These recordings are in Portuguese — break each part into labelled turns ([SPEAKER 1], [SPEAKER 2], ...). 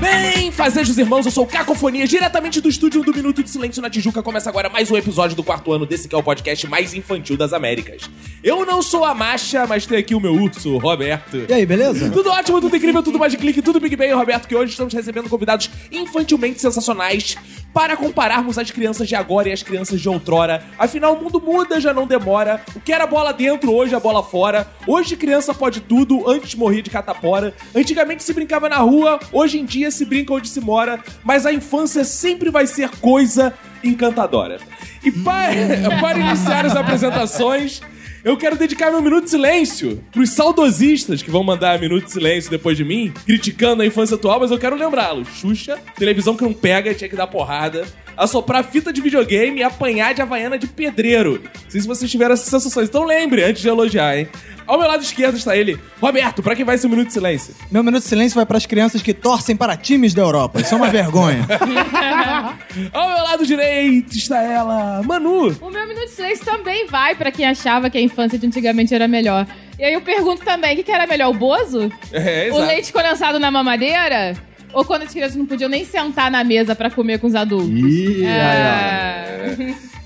[SPEAKER 1] Bem, fazejos irmãos, eu sou o Cacofonia, diretamente do estúdio do Minuto de Silêncio na Tijuca. Começa agora mais um episódio do quarto ano desse que é o podcast mais infantil das Américas. Eu não sou a Masha, mas tem aqui o meu Utsu, o Roberto.
[SPEAKER 2] E aí, beleza?
[SPEAKER 1] Tudo ótimo, tudo incrível, tudo mais de clique, tudo Big Bang, Roberto, que hoje estamos recebendo convidados infantilmente sensacionais para compararmos as crianças de agora e as crianças de outrora. Afinal, o mundo muda, já não demora. O que era bola dentro, hoje é bola fora. Hoje criança pode tudo, antes morria de catapora. Antigamente se brincava na rua, hoje em dia se brinca onde se mora. Mas a infância sempre vai ser coisa encantadora. E para, É, para iniciar as apresentações... Eu quero dedicar meu minuto de silêncio pros saudosistas que vão mandar minuto de silêncio depois de mim, criticando a infância atual, mas eu quero lembrá-los. Xuxa, televisão que não pega, tinha que dar porrada, assoprar fita de videogame e apanhar de havaiana de pedreiro. Não sei se vocês tiveram essas sensações. Então lembre, antes de elogiar, hein? Ao meu lado esquerdo está ele, Roberto, pra quem vai esse minuto de silêncio?
[SPEAKER 2] Meu minuto de silêncio vai para as crianças que torcem para times da Europa. Isso é uma vergonha.
[SPEAKER 1] Ao meu lado direito está ela, Manu.
[SPEAKER 3] O meu minuto de silêncio também vai pra quem achava que a infância de antigamente era melhor. E aí eu pergunto também, o que, que era melhor, o bozo?
[SPEAKER 1] É,
[SPEAKER 3] O leite condensado na mamadeira? Ou quando as crianças não podiam nem sentar na mesa pra comer com os adultos?
[SPEAKER 2] Ih,
[SPEAKER 3] É.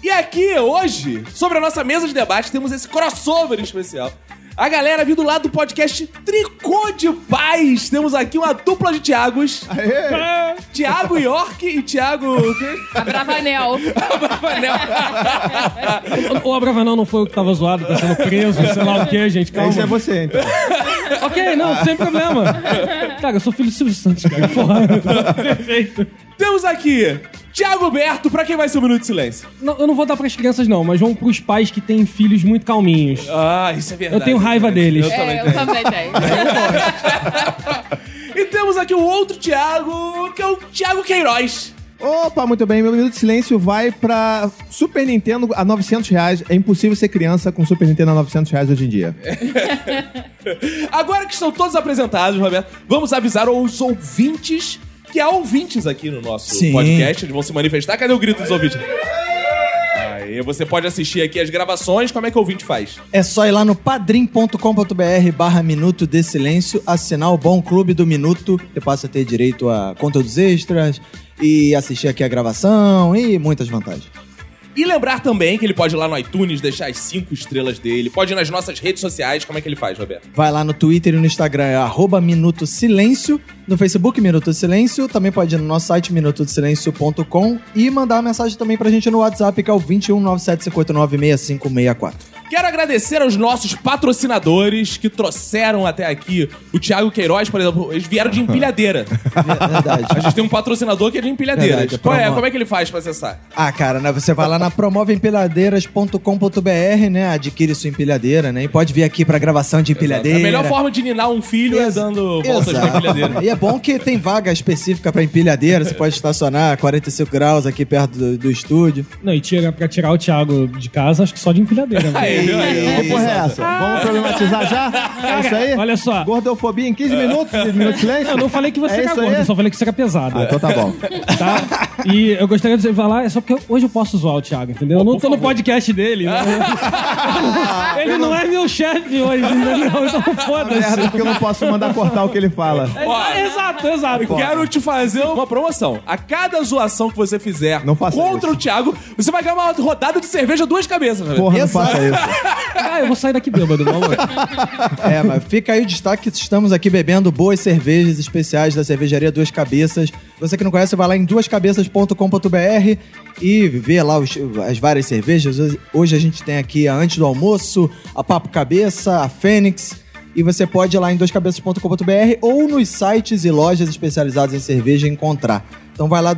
[SPEAKER 1] E aqui, hoje, sobre a nossa mesa de debate, temos esse crossover especial. A galera vindo lá do podcast Tricô de Paz. Temos aqui uma dupla de Tiagos. Tiago York e Tiago...
[SPEAKER 3] A Bravanel.
[SPEAKER 1] Pavanel.
[SPEAKER 4] O Abravanel não foi o que tava zoado, tá sendo preso, sei lá o que, gente. Calma.
[SPEAKER 2] Esse é você, então.
[SPEAKER 4] Ok, não, sem problema. Cara, eu sou filho do Silvio Santos, cara. Porra, perfeito.
[SPEAKER 1] temos aqui Tiago Berto, pra quem vai ser o Minuto de Silêncio?
[SPEAKER 4] Não, eu não vou dar pras crianças, não, mas vão pros pais que têm filhos muito calminhos.
[SPEAKER 1] Ah, isso é verdade.
[SPEAKER 4] Eu tenho raiva deles.
[SPEAKER 1] Eu também
[SPEAKER 3] É, eu
[SPEAKER 1] tenho.
[SPEAKER 3] também tenho.
[SPEAKER 1] E temos aqui o outro Tiago, que é o Tiago Queiroz.
[SPEAKER 5] Opa, muito bem. Meu minuto de silêncio vai pra Super Nintendo a 900 reais. É impossível ser criança com Super Nintendo a 900 reais hoje em dia.
[SPEAKER 1] Agora que estão todos apresentados, Roberto, vamos avisar os ouvintes que há ouvintes aqui no nosso
[SPEAKER 2] Sim.
[SPEAKER 1] podcast. Eles vão se manifestar. Cadê o grito dos ouvintes? Aí você pode assistir aqui as gravações. Como é que o ouvinte faz?
[SPEAKER 2] É só ir lá no padrim.com.br barra Minuto de Silêncio, assinar o Bom Clube do Minuto. Você passa a ter direito a conteúdos extras e assistir aqui a gravação e muitas vantagens.
[SPEAKER 1] E lembrar também que ele pode ir lá no iTunes, deixar as cinco estrelas dele. Pode ir nas nossas redes sociais. Como é que ele faz, Roberto?
[SPEAKER 2] Vai lá no Twitter e no Instagram, é arroba Minuto Silêncio, no Facebook Minuto Silêncio, também pode ir no nosso site minutosilencio.com e mandar uma mensagem também pra gente no WhatsApp, que é o 21 6564.
[SPEAKER 1] Quero agradecer aos nossos patrocinadores que trouxeram até aqui o Tiago Queiroz, por exemplo. Eles vieram de empilhadeira. A
[SPEAKER 2] Verdade.
[SPEAKER 1] gente tem um patrocinador que é de empilhadeiras.
[SPEAKER 2] Verdade, é
[SPEAKER 1] Qual é?
[SPEAKER 2] promo-
[SPEAKER 1] Como é que ele faz pra acessar?
[SPEAKER 2] Ah, cara, né, você vai lá na promoveempiladeiras.com.br, né? Adquire sua empilhadeira, né? E pode vir aqui pra gravação de empilhadeira.
[SPEAKER 1] É A melhor forma de ninar um filho é
[SPEAKER 2] Ex-
[SPEAKER 1] dando voltas
[SPEAKER 2] Exato.
[SPEAKER 1] pra empilhadeira.
[SPEAKER 2] E é bom que tem vaga específica pra empilhadeira, você pode estacionar a 45 graus aqui perto do, do estúdio.
[SPEAKER 4] Não, e tira, pra tirar o Thiago de casa, acho que só de empilhadeira. né?
[SPEAKER 1] Aí, viu? Aí,
[SPEAKER 5] Que porra é essa? Vamos problematizar já? É isso aí?
[SPEAKER 4] Olha só.
[SPEAKER 5] Gordofobia em 15 minutos? 15 minutos de silêncio?
[SPEAKER 4] Eu não falei que você
[SPEAKER 5] é
[SPEAKER 4] era
[SPEAKER 5] isso aí?
[SPEAKER 4] gordo, eu só falei que você era pesado.
[SPEAKER 5] Ah, então tá bom.
[SPEAKER 4] tá? E eu gostaria de falar, é só porque hoje eu posso zoar o Thiago, entendeu? eu não tô no podcast dele. né? Ele não é meu chefe hoje, entendeu? Então foda-se.
[SPEAKER 5] Merda, É, porque eu não posso mandar cortar o que ele fala.
[SPEAKER 1] Ó,
[SPEAKER 4] É, Exato, exato.
[SPEAKER 1] Quero te fazer uma promoção. A cada zoação que você fizer
[SPEAKER 5] Não faça
[SPEAKER 1] contra
[SPEAKER 5] isso.
[SPEAKER 1] o Thiago, você vai ganhar uma rodada de cerveja duas cabeças. Roberto.
[SPEAKER 5] Porra, não
[SPEAKER 2] Exato.
[SPEAKER 5] faça isso.
[SPEAKER 4] Ah, eu vou sair daqui bêbado, maluco.
[SPEAKER 2] É, mas fica aí o destaque, estamos aqui bebendo boas cervejas especiais da cervejaria Duas Cabeças. Você que não conhece, vai lá em duascabeças.com.br e vê lá os- as várias cervejas. Hoje- Hoje a gente tem aqui a Antes do Almoço, a Papo Cabeça, a Fênix. E você pode ir lá em duascabeças.com.br ou nos sites e lojas especializadas em cerveja encontrar. Então vai lá,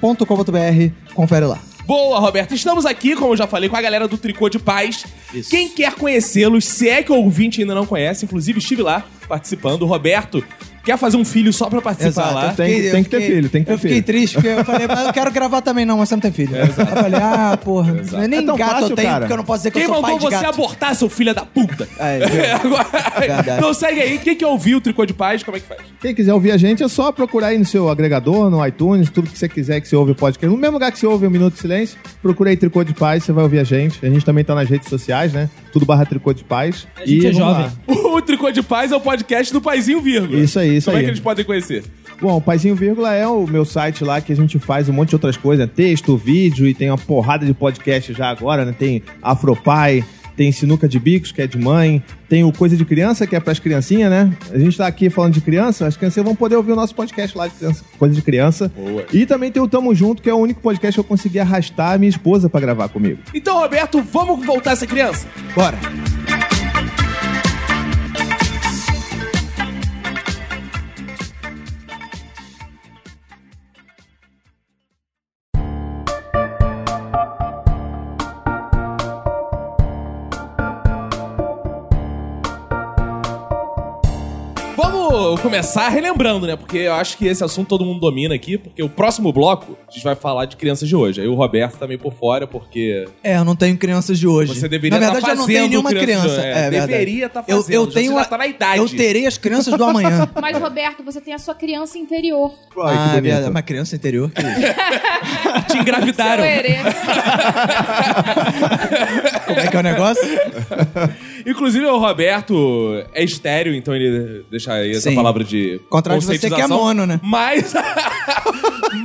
[SPEAKER 2] duascabeças.com.br, confere lá.
[SPEAKER 1] Boa, Roberto. Estamos aqui, como eu já falei, com a galera do Tricô de Paz.
[SPEAKER 2] Isso.
[SPEAKER 1] Quem quer conhecê-los, se é que o ouvinte ainda não conhece, inclusive estive lá participando. O Roberto quer fazer um filho só pra participar
[SPEAKER 2] Exato.
[SPEAKER 1] lá.
[SPEAKER 2] Eu fiquei-
[SPEAKER 5] Tem que-
[SPEAKER 2] eu
[SPEAKER 5] tem que ter
[SPEAKER 2] fiquei-
[SPEAKER 5] filho, tem que ter
[SPEAKER 2] Eu fiquei
[SPEAKER 5] filho.
[SPEAKER 2] triste, porque eu falei, mas eu quero gravar também, não, mas você não tem filho. eu falei, ah, porra, nem
[SPEAKER 5] É tão
[SPEAKER 2] gato
[SPEAKER 5] fácil,
[SPEAKER 2] eu tenho,
[SPEAKER 5] cara.
[SPEAKER 2] porque eu não posso dizer que
[SPEAKER 1] Quem
[SPEAKER 2] eu sou pai
[SPEAKER 1] mandou
[SPEAKER 2] de
[SPEAKER 1] você
[SPEAKER 2] gato. É,
[SPEAKER 1] abortar, seu filho da puta?
[SPEAKER 2] Aí, viu?
[SPEAKER 1] Agora...
[SPEAKER 2] Verdade.
[SPEAKER 1] Então segue aí. Quem que ouviu o Tricô de Paz? Como é que faz?
[SPEAKER 5] Quem quiser ouvir a gente, é só procurar aí no seu agregador, no iTunes, tudo que você quiser que você ouve o podcast. No mesmo lugar que você ouve o Minuto de Silêncio, procura aí Tricô de Paz, você vai ouvir a gente. A gente também tá nas redes sociais, né? Tudo barra Tricô de Paz.
[SPEAKER 4] A gente
[SPEAKER 5] E
[SPEAKER 4] é
[SPEAKER 5] vamos
[SPEAKER 4] jovem.
[SPEAKER 5] lá.
[SPEAKER 1] O Tricô de Paz é o podcast do Paizinho Vírgula.
[SPEAKER 5] Isso aí, isso
[SPEAKER 1] Como é
[SPEAKER 5] aí.
[SPEAKER 1] que eles podem conhecer?
[SPEAKER 5] Bom, o Paizinho Vírgula é o meu site lá que a gente faz um monte de outras coisas, né? texto, vídeo e tem uma porrada de podcast já agora, né? Tem Afropai, tem Sinuca de Bicos, que é de mãe, tem o Coisa de Criança, que é pras criancinhas, né? A gente tá aqui falando de criança, as crianças vão poder ouvir o nosso podcast lá de criança, Coisa de Criança.
[SPEAKER 1] Boa.
[SPEAKER 5] E também tem o Tamo Junto, que é o único podcast que eu consegui arrastar a minha esposa pra gravar comigo.
[SPEAKER 1] Então, Roberto, vamos voltar essa criança?
[SPEAKER 2] Bora.
[SPEAKER 1] Vamos começar relembrando, né? Porque eu acho que esse assunto todo mundo domina aqui, porque o próximo bloco a gente vai falar de crianças de hoje. Aí o Roberto tá meio por fora, porque.
[SPEAKER 2] É, eu não tenho crianças de hoje.
[SPEAKER 1] Você deveria
[SPEAKER 2] Na verdade,
[SPEAKER 1] tá
[SPEAKER 2] eu não tenho
[SPEAKER 1] fazendo
[SPEAKER 2] nenhuma
[SPEAKER 1] crianças de
[SPEAKER 2] criança.
[SPEAKER 1] hoje. É,
[SPEAKER 2] É, verdade.
[SPEAKER 1] deveria tá
[SPEAKER 2] Eu-
[SPEAKER 1] fazendo,
[SPEAKER 2] Eu
[SPEAKER 1] já
[SPEAKER 2] tenho
[SPEAKER 1] você já
[SPEAKER 2] a-
[SPEAKER 1] tá na idade.
[SPEAKER 2] Eu terei as crianças do amanhã.
[SPEAKER 3] Mas, Roberto, você tem a sua criança interior.
[SPEAKER 5] Olha que
[SPEAKER 2] ah, é
[SPEAKER 5] bonito.
[SPEAKER 2] verdade. Uma criança interior. que é isso.
[SPEAKER 1] Te engravidaram.
[SPEAKER 3] Seu herê.
[SPEAKER 1] um-
[SPEAKER 2] Como é que é o negócio?
[SPEAKER 1] Inclusive, o Roberto é estéreo, então ele deixa aí essa
[SPEAKER 2] Sim.
[SPEAKER 1] palavra de.
[SPEAKER 2] Contrário de você que é
[SPEAKER 1] conscientização.
[SPEAKER 2] mono, né?
[SPEAKER 1] Mas.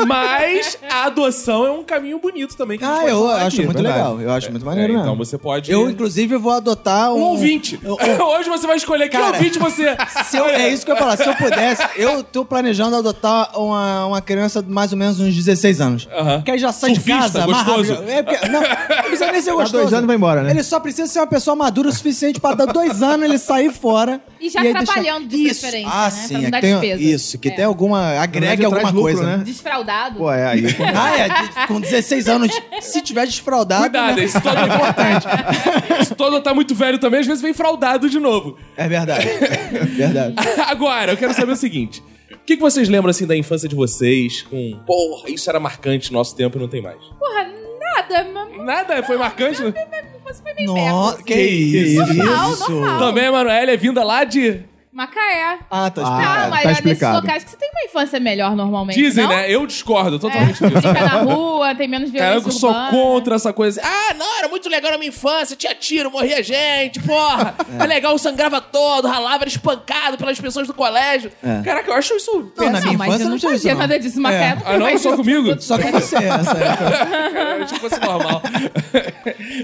[SPEAKER 1] Mas a adoção é um caminho bonito também. Que a gente
[SPEAKER 2] Ah,
[SPEAKER 1] pode
[SPEAKER 2] eu
[SPEAKER 1] falar
[SPEAKER 2] acho
[SPEAKER 1] aqui.
[SPEAKER 2] muito legal. Eu acho muito maneiro
[SPEAKER 1] É,
[SPEAKER 2] mesmo.
[SPEAKER 1] então você pode.
[SPEAKER 2] Eu, inclusive, vou adotar um...
[SPEAKER 1] Um ouvinte.
[SPEAKER 2] Eu-
[SPEAKER 1] Hoje você vai escolher que
[SPEAKER 2] Cara,
[SPEAKER 1] ouvinte você.
[SPEAKER 2] Se eu- é isso que eu ia falar. Se eu pudesse, eu tô planejando adotar uma, uma criança de mais ou menos uns 16 anos.
[SPEAKER 1] Aham.
[SPEAKER 2] Que aí já sai
[SPEAKER 1] Surfista,
[SPEAKER 2] de casa, mais
[SPEAKER 1] gostoso.
[SPEAKER 2] rápido. É, porque- não, não precisa nem ser gostoso.
[SPEAKER 5] dois anos e vai embora, né?
[SPEAKER 2] Ele só precisa ser uma pessoa madura o suficiente pra dar dois anos ele sair fora.
[SPEAKER 3] E já
[SPEAKER 2] aí
[SPEAKER 3] trabalhando de
[SPEAKER 2] Isso.
[SPEAKER 3] preferência,
[SPEAKER 2] Ah,
[SPEAKER 3] né?
[SPEAKER 2] sim.
[SPEAKER 3] Pra não
[SPEAKER 2] é
[SPEAKER 3] dar
[SPEAKER 2] que tem-
[SPEAKER 3] despesa.
[SPEAKER 2] Isso, que
[SPEAKER 3] É.
[SPEAKER 2] tem alguma...
[SPEAKER 5] verdade,
[SPEAKER 2] Agregue alguma
[SPEAKER 5] traz lucro,
[SPEAKER 2] coisa.
[SPEAKER 5] né?
[SPEAKER 3] Desfraudado.
[SPEAKER 5] Pô, é aí.
[SPEAKER 2] Ah, é, de- com 16 anos, se tiver desfraudado...
[SPEAKER 1] Cuidado,
[SPEAKER 2] né?
[SPEAKER 1] esse todo é importante. esse todo tá muito velho também, às vezes vem fraudado de novo.
[SPEAKER 2] É verdade. verdade.
[SPEAKER 1] Agora, eu quero saber o seguinte. O que, que vocês lembram, assim, da infância de vocês com... Porra, isso era marcante no nosso tempo e não tem mais.
[SPEAKER 3] Porra, nada. Mas,
[SPEAKER 1] Nada foi marcante?
[SPEAKER 3] você foi meio
[SPEAKER 2] Nossa,
[SPEAKER 3] merda.
[SPEAKER 2] que, isso.
[SPEAKER 3] Normal, normal.
[SPEAKER 1] Também a Manoela é vinda lá de...
[SPEAKER 3] Macaé.
[SPEAKER 2] Ah, tá explicado.
[SPEAKER 3] Ah,
[SPEAKER 5] tá
[SPEAKER 3] mas é nesses
[SPEAKER 5] explicado.
[SPEAKER 3] locais que você tem uma infância melhor normalmente,
[SPEAKER 1] Dizem,
[SPEAKER 3] não?
[SPEAKER 1] né? Eu discordo
[SPEAKER 3] É,
[SPEAKER 1] totalmente disso.
[SPEAKER 3] fica na rua, tem menos violência
[SPEAKER 1] Caraca, eu sou
[SPEAKER 3] urbana.
[SPEAKER 1] contra essa coisa. Ah, não, era muito legal na minha infância. Tinha tiro, morria gente, porra. É legal, sangrava todo, ralava, era espancado pelas pessoas do colégio.
[SPEAKER 2] É.
[SPEAKER 1] Caraca, eu acho isso...
[SPEAKER 2] Não, na
[SPEAKER 3] Não,
[SPEAKER 2] minha
[SPEAKER 3] mas eu
[SPEAKER 2] infância não
[SPEAKER 3] não
[SPEAKER 2] tinha isso,
[SPEAKER 3] fazia
[SPEAKER 2] não.
[SPEAKER 3] nada disso, Macaé.
[SPEAKER 2] É.
[SPEAKER 3] nunca
[SPEAKER 1] Ah, não?
[SPEAKER 3] faz
[SPEAKER 1] Só
[SPEAKER 3] isso.
[SPEAKER 1] comigo?
[SPEAKER 2] Só com você, essa época.
[SPEAKER 1] Cara, tipo assim, normal.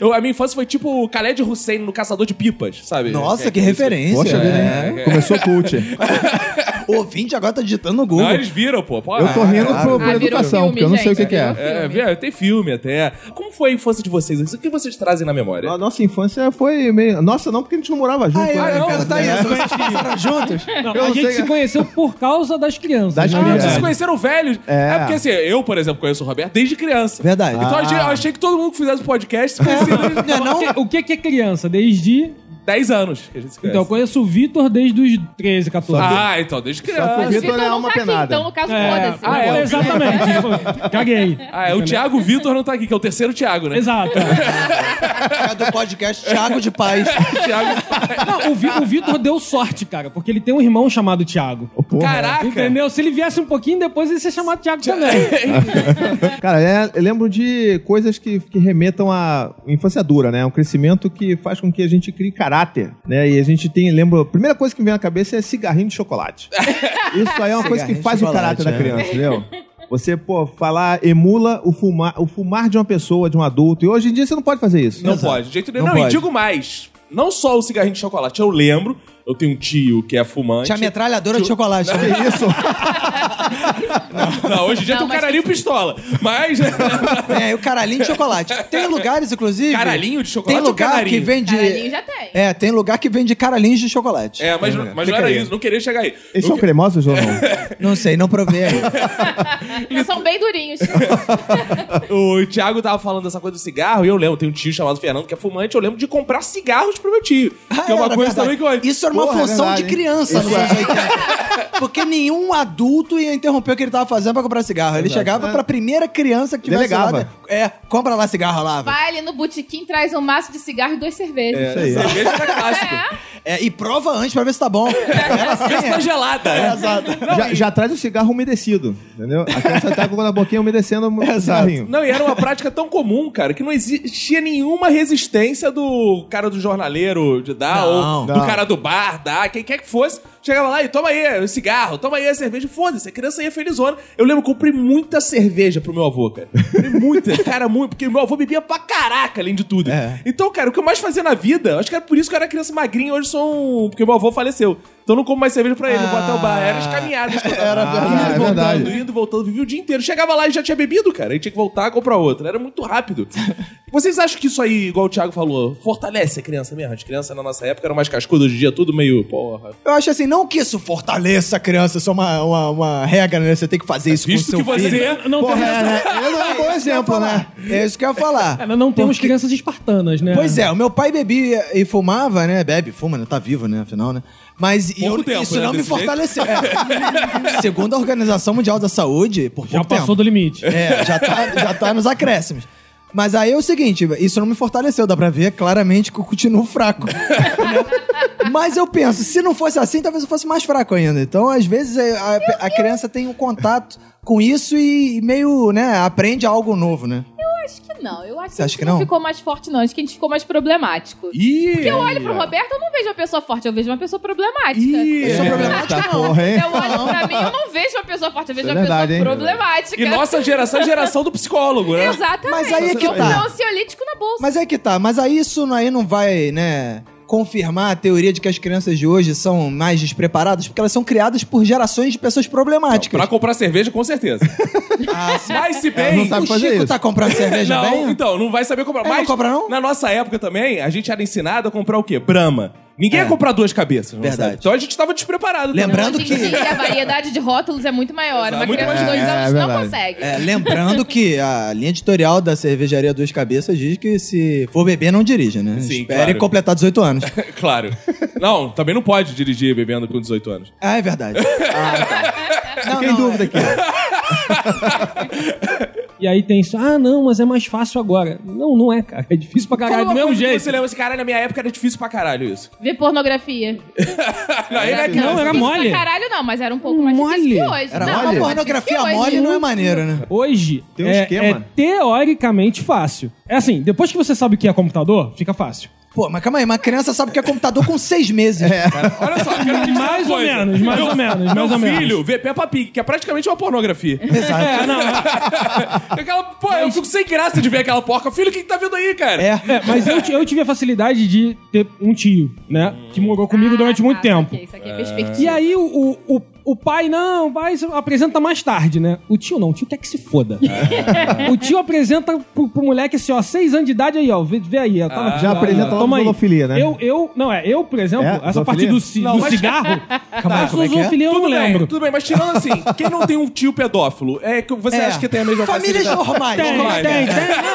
[SPEAKER 1] Eu, a minha infância foi tipo o Khaled Hussein no Caçador de Pipas, sabe? É,
[SPEAKER 2] Nossa, que
[SPEAKER 1] isso. É,
[SPEAKER 2] referência.
[SPEAKER 5] Poxa vida, hein? Começou cult.
[SPEAKER 2] O ouvinte agora tá digitando no Google.
[SPEAKER 1] Não, eles viram, pô. Pô,
[SPEAKER 5] Eu tô
[SPEAKER 1] ah,
[SPEAKER 5] rindo
[SPEAKER 1] cara.
[SPEAKER 5] por, por
[SPEAKER 3] Ah, virou
[SPEAKER 5] educação,
[SPEAKER 3] filme,
[SPEAKER 5] porque eu não sei o
[SPEAKER 3] gente,
[SPEAKER 5] que, que é.
[SPEAKER 3] virou
[SPEAKER 1] É, vê, tem filme até. Como foi a infância de vocês? O que vocês trazem na memória?
[SPEAKER 5] A nossa infância foi meio. Nossa, não, porque a gente não morava junto.
[SPEAKER 2] Aí,
[SPEAKER 5] né?
[SPEAKER 2] olha,
[SPEAKER 1] não,
[SPEAKER 2] cara,
[SPEAKER 1] tá
[SPEAKER 2] tá
[SPEAKER 1] aí,
[SPEAKER 2] isso. Vocês passaram juntos?
[SPEAKER 4] Não,
[SPEAKER 5] Eu
[SPEAKER 4] a gente
[SPEAKER 5] sei-
[SPEAKER 4] se conheceu por causa das crianças.
[SPEAKER 5] Das
[SPEAKER 4] né?
[SPEAKER 1] Ah,
[SPEAKER 5] crianças.
[SPEAKER 1] vocês
[SPEAKER 5] verdade.
[SPEAKER 1] se conheceram velhos. É.
[SPEAKER 5] É.
[SPEAKER 1] porque assim, eu, por exemplo, conheço o Roberto desde criança.
[SPEAKER 2] Verdade.
[SPEAKER 1] Então
[SPEAKER 5] Ah.
[SPEAKER 1] eu achei- eu achei que todo mundo que fizesse podcast se conhecia desde
[SPEAKER 2] Ah. Não é não?
[SPEAKER 4] O que, o que é criança? Desde.
[SPEAKER 1] 10 anos que a gente se conhece.
[SPEAKER 4] Então, eu conheço o Vitor desde os 13, 14.
[SPEAKER 1] ah, então, desde
[SPEAKER 5] Só
[SPEAKER 3] Mas
[SPEAKER 1] criança.
[SPEAKER 5] por-
[SPEAKER 3] o
[SPEAKER 5] Vitor
[SPEAKER 3] Vitor
[SPEAKER 5] é
[SPEAKER 3] não
[SPEAKER 5] alma
[SPEAKER 3] tá aqui,
[SPEAKER 5] penada.
[SPEAKER 3] então, no caso,
[SPEAKER 4] É,
[SPEAKER 3] foda-se.
[SPEAKER 4] ah, é, exatamente. Tipo, Caguei.
[SPEAKER 1] Ah, é o Thiago Vitor não tá aqui, que é o terceiro Thiago, né?
[SPEAKER 4] Exato.
[SPEAKER 2] É do podcast Thiago de Paz.
[SPEAKER 1] Thiago.
[SPEAKER 4] Não, o, Vi- o Vitor deu sorte, cara, porque ele tem um irmão chamado Thiago.
[SPEAKER 5] Porra.
[SPEAKER 1] Caraca!
[SPEAKER 4] Entendeu? Se ele viesse um pouquinho depois, ele ia ser chamado Thiago também.
[SPEAKER 5] Cara, é- eu lembro de coisas que, que remetam à infância dura, né? Um crescimento que faz com que a gente crie caráter, né? E a gente tem, lembro, a primeira coisa que me vem na cabeça é cigarrinho de chocolate. Isso aí é uma coisa que
[SPEAKER 2] Cigarrinho de
[SPEAKER 5] faz o
[SPEAKER 2] chocolate,
[SPEAKER 5] caráter da
[SPEAKER 2] né?
[SPEAKER 5] criança, entendeu? Você, pô, falar, emula o fumar, o fumar de uma pessoa, de um adulto. E hoje em dia você não pode fazer isso.
[SPEAKER 1] Não pode, de jeito nenhum. Não,
[SPEAKER 2] Não
[SPEAKER 1] e
[SPEAKER 2] pode.
[SPEAKER 1] digo mais. Não só o cigarrinho de chocolate, eu lembro. Eu tenho um tio que é fumante.
[SPEAKER 2] Tinha metralhadora de chocolate.
[SPEAKER 5] Que
[SPEAKER 2] né?
[SPEAKER 5] isso?
[SPEAKER 1] Não, hoje em dia
[SPEAKER 3] Não,
[SPEAKER 1] tem um
[SPEAKER 3] mas-
[SPEAKER 1] caralhinho pistola. Mas.
[SPEAKER 2] É, e o caralhinho de chocolate. Tem lugares, inclusive...
[SPEAKER 1] Caralhinho de chocolate
[SPEAKER 2] Tem
[SPEAKER 1] ou
[SPEAKER 2] lugar
[SPEAKER 1] canarinho?
[SPEAKER 2] que vende...
[SPEAKER 3] Caralhinho já tem.
[SPEAKER 2] É, tem lugar que vende caralhinhos de chocolate.
[SPEAKER 1] é, mas, não- mas não
[SPEAKER 2] Fica
[SPEAKER 1] era
[SPEAKER 2] aí.
[SPEAKER 1] isso, não queria chegar aí.
[SPEAKER 2] é
[SPEAKER 5] Eles
[SPEAKER 1] Eu-
[SPEAKER 5] são cremosos ou não?
[SPEAKER 2] Não sei, não provei aí.
[SPEAKER 3] Eles são bem durinhos.
[SPEAKER 1] O Thiago tava falando dessa coisa do cigarro e eu lembro, tem um tio chamado Fernando que é fumante, eu lembro de comprar cigarros pro meu tio.
[SPEAKER 2] Ah,
[SPEAKER 1] que é uma
[SPEAKER 2] era
[SPEAKER 1] coisa
[SPEAKER 2] verdade.
[SPEAKER 1] também que eu.
[SPEAKER 2] Isso eu era uma
[SPEAKER 6] Porra,
[SPEAKER 1] é
[SPEAKER 2] função
[SPEAKER 6] verdade,
[SPEAKER 2] de
[SPEAKER 6] hein?
[SPEAKER 2] criança né? nos anos 80. Porque nenhum adulto ia interromper o que ele tava fazendo pra comprar cigarro. Ele chegava pra primeira criança que tivesse
[SPEAKER 5] Delegava.
[SPEAKER 2] lá, né? É, compra lá cigarro lá. velho.
[SPEAKER 3] Vai ali no botequim, traz um maço de cigarro e duas cervejas.
[SPEAKER 2] Isso aí.
[SPEAKER 1] É, Cerveja era clássico.
[SPEAKER 2] É, e prova antes pra ver se tá bom. Era assim,
[SPEAKER 1] Essa tá gelada.
[SPEAKER 5] já, já traz o cigarro umedecido, entendeu? A criança tá com a boquinha
[SPEAKER 1] é-
[SPEAKER 5] umedecendo o cigarrinho.
[SPEAKER 1] Não, e era uma prática tão comum, cara, que não existia nenhuma resistência do cara do jornaleiro de dar, ou do
[SPEAKER 5] Não.
[SPEAKER 1] cara do bar dar, quem quer que fosse. Chegava lá e toma aí o cigarro, toma aí a cerveja, foda-se, a criança ia felizona. Eu lembro que eu comprei muita cerveja pro meu avô, cara. Comprei muita, cara, muito, porque meu avô bebia pra caraca, além de tudo.
[SPEAKER 2] É.
[SPEAKER 1] Então, cara, o que eu mais fazia na vida, acho que era por isso que eu era criança magrinha, e hoje sou um... porque meu avô faleceu. Então eu não como mais cerveja pra ele, não vou até o bar. Era as caminhadas que eu dava.
[SPEAKER 5] Ah,
[SPEAKER 6] Era verdade, é
[SPEAKER 1] Indo e voltando,
[SPEAKER 6] verdade.
[SPEAKER 1] indo e voltando, vivia o dia inteiro. Chegava lá e já tinha bebido, cara. E tinha que voltar comprar outra. Era muito rápido. Vocês acham que isso aí, igual o Thiago falou, fortalece a criança mesmo? As crianças na nossa época eram mais cascudas, hoje em dia tudo meio, porra.
[SPEAKER 2] Eu acho assim, não que isso fortaleça a criança, isso é uma, uma, uma regra, né? Você tem que fazer isso
[SPEAKER 1] É
[SPEAKER 2] com
[SPEAKER 1] Visto que
[SPEAKER 2] o seu
[SPEAKER 1] você.
[SPEAKER 2] filho.
[SPEAKER 4] Não,
[SPEAKER 2] Porra,
[SPEAKER 4] temos,
[SPEAKER 2] é, né? Ele é um bom exemplo, né? É isso que eu ia falar.
[SPEAKER 4] Cara, não temos crianças espartanas, né?
[SPEAKER 2] Pois é, o meu pai bebia e fumava, né? Bebe, fuma, né? Tá vivo, né? Afinal, né? Mas e
[SPEAKER 1] Pouco
[SPEAKER 2] eu,
[SPEAKER 1] tempo,
[SPEAKER 2] isso
[SPEAKER 1] né?
[SPEAKER 2] não me
[SPEAKER 1] Desse jeito.
[SPEAKER 2] fortaleceu. É. Segundo a Organização Mundial da Saúde, por
[SPEAKER 4] Já
[SPEAKER 2] pouco
[SPEAKER 4] passou
[SPEAKER 2] tempo.
[SPEAKER 4] do limite.
[SPEAKER 2] É, já tá, já tá nos acréscimos. Mas aí é o seguinte, isso não me fortaleceu, dá pra ver claramente que eu continuo fraco. Mas eu penso, se não fosse assim, talvez eu fosse mais fraco ainda. Então, às vezes, a, a- a criança tem um contato com isso e meio, né, aprende algo novo, né?
[SPEAKER 3] Acho que não. Eu acho
[SPEAKER 2] Você
[SPEAKER 3] que a
[SPEAKER 2] acha
[SPEAKER 3] gente
[SPEAKER 2] que
[SPEAKER 3] não
[SPEAKER 2] não?
[SPEAKER 3] ficou mais forte, não. Acho que a gente ficou mais problemático.
[SPEAKER 1] Ih!
[SPEAKER 3] Porque eu olho pro Roberto, eu não vejo uma pessoa forte, eu vejo uma pessoa problemática.
[SPEAKER 1] Ih!
[SPEAKER 2] Isso é problemático,
[SPEAKER 5] Eita
[SPEAKER 2] não.
[SPEAKER 5] porra, hein?
[SPEAKER 3] Eu olho pra mim, eu não vejo uma pessoa forte, eu vejo
[SPEAKER 5] Isso é
[SPEAKER 3] uma
[SPEAKER 5] verdade, hein?
[SPEAKER 3] pessoa problemática.
[SPEAKER 1] E nossa geração é geração do psicólogo, né?
[SPEAKER 3] Exatamente.
[SPEAKER 2] Mas aí é que
[SPEAKER 3] eu
[SPEAKER 2] tá.
[SPEAKER 3] tenho um ansiolítico na bolsa.
[SPEAKER 2] Mas é que tá, mas aí isso não- aí não vai, né, confirmar a teoria de que as crianças de hoje são mais despreparadas, porque elas são criadas por gerações de pessoas problemáticas.
[SPEAKER 1] Pra comprar cerveja, com certeza. Mas se
[SPEAKER 5] Ela não
[SPEAKER 1] bem.
[SPEAKER 5] sabe
[SPEAKER 2] o
[SPEAKER 5] fazer
[SPEAKER 2] Chico
[SPEAKER 5] isso.
[SPEAKER 2] tá comprando cerveja
[SPEAKER 1] Não,
[SPEAKER 2] bem?
[SPEAKER 1] então, não vai saber comprar.
[SPEAKER 2] É, não
[SPEAKER 1] Mas
[SPEAKER 2] compra, não?
[SPEAKER 1] na nossa época também, a gente era ensinado a comprar o quê? Brahma. Ninguém
[SPEAKER 5] É.
[SPEAKER 1] ia comprar duas cabeças, não
[SPEAKER 2] Verdade.
[SPEAKER 1] sabe? Então a gente tava despreparado. também.
[SPEAKER 2] Lembrando
[SPEAKER 3] Hoje em
[SPEAKER 2] que-
[SPEAKER 3] dia, a variedade de rótulos é muito maior.
[SPEAKER 1] Exato,
[SPEAKER 3] Uma
[SPEAKER 1] muito
[SPEAKER 3] criança de
[SPEAKER 5] mais
[SPEAKER 3] dois
[SPEAKER 5] difícil.
[SPEAKER 3] anos
[SPEAKER 5] É, é
[SPEAKER 3] não
[SPEAKER 5] verdade.
[SPEAKER 3] consegue.
[SPEAKER 2] É, lembrando que a linha editorial da cervejaria Duas Cabeças diz que se for beber, não dirija, né?
[SPEAKER 1] Sim,
[SPEAKER 2] Espere
[SPEAKER 1] claro.
[SPEAKER 2] completar 18 anos.
[SPEAKER 1] Claro. Não, também não pode dirigir bebendo com 18 anos.
[SPEAKER 2] Ah, é verdade. Não,
[SPEAKER 5] Fiquei em
[SPEAKER 2] não,
[SPEAKER 5] dúvida aqui.
[SPEAKER 4] E aí tem isso. Ah, não, mas é mais fácil agora. Não, não é, cara. É difícil pra
[SPEAKER 1] Fala
[SPEAKER 4] caralho. Do
[SPEAKER 1] uma
[SPEAKER 4] mesmo
[SPEAKER 1] coisa que
[SPEAKER 4] jeito.
[SPEAKER 1] Você lembra assim, caralho, na minha época era difícil pra caralho isso.
[SPEAKER 3] Ver pornografia.
[SPEAKER 1] Não, ele é que-
[SPEAKER 4] Não, era
[SPEAKER 3] Difícil
[SPEAKER 4] mole.
[SPEAKER 3] pra caralho não, mas era um pouco mais difícil que hoje.
[SPEAKER 2] Era
[SPEAKER 3] não,
[SPEAKER 2] mole?
[SPEAKER 3] mas mais
[SPEAKER 2] Pornografia
[SPEAKER 3] difícil que hoje.
[SPEAKER 2] mole não é maneiro, né?
[SPEAKER 4] Hoje
[SPEAKER 5] Tem um
[SPEAKER 4] é,
[SPEAKER 5] esquema.
[SPEAKER 4] é teoricamente fácil. É assim, depois que você sabe o que é computador, fica fácil.
[SPEAKER 2] Pô, mas calma aí, uma criança sabe o que é computador com seis meses.
[SPEAKER 1] É. Olha só, eu quero te dizer
[SPEAKER 4] Mais
[SPEAKER 1] uma
[SPEAKER 4] ou
[SPEAKER 1] coisa.
[SPEAKER 4] menos, mais
[SPEAKER 1] Meu-
[SPEAKER 4] ou menos, mais
[SPEAKER 1] Meu
[SPEAKER 4] ou menos.
[SPEAKER 1] filho vê Peppa Pig, que é praticamente uma pornografia.
[SPEAKER 2] Exato.
[SPEAKER 4] É, não, é,
[SPEAKER 1] aquela, pô, eu fico sem graça de ver aquela porca. Filho, o que, que tá vendo aí, cara?
[SPEAKER 2] É.
[SPEAKER 4] é, mas eu, ti- eu tive a facilidade de ter um tio, né? Que morou comigo durante
[SPEAKER 3] Ah,
[SPEAKER 4] muito
[SPEAKER 3] tá,
[SPEAKER 4] tempo.
[SPEAKER 3] saquei,
[SPEAKER 1] é
[SPEAKER 3] saquei, perspectiva.
[SPEAKER 4] E aí o, o, o, o pai, não, o pai apresenta mais tarde, né? O tio não, o tio quer que se foda.
[SPEAKER 1] É.
[SPEAKER 4] o tio apresenta pro, pro moleque assim, ó, seis anos de idade aí, ó. Vê, vê aí, ó, tava-
[SPEAKER 5] já apresenta logo
[SPEAKER 4] toma aí.
[SPEAKER 5] zoofilia, né?
[SPEAKER 4] Eu, eu, não, é, eu, por exemplo,
[SPEAKER 5] É,
[SPEAKER 4] essa
[SPEAKER 5] zoofilia?
[SPEAKER 4] parte do, ci-
[SPEAKER 1] Não,
[SPEAKER 4] do
[SPEAKER 1] mas- Tá,
[SPEAKER 4] cigarro,
[SPEAKER 2] aí,
[SPEAKER 4] mas
[SPEAKER 2] como
[SPEAKER 4] o
[SPEAKER 2] é que é?
[SPEAKER 4] zoofilia um eu não
[SPEAKER 1] bem,
[SPEAKER 4] lembro.
[SPEAKER 1] tudo bem, mas tirando assim, quem não tem um tio pedófilo, é que você
[SPEAKER 2] É.
[SPEAKER 1] acha que tem a mesma
[SPEAKER 2] Famílias
[SPEAKER 1] facilidade?
[SPEAKER 2] normais.
[SPEAKER 4] Tem,
[SPEAKER 1] Normal,
[SPEAKER 4] tem, tem,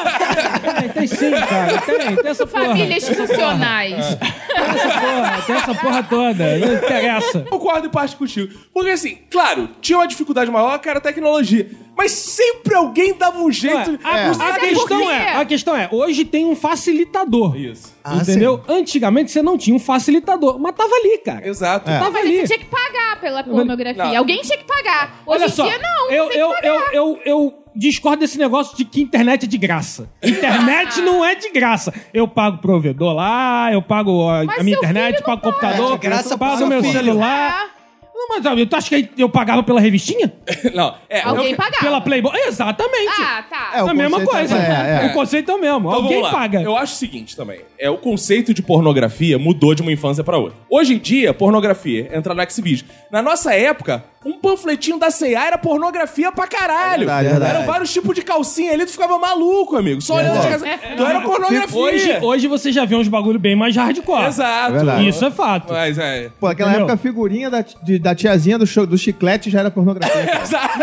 [SPEAKER 4] não, tem, tem sim, cara. Tem, tem essa porra.
[SPEAKER 3] Famílias
[SPEAKER 4] tem essa porra, É.
[SPEAKER 3] funcionais.
[SPEAKER 4] Tem essa porra, tem essa porra toda. Não interessa.
[SPEAKER 1] Eu concordo em parte contigo. Porque assim, claro, tinha uma dificuldade maior, cara, a tecnologia. Mas sempre alguém dava um
[SPEAKER 4] Ué,
[SPEAKER 1] jeito.
[SPEAKER 4] a,
[SPEAKER 1] Não sei
[SPEAKER 4] a
[SPEAKER 3] Mas é por
[SPEAKER 4] questão
[SPEAKER 3] quê?
[SPEAKER 4] é, a questão é, hoje tem um facilitador.
[SPEAKER 1] Isso.
[SPEAKER 2] Ah,
[SPEAKER 4] entendeu? Antigamente você não tinha um facilitador, mas tava ali, cara.
[SPEAKER 5] É.
[SPEAKER 1] Exato.
[SPEAKER 4] Tava
[SPEAKER 3] Mas
[SPEAKER 4] ali.
[SPEAKER 3] você tinha que pagar pela pornografia.
[SPEAKER 1] Não.
[SPEAKER 3] Alguém tinha que pagar. Hoje
[SPEAKER 4] Olha
[SPEAKER 3] em
[SPEAKER 4] só,
[SPEAKER 3] dia, não.
[SPEAKER 4] eu,
[SPEAKER 3] não tem
[SPEAKER 4] eu,
[SPEAKER 3] que pagar.
[SPEAKER 4] eu, eu, eu discordo desse negócio de que internet é de graça. Internet não é de graça. Eu pago o provedor lá, eu pago a,
[SPEAKER 3] Mas
[SPEAKER 4] a minha
[SPEAKER 3] seu
[SPEAKER 4] internet,
[SPEAKER 3] filho
[SPEAKER 4] pago o
[SPEAKER 3] não
[SPEAKER 2] É
[SPEAKER 4] computador,
[SPEAKER 2] de graça pro
[SPEAKER 4] pago
[SPEAKER 2] seu
[SPEAKER 4] meu
[SPEAKER 2] filho.
[SPEAKER 4] celular.
[SPEAKER 3] Ah,
[SPEAKER 4] Não, mas ó, tu acha que eu pagava pela revistinha?
[SPEAKER 1] Não, é.
[SPEAKER 3] Alguém
[SPEAKER 1] eu-
[SPEAKER 3] pagava.
[SPEAKER 4] Pela Playboy? Exatamente.
[SPEAKER 3] Ah, tá.
[SPEAKER 5] É,
[SPEAKER 4] É
[SPEAKER 5] o
[SPEAKER 4] a mesma
[SPEAKER 5] conceito
[SPEAKER 4] coisa.
[SPEAKER 5] é- é.
[SPEAKER 4] O conceito é o mesmo.
[SPEAKER 1] Então,
[SPEAKER 4] Alguém
[SPEAKER 1] vamos lá.
[SPEAKER 4] paga.
[SPEAKER 1] Eu acho o seguinte também. É, o conceito de pornografia mudou de uma infância pra outra. Hoje em dia, pornografia entra no Xvideos. Na nossa época, um panfletinho da C&A era pornografia pra caralho.
[SPEAKER 5] Verdade, verdade.
[SPEAKER 1] Eram vários tipos de calcinha ali, tu ficava maluco, amigo. Só olhando as calcinhas. Então era pornografia.
[SPEAKER 4] Hoje, É. hoje você já vê uns bagulho bem mais hardcore.
[SPEAKER 1] Exato.
[SPEAKER 5] É verdade.
[SPEAKER 4] Isso é fato.
[SPEAKER 1] Mas é...
[SPEAKER 5] Pô, aquela
[SPEAKER 4] Entendeu?
[SPEAKER 5] época a figurinha da, de- da tiazinha do, cho- do chiclete já era pornografia. cara.
[SPEAKER 1] Exato.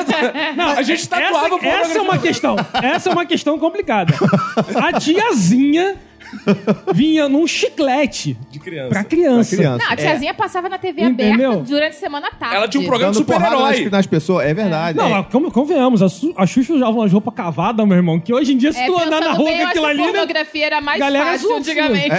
[SPEAKER 1] a gente tatuava
[SPEAKER 4] essa, é
[SPEAKER 1] pornografia.
[SPEAKER 4] essa é uma questão. Essa é uma questão complicada. A tiazinha vinha num chiclete
[SPEAKER 1] de criança.
[SPEAKER 4] pra criança.
[SPEAKER 5] Criança.
[SPEAKER 3] Não, a tiazinha passava na TV
[SPEAKER 4] É. Entendeu?
[SPEAKER 3] aberta durante a semana à tarde.
[SPEAKER 1] Ela tinha um programa de
[SPEAKER 5] Dando porrada nas,
[SPEAKER 1] super-herói.
[SPEAKER 5] nas pessoas. É verdade.
[SPEAKER 4] Não,
[SPEAKER 5] é.
[SPEAKER 4] mas como, convenhamos, a, Su- a Xuxa usava umas roupas cavadas, meu irmão, que hoje em dia, se
[SPEAKER 3] É,
[SPEAKER 4] tu andar na
[SPEAKER 3] pensando
[SPEAKER 4] rua
[SPEAKER 3] bem,
[SPEAKER 4] com
[SPEAKER 3] eu acho
[SPEAKER 4] aquilo
[SPEAKER 3] que a
[SPEAKER 4] ali, né?
[SPEAKER 3] pornografia era mais
[SPEAKER 4] Galera
[SPEAKER 3] fácil
[SPEAKER 4] zoa,
[SPEAKER 3] antigamente.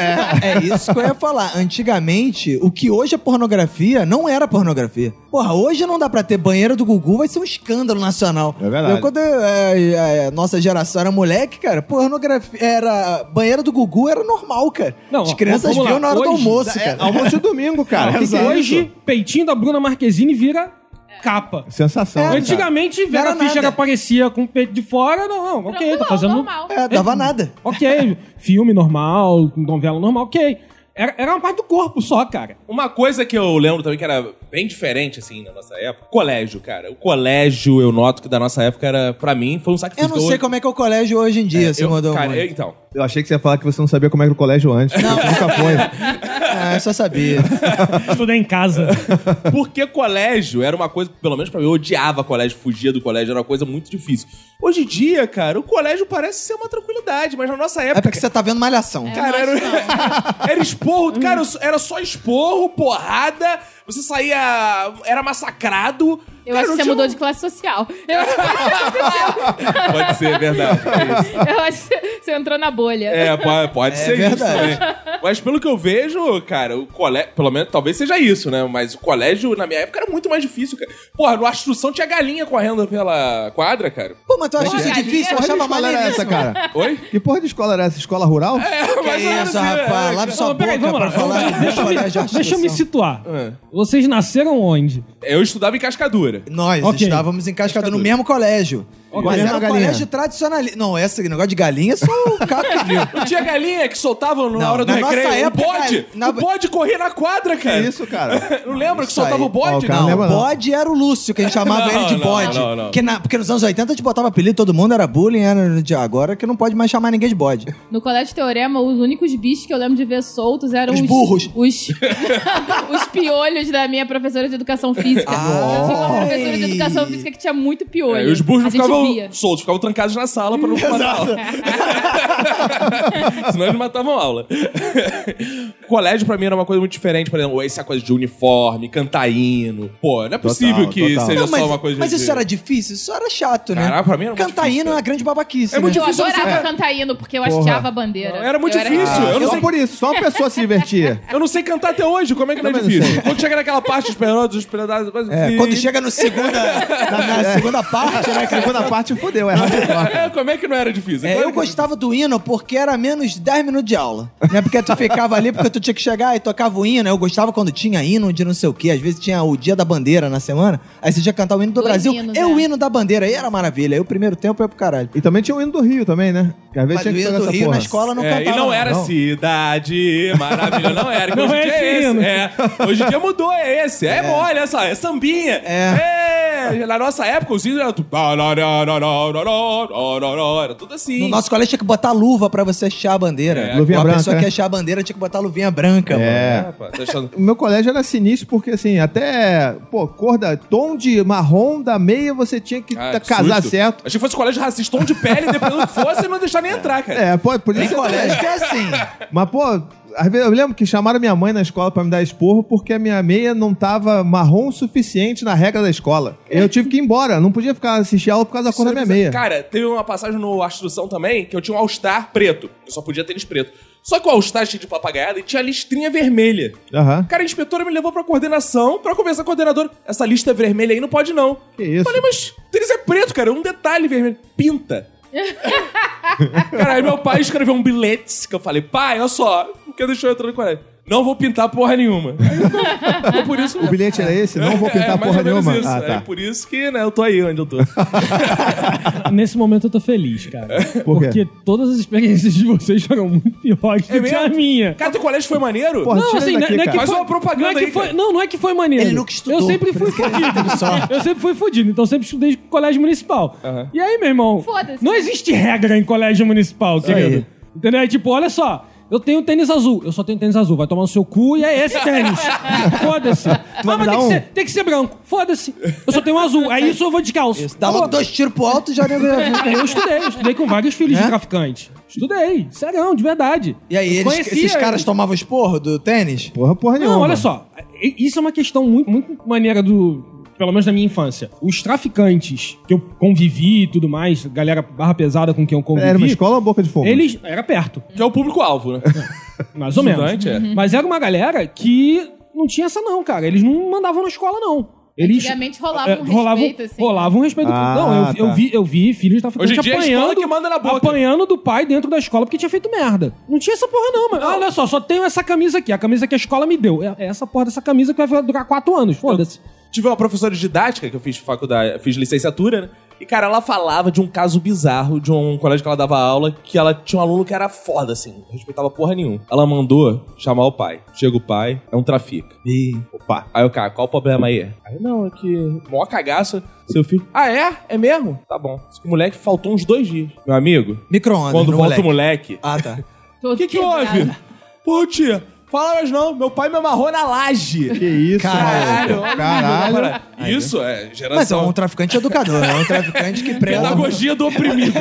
[SPEAKER 2] É isso que eu ia falar. Antigamente, o que hoje é pornografia não era pornografia. Porra, hoje não dá pra ter banheiro do Gugu, vai ser um escândalo nacional.
[SPEAKER 5] É verdade.
[SPEAKER 2] Eu, quando é, é, nossa geração era moleque, cara, pornografia era. Banheiro do Gugu era normal, cara.
[SPEAKER 4] Não,
[SPEAKER 2] As crianças
[SPEAKER 4] vamos lá.
[SPEAKER 2] viam na hora do
[SPEAKER 4] Hoje-
[SPEAKER 2] almoço,
[SPEAKER 5] É,
[SPEAKER 2] cara.
[SPEAKER 5] almoço de domingo, cara.
[SPEAKER 4] Porque
[SPEAKER 5] Exato.
[SPEAKER 4] hoje, peitinho da Bruna Marquezine vira
[SPEAKER 3] É.
[SPEAKER 4] capa.
[SPEAKER 5] Sensação.
[SPEAKER 2] É,
[SPEAKER 5] cara.
[SPEAKER 4] Antigamente,
[SPEAKER 2] Não era
[SPEAKER 4] Vera Fischer
[SPEAKER 2] nada.
[SPEAKER 4] aparecia com o peito de fora, não, não ok, tá
[SPEAKER 3] Normal,
[SPEAKER 4] fazendo...
[SPEAKER 3] normal.
[SPEAKER 2] É, dava nada.
[SPEAKER 4] Ok, filme normal, novela normal, ok. Era, era uma parte do corpo só, cara.
[SPEAKER 1] Uma coisa que eu lembro também que era bem diferente, assim, na nossa época. Colégio, cara. O colégio, eu noto que da nossa época era, pra mim, foi um
[SPEAKER 2] Eu
[SPEAKER 1] sacrifício.
[SPEAKER 2] não sei como é que é o colégio hoje em dia, se
[SPEAKER 1] eu,
[SPEAKER 2] mudou
[SPEAKER 1] Cara,
[SPEAKER 2] muito.
[SPEAKER 1] eu, então.
[SPEAKER 5] Eu achei que você ia falar que você não sabia como era o colégio antes. Não. Nunca foi.
[SPEAKER 2] Ah, eu só sabia.
[SPEAKER 4] Estudar em casa.
[SPEAKER 1] Porque colégio era uma coisa, pelo menos pra mim, eu odiava colégio, fugia do colégio, era uma coisa muito difícil. Hoje em dia, cara, o colégio parece ser uma tranquilidade, mas na nossa
[SPEAKER 2] É
[SPEAKER 1] época. É,
[SPEAKER 2] porque você tá vendo malhação.
[SPEAKER 1] Cara, era, era esporro, cara, eu- era só esporro, porrada, você saía. era massacrado.
[SPEAKER 3] Eu
[SPEAKER 1] Cara,
[SPEAKER 3] acho
[SPEAKER 1] não
[SPEAKER 3] que você
[SPEAKER 1] tinha
[SPEAKER 3] mudou de classe social. Eu acho
[SPEAKER 1] um- Pode ser, é verdade.
[SPEAKER 3] que, eu acho que você entrou na bolha.
[SPEAKER 1] É, pode, pode ser
[SPEAKER 2] verdade.
[SPEAKER 1] isso também. Mas pelo que eu vejo, cara, o colégio. Pelo menos talvez seja isso, né? Mas o colégio, na minha época, era muito mais difícil, cara. Porra, no Astrução tinha galinha correndo pela quadra, cara.
[SPEAKER 2] Pô, mas tu acha isso
[SPEAKER 3] Olha,
[SPEAKER 2] difícil? Eu
[SPEAKER 5] Que
[SPEAKER 2] achava
[SPEAKER 5] escola era
[SPEAKER 2] maneiríssimo.
[SPEAKER 5] essa, cara?
[SPEAKER 1] Oi?
[SPEAKER 5] Que porra de escola era essa? Escola rural?
[SPEAKER 2] Que
[SPEAKER 1] Mais ou menos,
[SPEAKER 2] isso,
[SPEAKER 1] né?
[SPEAKER 5] é,
[SPEAKER 2] rapaz? Lave sua
[SPEAKER 4] Não,
[SPEAKER 2] boca
[SPEAKER 4] peraí, vamos lá.
[SPEAKER 2] pra falar.
[SPEAKER 4] Vamos lá. Deixa, eu me-
[SPEAKER 2] Colégio de
[SPEAKER 4] deixa eu me
[SPEAKER 2] Astrução.
[SPEAKER 4] situar.
[SPEAKER 1] É.
[SPEAKER 4] Vocês nasceram onde?
[SPEAKER 1] Eu estudava em cascadura.
[SPEAKER 2] Nós
[SPEAKER 4] Ok.
[SPEAKER 2] estávamos em Cascadura no mesmo colégio. Mas
[SPEAKER 5] Mesma
[SPEAKER 2] era um
[SPEAKER 5] galinha.
[SPEAKER 2] colégio tradicionalista. Não, esse negócio de galinha é só o cara que viu.
[SPEAKER 1] Não tinha galinha que soltavam na
[SPEAKER 2] Não,
[SPEAKER 1] hora do
[SPEAKER 2] na nossa
[SPEAKER 1] recreio.
[SPEAKER 2] época,
[SPEAKER 1] o bode!
[SPEAKER 2] na-
[SPEAKER 1] O bode corria na quadra,
[SPEAKER 5] Que
[SPEAKER 1] cara.
[SPEAKER 5] isso, cara?
[SPEAKER 1] Não lembra que
[SPEAKER 2] Isso
[SPEAKER 1] soltava
[SPEAKER 2] aí.
[SPEAKER 1] o bode?
[SPEAKER 5] Ó, o cara
[SPEAKER 1] Não.
[SPEAKER 2] Não,
[SPEAKER 5] lembra, não.
[SPEAKER 2] bode era o Lúcio, que a gente chamava
[SPEAKER 1] Não,
[SPEAKER 2] ele de
[SPEAKER 1] não,
[SPEAKER 2] bode.
[SPEAKER 1] não, não.
[SPEAKER 2] Que na- porque nos anos 80 a gente botava apelido, todo mundo era bullying, era de agora que não pode mais chamar ninguém de bode.
[SPEAKER 3] No Colégio Teorema, os únicos bichos que eu lembro de ver soltos eram
[SPEAKER 1] um
[SPEAKER 2] Os
[SPEAKER 3] os...
[SPEAKER 2] burros.
[SPEAKER 3] Os, os piolhos da minha professora de Educação Física. Eu tinha uma professora de Educação Física que tinha muito piolho.
[SPEAKER 1] É, e os burros
[SPEAKER 3] A gente via. É.
[SPEAKER 1] ficavam soltos, ficavam trancados na sala pra não matar aula. Senão eles matavam aula. Colégio pra mim era uma coisa muito diferente, por exemplo, essa coisa de uniforme, cantaíno. Pô, não é possível que
[SPEAKER 5] total.
[SPEAKER 1] seja
[SPEAKER 2] Não, mas,
[SPEAKER 1] só uma coisa
[SPEAKER 2] mas
[SPEAKER 1] de...
[SPEAKER 2] isso era difícil? Isso era chato, né?
[SPEAKER 1] Caraca, pra mim era muito
[SPEAKER 2] Cantaína
[SPEAKER 1] difícil.
[SPEAKER 2] é uma grande babaquice,
[SPEAKER 1] É muito
[SPEAKER 2] né?
[SPEAKER 3] Eu
[SPEAKER 1] difícil,
[SPEAKER 3] adorava
[SPEAKER 1] você-
[SPEAKER 3] cantaíno, porque eu
[SPEAKER 5] Porra.
[SPEAKER 3] hasteava a bandeira.
[SPEAKER 1] Era muito
[SPEAKER 3] Eu
[SPEAKER 1] difícil, eu não
[SPEAKER 5] só
[SPEAKER 1] sei-
[SPEAKER 5] por isso. Só uma pessoa se divertia.
[SPEAKER 1] Eu não sei cantar até hoje, como é que não é
[SPEAKER 5] Também não sei.
[SPEAKER 1] difícil? Quando chega naquela parte dos pedaços, dos pedaços... assim.
[SPEAKER 2] É, quando chega no segunda, na, na segunda parte, né?
[SPEAKER 5] A
[SPEAKER 2] que-
[SPEAKER 5] segunda parte fudeu, é hardcore.
[SPEAKER 1] É, como é que não era difícil?
[SPEAKER 2] É,
[SPEAKER 1] Claro
[SPEAKER 2] eu
[SPEAKER 1] que-
[SPEAKER 2] gostava do hino porque era menos 10 minutos de aula. Não é porque tu ficava ali, porque tu tinha que chegar e tocava o hino. Eu gostava quando tinha hino de não sei o quê. Às vezes tinha o dia da bandeira na semana. Aí você tinha que cantar o hino do
[SPEAKER 3] Dois
[SPEAKER 2] Brasil.
[SPEAKER 3] hinos,
[SPEAKER 2] e
[SPEAKER 3] é.
[SPEAKER 2] o hino né? da bandeira. Aí era maravilha. Aí o primeiro tempo ia pro caralho.
[SPEAKER 5] E também tinha o hino do Rio também, né? Que às vezes
[SPEAKER 2] Mas o
[SPEAKER 5] tinha que
[SPEAKER 2] hino
[SPEAKER 5] tocar
[SPEAKER 2] do
[SPEAKER 5] essa
[SPEAKER 2] Rio
[SPEAKER 5] porra.
[SPEAKER 2] na escola não
[SPEAKER 1] É,
[SPEAKER 2] cantava.
[SPEAKER 1] e não era
[SPEAKER 2] não.
[SPEAKER 1] cidade maravilha, não era. que
[SPEAKER 4] Não
[SPEAKER 1] hoje
[SPEAKER 4] é
[SPEAKER 1] em dia
[SPEAKER 4] esse
[SPEAKER 1] é esse.
[SPEAKER 4] hino.
[SPEAKER 1] É, hoje em dia mudou, é esse. É, mole, é, só, é sambinha. É. Na nossa época, os hinos eram tudo. Era tudo
[SPEAKER 4] Tipo
[SPEAKER 1] assim.
[SPEAKER 2] No nosso colégio tinha que botar luva pra você achar a bandeira.
[SPEAKER 1] É,
[SPEAKER 5] luvinha
[SPEAKER 2] a
[SPEAKER 5] branca,
[SPEAKER 2] pessoa que
[SPEAKER 5] né?
[SPEAKER 2] achar a bandeira tinha que botar a luvinha branca. mano.
[SPEAKER 5] É.
[SPEAKER 1] Rapaz, tá achando-
[SPEAKER 5] O meu colégio era sinistro porque, assim, até, pô, cor da, tom de marrom da meia você tinha que
[SPEAKER 1] Ah,
[SPEAKER 5] ta-
[SPEAKER 1] que
[SPEAKER 5] casar
[SPEAKER 1] susto.
[SPEAKER 5] certo.
[SPEAKER 1] Achei que fosse colégio racista, tom de pele, dependendo do que fosse, não deixar nem entrar, cara.
[SPEAKER 5] É, pô, por
[SPEAKER 2] Tem
[SPEAKER 5] isso
[SPEAKER 2] colégio que é assim.
[SPEAKER 5] Mas, pô, às vezes eu lembro que chamaram minha mãe na escola pra me dar esporro porque a minha meia não tava marrom o suficiente na regra da escola. Eu tive que ir embora, não podia ficar assistir aula por causa da cor da minha meia.
[SPEAKER 1] Cara, teve uma passagem no Astrução também que eu tinha um All-Star preto. Eu só podia tênis preto. Só que o All-Star tinha de papagaiada e tinha listrinha vermelha.
[SPEAKER 5] Aham.
[SPEAKER 1] Cara, a inspetora me levou pra coordenação pra conversar com o coordenador. Essa lista vermelha aí não pode, não.
[SPEAKER 5] Que isso?
[SPEAKER 1] Falei, mas tênis é preto, cara. Um detalhe vermelho. Pinta.
[SPEAKER 5] É
[SPEAKER 1] cara, aí meu pai escreveu um bilhete que eu falei, pai, olha só, não quer deixar eu entrar no colégio. Não vou pintar porra nenhuma. Aí, Foi por isso
[SPEAKER 5] O bilhete era esse? Não vou
[SPEAKER 1] é,
[SPEAKER 5] pintar
[SPEAKER 1] mais
[SPEAKER 5] porra
[SPEAKER 1] ou menos
[SPEAKER 5] nenhuma.
[SPEAKER 1] Isso.
[SPEAKER 5] Ah,
[SPEAKER 1] É
[SPEAKER 5] tá.
[SPEAKER 1] por isso que, né, eu tô aí onde eu tô.
[SPEAKER 4] Nesse momento eu tô feliz, cara.
[SPEAKER 1] É?
[SPEAKER 5] Por quê?
[SPEAKER 4] Porque todas as experiências de vocês foram muito piores do que a minha.
[SPEAKER 1] É Cara, teu colégio foi maneiro?
[SPEAKER 5] Porra,
[SPEAKER 4] Não,
[SPEAKER 5] tira
[SPEAKER 4] assim,
[SPEAKER 5] ele
[SPEAKER 4] não é-
[SPEAKER 5] daqui,
[SPEAKER 4] não é que
[SPEAKER 5] cara.
[SPEAKER 1] Faz
[SPEAKER 4] foi-
[SPEAKER 1] uma propaganda
[SPEAKER 4] não é que
[SPEAKER 1] aí,
[SPEAKER 4] foi-
[SPEAKER 1] cara.
[SPEAKER 4] Não, não é que foi maneiro.
[SPEAKER 2] Ele nunca estudou.
[SPEAKER 4] Eu sempre fui
[SPEAKER 2] Por isso que ele
[SPEAKER 4] fudido.
[SPEAKER 2] teve sorte.
[SPEAKER 4] Eu sempre fui fudido, então eu sempre estudei em colégio municipal. E aí, meu irmão,
[SPEAKER 3] Foda-se.
[SPEAKER 4] não existe regra em colégio municipal, querido. Entendeu? É tipo, olha só, Eu tenho tênis azul. Eu só tenho tênis azul. Vai tomar no seu cu e é esse tênis. Foda-se. Não, mas
[SPEAKER 5] me
[SPEAKER 4] tem
[SPEAKER 5] dá
[SPEAKER 4] que,
[SPEAKER 5] um?
[SPEAKER 4] ser, tem que ser branco. Foda-se. Eu só tenho azul. É isso, eu vou de calça.
[SPEAKER 2] Dá logo dois tiros pro alto e já nego.
[SPEAKER 4] Eu estudei, eu estudei com vários filhos
[SPEAKER 2] Né?
[SPEAKER 4] de traficante. Estudei, sério, de verdade.
[SPEAKER 2] E aí,
[SPEAKER 4] Eu
[SPEAKER 2] eles,
[SPEAKER 4] conhecia
[SPEAKER 2] esses caras
[SPEAKER 4] eles.
[SPEAKER 2] tomavam esporro do tênis?
[SPEAKER 5] Porra, porra nenhuma.
[SPEAKER 4] Não, olha só. i- Isso é uma questão muito, muito maneira do. Pelo menos na minha infância. Os traficantes que eu convivi e tudo mais, galera barra pesada com quem eu convivi.
[SPEAKER 5] Era uma escola ou uma boca de fogo?
[SPEAKER 4] Eles. Era perto,
[SPEAKER 1] Que é o público-alvo, né?
[SPEAKER 4] mais ou menos.
[SPEAKER 1] Estudante, é.
[SPEAKER 4] Mas era uma galera que não tinha essa, não, cara. Eles não mandavam na escola, não. Eles.
[SPEAKER 3] Antigamente rolava um
[SPEAKER 4] é, rolava,
[SPEAKER 3] respeito, assim.
[SPEAKER 4] rolava um respeito.
[SPEAKER 5] Ah,
[SPEAKER 4] não, eu, eu
[SPEAKER 5] tá.
[SPEAKER 4] vi, eu vi filhos da
[SPEAKER 1] Hoje em dia é a escola
[SPEAKER 4] apanhando,
[SPEAKER 1] que manda na boca.
[SPEAKER 4] apanhando do pai dentro da escola porque tinha feito merda. Não tinha essa porra, não, mano. Olha só, só tenho essa camisa aqui. A camisa que a escola me deu. É, é essa porra dessa camisa que vai durar quatro anos. Foda-se.
[SPEAKER 1] Tive uma professora de didática que eu fiz faculdade, fiz licenciatura, né? E, cara, ela falava de um caso bizarro de um colégio que ela dava aula, que ela tinha um aluno que era foda, assim, não respeitava porra nenhuma. Ela mandou chamar o pai. Chega o pai, é um trafica.
[SPEAKER 2] Ih.
[SPEAKER 1] Opa. Aí o cara, qual o problema aí? Aí não, é que. Mó cagaço, seu filho. Ah, é? É mesmo? Tá bom. Esse moleque faltou uns dois dias. Meu amigo,
[SPEAKER 2] Micro-ondas.
[SPEAKER 1] quando
[SPEAKER 2] no
[SPEAKER 1] volta
[SPEAKER 2] moleque.
[SPEAKER 1] o moleque,
[SPEAKER 2] Ah, tá.
[SPEAKER 3] Todo
[SPEAKER 1] o que, que
[SPEAKER 3] quebrado.
[SPEAKER 1] houve? Pô, tia, fala mais não. Meu pai me amarrou na laje.
[SPEAKER 5] Que isso,
[SPEAKER 2] Caralho.
[SPEAKER 5] maluco. Caralho.
[SPEAKER 1] Isso é
[SPEAKER 2] Mas é um
[SPEAKER 1] geração.
[SPEAKER 2] traficante educador, é um traficante que preza.
[SPEAKER 1] Pedagogia do oprimido.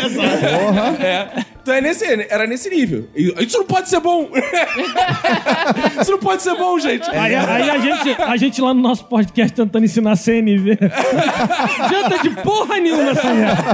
[SPEAKER 1] É. Então é nesse, era nesse nível. E Isso não pode ser bom. Isso não pode ser bom, gente.
[SPEAKER 4] Aí, aí a, gente, a gente lá no nosso podcast tentando ensinar a CNV. Janta de porra nenhuma essa merda.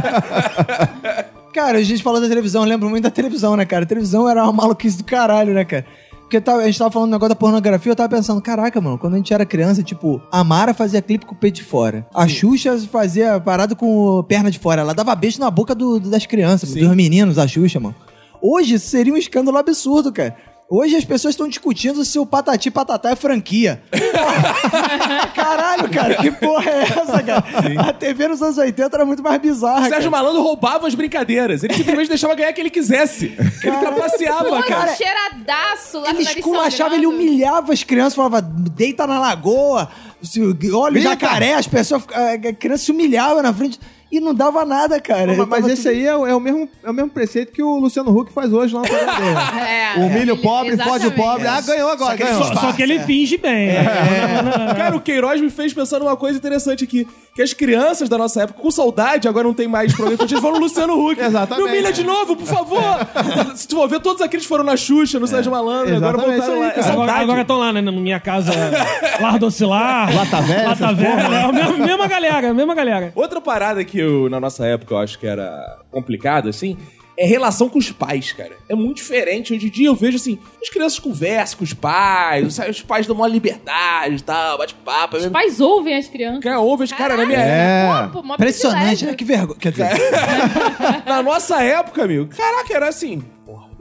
[SPEAKER 2] Cara, a gente falou da televisão, eu lembro muito da televisão, né, cara? A televisão era uma maluquice do caralho, né, cara? Porque tava- a gente tava falando do negócio da pornografia, eu tava pensando, caraca, mano, quando a gente era criança, tipo, a Mara fazia clipe com o peito de fora. A Xuxa fazia parada com o perna de fora. Ela dava beijo na boca do- do- das crianças, dos meninos, a Xuxa, mano. Hoje isso seria um escândalo absurdo, cara. Hoje as pessoas estão discutindo se o Patati e Patatá é franquia. Porra. Caralho, cara, que porra é essa, cara? A TV nos anos 80 era
[SPEAKER 5] é
[SPEAKER 2] muito mais bizarra, cara.
[SPEAKER 1] Sérgio Malandro roubava as brincadeiras. Ele simplesmente deixava ganhar quem ele quisesse. Ele trapaceava,
[SPEAKER 3] Pô,
[SPEAKER 1] cara.
[SPEAKER 3] cheiradaço lá com o
[SPEAKER 2] Ele
[SPEAKER 3] nariz né,
[SPEAKER 2] esculachava, ele
[SPEAKER 3] sangrando.
[SPEAKER 2] humilhava as crianças, falava, deita na lagoa, se- olha o jacaré, as pessoas, fica- a a criança se humilhava na frente e não dava nada, cara.
[SPEAKER 5] Mas, mas
[SPEAKER 2] Tava
[SPEAKER 5] esse
[SPEAKER 2] tudo-
[SPEAKER 5] aí é, o- é o mesmo, é o mesmo preceito que o Luciano Huck faz hoje lá no programa dele.
[SPEAKER 3] É,
[SPEAKER 5] Humilha o
[SPEAKER 3] ele-
[SPEAKER 5] pobre, fode o
[SPEAKER 3] exatamente.
[SPEAKER 5] pobre. Ah, ganhou agora, ganhou. É.
[SPEAKER 4] Só, só que
[SPEAKER 1] É.
[SPEAKER 4] ele finge bem.
[SPEAKER 1] Cara, o Queiroz me fez pensar numa coisa interessante aqui. Que as crianças da nossa época, com saudade, agora não tem mais programa infantil, eles vão no Luciano Huck.
[SPEAKER 5] Exatamente.
[SPEAKER 1] Me humilha de novo, por favor. Se tu for ver, todos aqueles foram na Xuxa, no Sérgio Malandro, agora
[SPEAKER 5] exatamente isso
[SPEAKER 1] voltaram
[SPEAKER 5] aí,
[SPEAKER 1] lá.
[SPEAKER 5] cara.
[SPEAKER 1] É
[SPEAKER 4] Agora,
[SPEAKER 1] saudade.
[SPEAKER 4] agora estão lá, né? Na minha casa, Lar Docilar.
[SPEAKER 5] Lata Velha,
[SPEAKER 4] Ah, Lata
[SPEAKER 5] essas né?
[SPEAKER 4] Velha. É a mesma, mesma galera, mesma galera.
[SPEAKER 1] Outra parada que eu, na nossa época eu acho que era complicado, assim, é relação com os pais, cara. É muito diferente. Hoje em dia eu vejo, assim, as crianças conversam com os pais, sabe, os pais dão uma liberdade e tal, bate papo.
[SPEAKER 3] Os pais ouvem as crianças.
[SPEAKER 1] Cara, ouve as cara na minha
[SPEAKER 5] É.
[SPEAKER 3] Pô, mó
[SPEAKER 2] Impressionante, né?
[SPEAKER 3] privilégio.
[SPEAKER 2] Que vergonha. Quer dizer,
[SPEAKER 1] Na nossa época, amigo, caraca, era assim.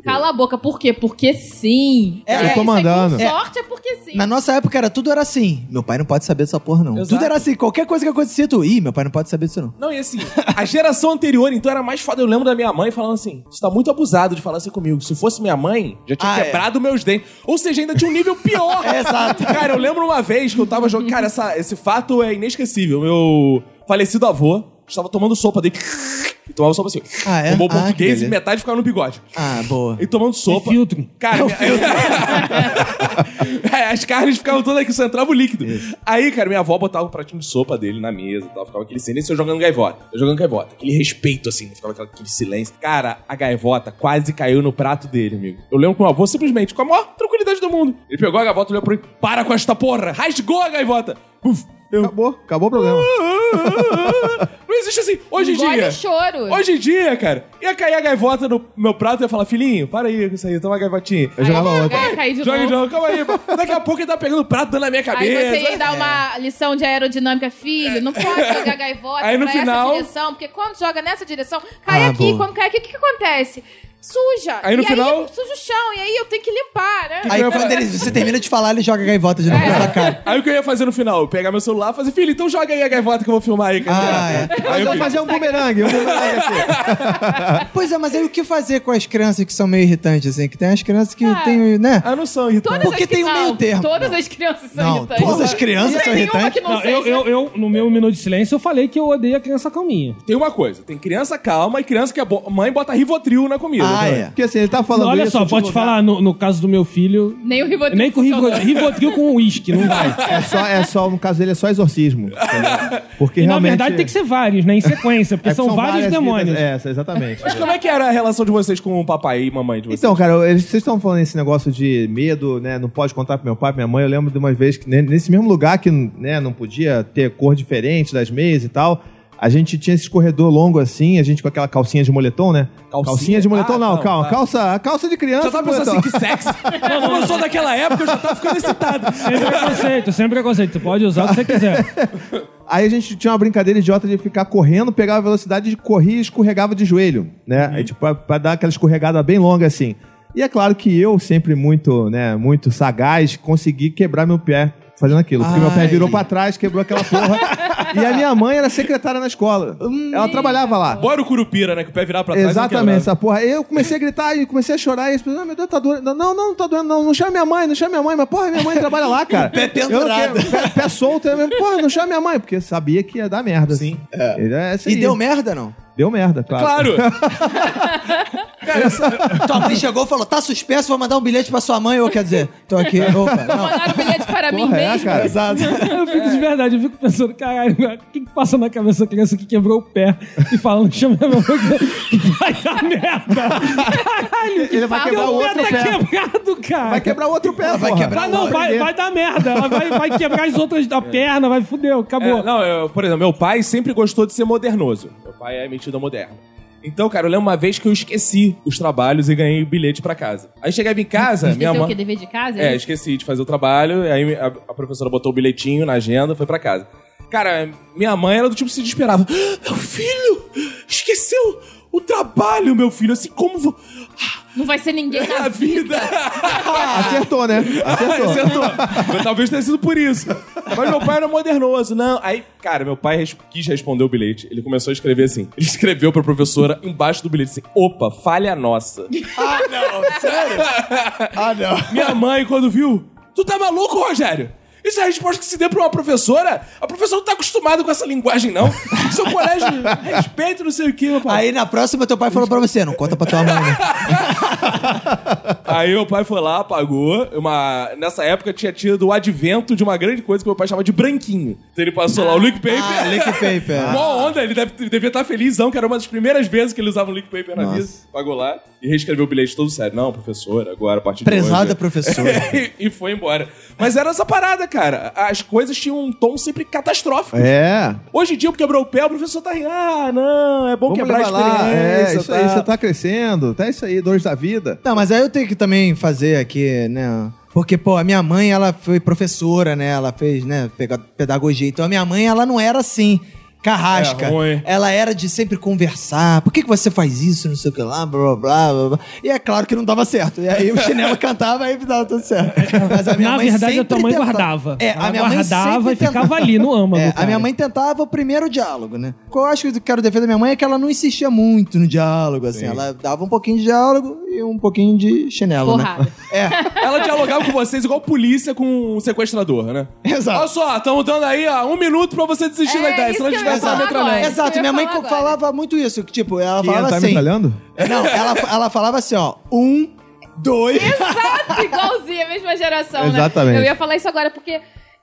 [SPEAKER 3] Cala a boca, por quê? Porque sim.
[SPEAKER 2] É, eu tô
[SPEAKER 3] isso
[SPEAKER 5] mandando.
[SPEAKER 3] com sorte é porque sim.
[SPEAKER 2] na nossa época era tudo era assim. Meu pai não pode saber dessa porra, não.
[SPEAKER 1] Exato.
[SPEAKER 2] Tudo era assim. Qualquer coisa que acontecia, tu. Ih, meu pai não pode saber disso, não.
[SPEAKER 1] Não, e assim, a geração anterior, então, era mais foda. Eu lembro da minha mãe falando assim: você tá muito abusado de falar assim comigo. Se fosse minha mãe, já tinha
[SPEAKER 2] Ah, é.
[SPEAKER 1] quebrado meus dentes. Ou seja, ainda tinha um nível pior.
[SPEAKER 2] Exato.
[SPEAKER 1] Cara, eu lembro uma vez que eu tava jogando. Cara, essa- esse fato é inesquecível. Meu falecido avô estava tomando sopa dele. E tomava sopa assim.
[SPEAKER 2] Ah, é?
[SPEAKER 1] Tomou
[SPEAKER 2] Ah, que
[SPEAKER 1] português e
[SPEAKER 2] beleza.
[SPEAKER 1] metade ficava no bigode.
[SPEAKER 2] Ah, boa.
[SPEAKER 1] E tomando sopa.
[SPEAKER 4] E filtro.
[SPEAKER 1] Cara, minha- É, as carnes ficavam todas aqui, só entrava o líquido. Aí, cara, minha avó botava o pratinho de sopa dele na mesa e tal. Ficava aquele silêncio, eu jogando gaivota. Eu jogando gaivota. Aquele respeito, assim. Ficava aquela- aquele silêncio. Cara, a gaivota quase caiu no prato dele, amigo. Eu lembro que o meu avô simplesmente, com a maior tranquilidade do mundo, ele pegou a gaivota, olhou pra mim, para com esta porra, rasgou a gaivota. Uf, eu...
[SPEAKER 5] Acabou, acabou o problema.
[SPEAKER 1] Não existe assim. Hoje em
[SPEAKER 3] Engole
[SPEAKER 1] dia...
[SPEAKER 3] o choro.
[SPEAKER 1] Hoje em dia, cara, ia cair a gaivota no meu prato e ia falar, filhinho, para aí com isso aí, toma a gaivotinha.
[SPEAKER 5] Eu jogava
[SPEAKER 3] Aí,
[SPEAKER 5] outra.
[SPEAKER 3] é, caí de
[SPEAKER 1] Joga,
[SPEAKER 3] novo.
[SPEAKER 1] joga, calma aí. Daqui a pouco ele tá pegando o prato dando na minha
[SPEAKER 3] Aí
[SPEAKER 1] cabeça. É.
[SPEAKER 3] você ia dar uma lição de aerodinâmica, filho, não pode jogar gaivota
[SPEAKER 1] Aí no
[SPEAKER 3] pra
[SPEAKER 1] final-
[SPEAKER 3] essa direção, porque quando joga nessa direção, cai
[SPEAKER 2] Ah,
[SPEAKER 3] aqui,
[SPEAKER 2] boa.
[SPEAKER 3] quando cai aqui, o que, que acontece? Suja.
[SPEAKER 1] Aí no
[SPEAKER 3] e
[SPEAKER 1] final-
[SPEAKER 3] aí suja o chão, e aí eu tenho que limpar, né?
[SPEAKER 2] Aí quando ele, você termina de falar, ele joga a gaivota de novo
[SPEAKER 3] É.
[SPEAKER 2] na sua cara.
[SPEAKER 1] Aí o que eu ia fazer no final? Eu Pegar meu celular e fazer, filho, então joga aí a gaivota que eu vou filmar aí. cara.
[SPEAKER 2] Ah, é.
[SPEAKER 5] Mas eu vou fazer um bumerangue, um bumerangue aqui.
[SPEAKER 2] Pois é, mas aí o que fazer com as crianças que são meio irritantes, assim? Que tem as crianças que
[SPEAKER 3] Ah.
[SPEAKER 2] tem, né?
[SPEAKER 1] Ah, não são irritantes.
[SPEAKER 3] Todas
[SPEAKER 2] Porque
[SPEAKER 3] as que
[SPEAKER 2] tem um
[SPEAKER 3] não,
[SPEAKER 2] meio termo.
[SPEAKER 3] Todas as crianças são
[SPEAKER 2] Não,
[SPEAKER 3] irritantes.
[SPEAKER 2] todas as crianças
[SPEAKER 3] Não
[SPEAKER 2] são
[SPEAKER 3] tem nenhuma
[SPEAKER 2] irritantes?
[SPEAKER 3] que não,
[SPEAKER 4] Não,
[SPEAKER 3] seja.
[SPEAKER 1] é
[SPEAKER 4] eu, eu, eu, no meu minuto de silêncio, eu falei que eu odeio a criança calminha.
[SPEAKER 1] Tem uma coisa, tem criança calma e criança que a bo- mãe é bota Rivotril na comida. né?
[SPEAKER 2] Ah,
[SPEAKER 5] também.
[SPEAKER 2] é.
[SPEAKER 5] Porque assim, ele tá falando
[SPEAKER 4] Olha
[SPEAKER 5] isso,
[SPEAKER 4] só,
[SPEAKER 5] em último
[SPEAKER 4] pode
[SPEAKER 5] lugar.
[SPEAKER 4] falar, né? no, no caso do meu filho.
[SPEAKER 3] Nem o Rivotril.
[SPEAKER 4] Nem com
[SPEAKER 3] funcionou.
[SPEAKER 4] Rivotril, Rivotril com uísque, não vai.
[SPEAKER 5] É só, é só, no caso dele, é só exorcismo. entendeu? Porque
[SPEAKER 4] E na
[SPEAKER 5] realmente.
[SPEAKER 4] verdade tem que ser vários, né? Em sequência, porque
[SPEAKER 5] é que
[SPEAKER 4] são, vários
[SPEAKER 5] várias
[SPEAKER 4] demônios.
[SPEAKER 5] Vidas, é, exatamente.
[SPEAKER 1] Mas como é que era a relação de vocês com o papai e mamãe de vocês?
[SPEAKER 5] Então, cara, eles- vocês estão falando esse negócio de medo, né? Não pode contar pro meu pai, pra minha mãe. Eu lembro de uma vez que ne- nesse mesmo lugar que né, não podia ter cor diferente das meias e tal, a gente tinha esse corredor longo assim, a gente com aquela calcinha de moletom, né?
[SPEAKER 1] Calcinha?
[SPEAKER 5] de moletom,
[SPEAKER 1] Ah,
[SPEAKER 5] não,
[SPEAKER 1] não,
[SPEAKER 5] calma.
[SPEAKER 1] tá.
[SPEAKER 5] Calça, a calça de criança.
[SPEAKER 1] já tava
[SPEAKER 5] de
[SPEAKER 1] pensando
[SPEAKER 5] moletom.
[SPEAKER 1] assim, que sexy? Como eu sou daquela época, eu já tava ficando excitado.
[SPEAKER 4] Sem preconceito, sem preconceito. Tu pode usar o que você quiser.
[SPEAKER 5] Aí a gente tinha uma brincadeira idiota de ficar correndo, pegava a velocidade, corria e escorregava de joelho, né? Aí, tipo, pra, pra dar aquela escorregada bem longa assim. E é claro que eu, sempre muito, né, muito sagaz, consegui quebrar meu pé fazendo aquilo. Porque meu pé
[SPEAKER 2] Ai.
[SPEAKER 5] virou pra trás, quebrou aquela porra. e a minha mãe era secretária na escola.
[SPEAKER 3] Hum.
[SPEAKER 5] Ela trabalhava lá.
[SPEAKER 1] Bora o curupira, né? Que o pé virava pra trás. e
[SPEAKER 5] Exatamente,
[SPEAKER 1] quebrava.
[SPEAKER 5] essa porra. Eu comecei a gritar e comecei a chorar. E as pessoas, ah, meu Deus, tá doendo. Não, não, não tá doendo, não. Não chama minha mãe, não chama minha mãe. Mas, porra, minha mãe trabalha lá, cara. pé pendurado. Pé, pé solto. Eu, porra, não chama minha mãe. Porque sabia que ia dar merda. é Sim.
[SPEAKER 2] E deu merda, não?
[SPEAKER 5] Deu merda, claro.
[SPEAKER 1] Claro!
[SPEAKER 2] Tua mãe chegou e falou: tá suspenso, vou mandar um bilhete pra sua mãe, ou quer dizer, tô aqui. Opa, não.
[SPEAKER 3] Mandaram um bilhete para mim
[SPEAKER 5] Porra, é,
[SPEAKER 3] mesmo.
[SPEAKER 5] cara. É.
[SPEAKER 2] Exato.
[SPEAKER 4] Eu fico de verdade, eu fico pensando, caralho, o que, que passa na cabeça da criança que quebrou o pé e falando, chama minha mãe que vai dar merda. Caralho,
[SPEAKER 5] Ele vai
[SPEAKER 3] Fala,
[SPEAKER 5] quebrar
[SPEAKER 3] meu
[SPEAKER 4] o pé
[SPEAKER 5] outro
[SPEAKER 4] tá
[SPEAKER 5] pé.
[SPEAKER 4] quebrado, cara.
[SPEAKER 5] Vai quebrar outro
[SPEAKER 2] Vai
[SPEAKER 5] pé, porra. É.
[SPEAKER 2] quebrar
[SPEAKER 4] Vai, não, vai, vai dar merda. Ela vai, vai quebrar as outras da perna, vai fudeu,
[SPEAKER 1] É,
[SPEAKER 4] acabou.
[SPEAKER 1] não, eu- por exemplo, meu pai sempre gostou de ser modernoso. Meu pai é metido moderno. Então, cara, eu lembro uma vez que eu esqueci os trabalhos e ganhei o bilhete pra casa. Aí chegava em casa, minha
[SPEAKER 3] Esqueceu o
[SPEAKER 1] mãe.
[SPEAKER 3] que? Dever de casa?
[SPEAKER 1] É, esqueci de fazer o trabalho. Aí a, a professora botou o bilhetinho na agenda, foi pra casa. Cara, minha mãe era do tipo que se desesperava. "Ah, Meu filho! Esqueceu o trabalho, meu filho! Assim, como. Vo...
[SPEAKER 3] Não vai ser ninguém
[SPEAKER 1] A
[SPEAKER 3] na
[SPEAKER 1] vida!
[SPEAKER 5] Acertou, né? Acertou.
[SPEAKER 1] Acertou. Mas Talvez tenha sido por isso. Mas meu pai era modernoso. Não, aí, cara, meu pai res- quis responder o bilhete. Ele começou a escrever assim. Ele escreveu pra professora embaixo do bilhete assim: opa, falha nossa.
[SPEAKER 2] Ah, não, sério? Ah, não.
[SPEAKER 1] Minha mãe, quando viu, tu tá maluco, Rogério? Isso é a resposta que se deu pra uma professora? A professora não tá acostumada com essa linguagem, não. Seu colégio, respeito, não sei o quê, meu pai.
[SPEAKER 2] Aí na próxima, teu pai falou pra você: não conta pra tua mãe, né?
[SPEAKER 1] Aí meu pai foi lá, pagou. Uma... Nessa época tinha tido o advento de uma grande coisa que meu pai chamava de branquinho. Então ele passou lá o Lick Paper.
[SPEAKER 2] Ah, Lick Paper.
[SPEAKER 1] Mó onda, ele deve- devia estar felizão, que era uma das primeiras vezes que ele usava o Lick Paper na
[SPEAKER 2] Nossa.
[SPEAKER 1] vida. Pagou lá e reescreveu o bilhete todo sério. Não, professor, agora a partir de
[SPEAKER 7] é
[SPEAKER 2] Prezada
[SPEAKER 1] hoje...
[SPEAKER 2] professora.
[SPEAKER 1] e e foi embora. Mas era essa parada, cara. As coisas tinham um tom sempre catastrófico.
[SPEAKER 5] É.
[SPEAKER 1] Hoje em dia, quebrou o pé, o professor tá aí. Ah, não, é bom
[SPEAKER 5] Vamos
[SPEAKER 1] quebrar a
[SPEAKER 5] levar lá. É,
[SPEAKER 1] experiência.
[SPEAKER 5] isso aí, você tá crescendo. Tá isso aí, dores da vida.
[SPEAKER 2] Não, mas aí eu tenho que também fazer aqui, né? Porque, pô, a minha mãe, ela foi professora, né? Ela fez, né, pega- pedagogia. Então a minha mãe, ela não era assim, carrasca.
[SPEAKER 1] É ruim.
[SPEAKER 2] Ela era de sempre conversar. Por que, que você faz isso? Não sei o que lá, blá, blá, blá, blá, blá. E é claro que não dava certo. E aí o chinelo cantava e dava tudo certo. Mas a minha
[SPEAKER 4] Na
[SPEAKER 2] mãe
[SPEAKER 4] verdade, a
[SPEAKER 2] sempre
[SPEAKER 4] tua mãe
[SPEAKER 2] tentava-
[SPEAKER 4] guardava.
[SPEAKER 2] É,
[SPEAKER 4] Ela
[SPEAKER 2] a minha
[SPEAKER 4] guardava
[SPEAKER 2] mãe
[SPEAKER 4] e
[SPEAKER 2] sempre tentava-
[SPEAKER 4] ficava ali no âmago.
[SPEAKER 2] É, a
[SPEAKER 4] cara.
[SPEAKER 2] minha mãe tentava o primeiro diálogo, né? O que eu acho que eu quero defender da minha mãe é que ela não insistia muito no diálogo, assim. Ela dava um pouquinho de diálogo e um pouquinho de chinelo,
[SPEAKER 3] porrada.
[SPEAKER 2] né?
[SPEAKER 1] É. Ela dialogava com vocês igual polícia com um sequestrador, né?
[SPEAKER 2] É,
[SPEAKER 1] Olha
[SPEAKER 2] exato.
[SPEAKER 1] só, estamos dando aí ó, um minuto pra você desistir
[SPEAKER 3] É,
[SPEAKER 1] da ideia,
[SPEAKER 3] isso
[SPEAKER 1] senão a
[SPEAKER 3] que eu
[SPEAKER 1] gente vai
[SPEAKER 3] ia
[SPEAKER 1] usar a
[SPEAKER 3] falar
[SPEAKER 1] metralheta.
[SPEAKER 3] agora.
[SPEAKER 2] Exato,
[SPEAKER 3] Eu
[SPEAKER 2] minha
[SPEAKER 3] ia
[SPEAKER 2] mãe
[SPEAKER 3] falar
[SPEAKER 2] co-
[SPEAKER 3] agora.
[SPEAKER 2] falava muito isso, que tipo, ela
[SPEAKER 5] Quem
[SPEAKER 2] falava
[SPEAKER 5] tá
[SPEAKER 2] assim...
[SPEAKER 5] metralhando?
[SPEAKER 2] Não, ela, ela falava assim, ó, um, dois...
[SPEAKER 3] Exato, igualzinha, mesma geração,
[SPEAKER 5] Exatamente.
[SPEAKER 3] né? Eu ia falar isso agora porque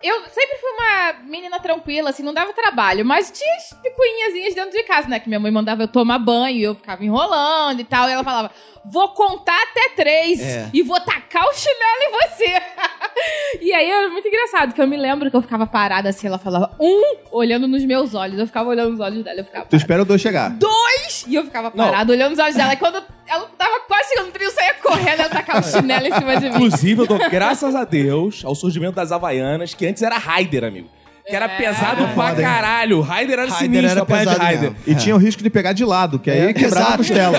[SPEAKER 3] eu sempre fui uma menina tranquila, assim, não dava trabalho, mas tinha as picuinhazinhas dentro de casa, né? Que minha mãe mandava eu tomar banho, e eu ficava enrolando e tal, e ela falava, vou contar até três
[SPEAKER 2] É.
[SPEAKER 3] e vou tacar o chinelo em você. e aí era muito engraçado, que eu me lembro que eu ficava parada assim, ela falava um, olhando nos meus olhos, eu ficava olhando nos olhos dela, eu ficava
[SPEAKER 5] Tu
[SPEAKER 3] parada.
[SPEAKER 5] espera o dois chegar.
[SPEAKER 3] Dois! E eu ficava
[SPEAKER 1] Não.
[SPEAKER 3] parada, olhando os olhos dela. E quando ela tava quase chegando no trio, eu saía correndo, ela tacava o chinelo em cima de mim.
[SPEAKER 1] Inclusive, eu dou graças a Deus ao surgimento das Havaianas, que antes era Raider, amigo. Que era pesado pra caralho. Raider era
[SPEAKER 2] É
[SPEAKER 1] É,
[SPEAKER 2] Raider
[SPEAKER 1] sinistro,
[SPEAKER 2] era
[SPEAKER 1] a parada de
[SPEAKER 2] pesado
[SPEAKER 1] Raider.
[SPEAKER 2] mesmo.
[SPEAKER 5] E tinha o risco de pegar de lado, que aí quebrava a
[SPEAKER 2] Exato.
[SPEAKER 5] costela.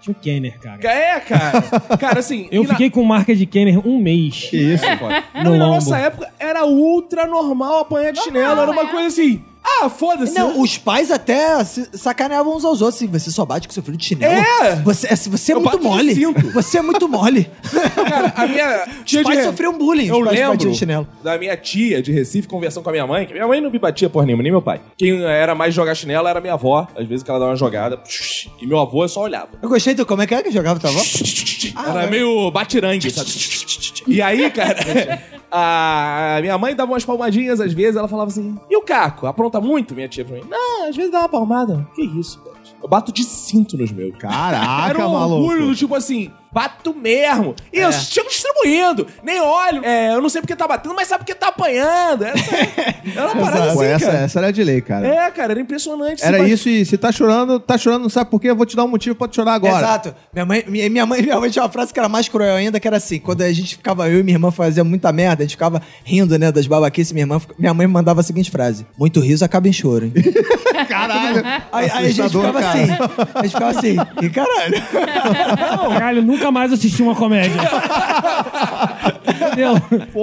[SPEAKER 4] Tinha o Kenner, cara.
[SPEAKER 1] É, cara. Cara, assim...
[SPEAKER 4] Eu
[SPEAKER 1] e na-
[SPEAKER 4] fiquei com marca de Kenner um mês.
[SPEAKER 5] Que isso.
[SPEAKER 1] Não,
[SPEAKER 4] No
[SPEAKER 1] e na
[SPEAKER 4] lombo.
[SPEAKER 1] nossa época era ultra normal apanhar de chinelo. Era uma
[SPEAKER 3] é.
[SPEAKER 1] coisa assim. Ah, Ah, foda-se.
[SPEAKER 2] Não, os pais até se sacaneavam uns aos outros. Assim, você só bate com seu filho de chinelo?
[SPEAKER 1] É!
[SPEAKER 2] Você, é- você é
[SPEAKER 1] Eu
[SPEAKER 2] muito
[SPEAKER 1] bato no
[SPEAKER 2] mole.
[SPEAKER 1] cinto.
[SPEAKER 2] Você é muito mole.
[SPEAKER 1] Cara, a minha tia
[SPEAKER 2] Os pais
[SPEAKER 1] de...
[SPEAKER 2] sofriam bullying, os
[SPEAKER 1] Eu
[SPEAKER 2] pais
[SPEAKER 1] lembro
[SPEAKER 2] batiam chinelo.
[SPEAKER 1] da minha tia de Recife conversando com a minha mãe, que minha mãe não me batia porra nenhuma, nem meu pai. Quem era mais jogar chinelo era minha avó, às vezes que ela dava uma jogada, e meu avô eu só olhava.
[SPEAKER 2] Eu gostei do como é que era que jogava tua avó?
[SPEAKER 1] Era meio batirangue, sabe? E aí, cara, a minha mãe dava umas palmadinhas às vezes, ela falava assim: E o Caco? Apronta muito, minha tia pra mim? Não, às vezes dá uma palmada. Que isso, cara? Eu bato de cinto nos meus.
[SPEAKER 5] Caraca,
[SPEAKER 1] Era um orgulho
[SPEAKER 5] maluco. É.
[SPEAKER 1] do tipo assim, bato mesmo. E eu chego distribuindo, nem olho. É, eu não sei porque tá batendo, mas sabe porque tá apanhando. Essa, era uma parada
[SPEAKER 5] Pô,
[SPEAKER 1] assim,
[SPEAKER 5] essa,
[SPEAKER 1] cara.
[SPEAKER 5] essa era de lei, cara.
[SPEAKER 1] É, cara, era impressionante.
[SPEAKER 5] Era
[SPEAKER 1] Você bate-
[SPEAKER 5] isso e se tá chorando, tá chorando, não sabe por quê? Eu vou te dar um motivo pra te chorar agora.
[SPEAKER 2] Exato. Minha mãe, minha, minha mãe, minha mãe tinha uma frase que era mais cruel ainda, que era assim: quando a gente ficava, eu e minha irmã fazia muita merda, a gente ficava rindo, né, das babaquices, minha irmã, fica- minha mãe mandava a seguinte frase: muito riso acaba em choro, hein?
[SPEAKER 5] Caralho.
[SPEAKER 2] Aí, aí a gente
[SPEAKER 5] Assustador,
[SPEAKER 2] ficava
[SPEAKER 5] cara.
[SPEAKER 2] assim, a gente ficava assim, e caralho.
[SPEAKER 4] Caralho, nunca mais assisti uma comédia. Entendeu?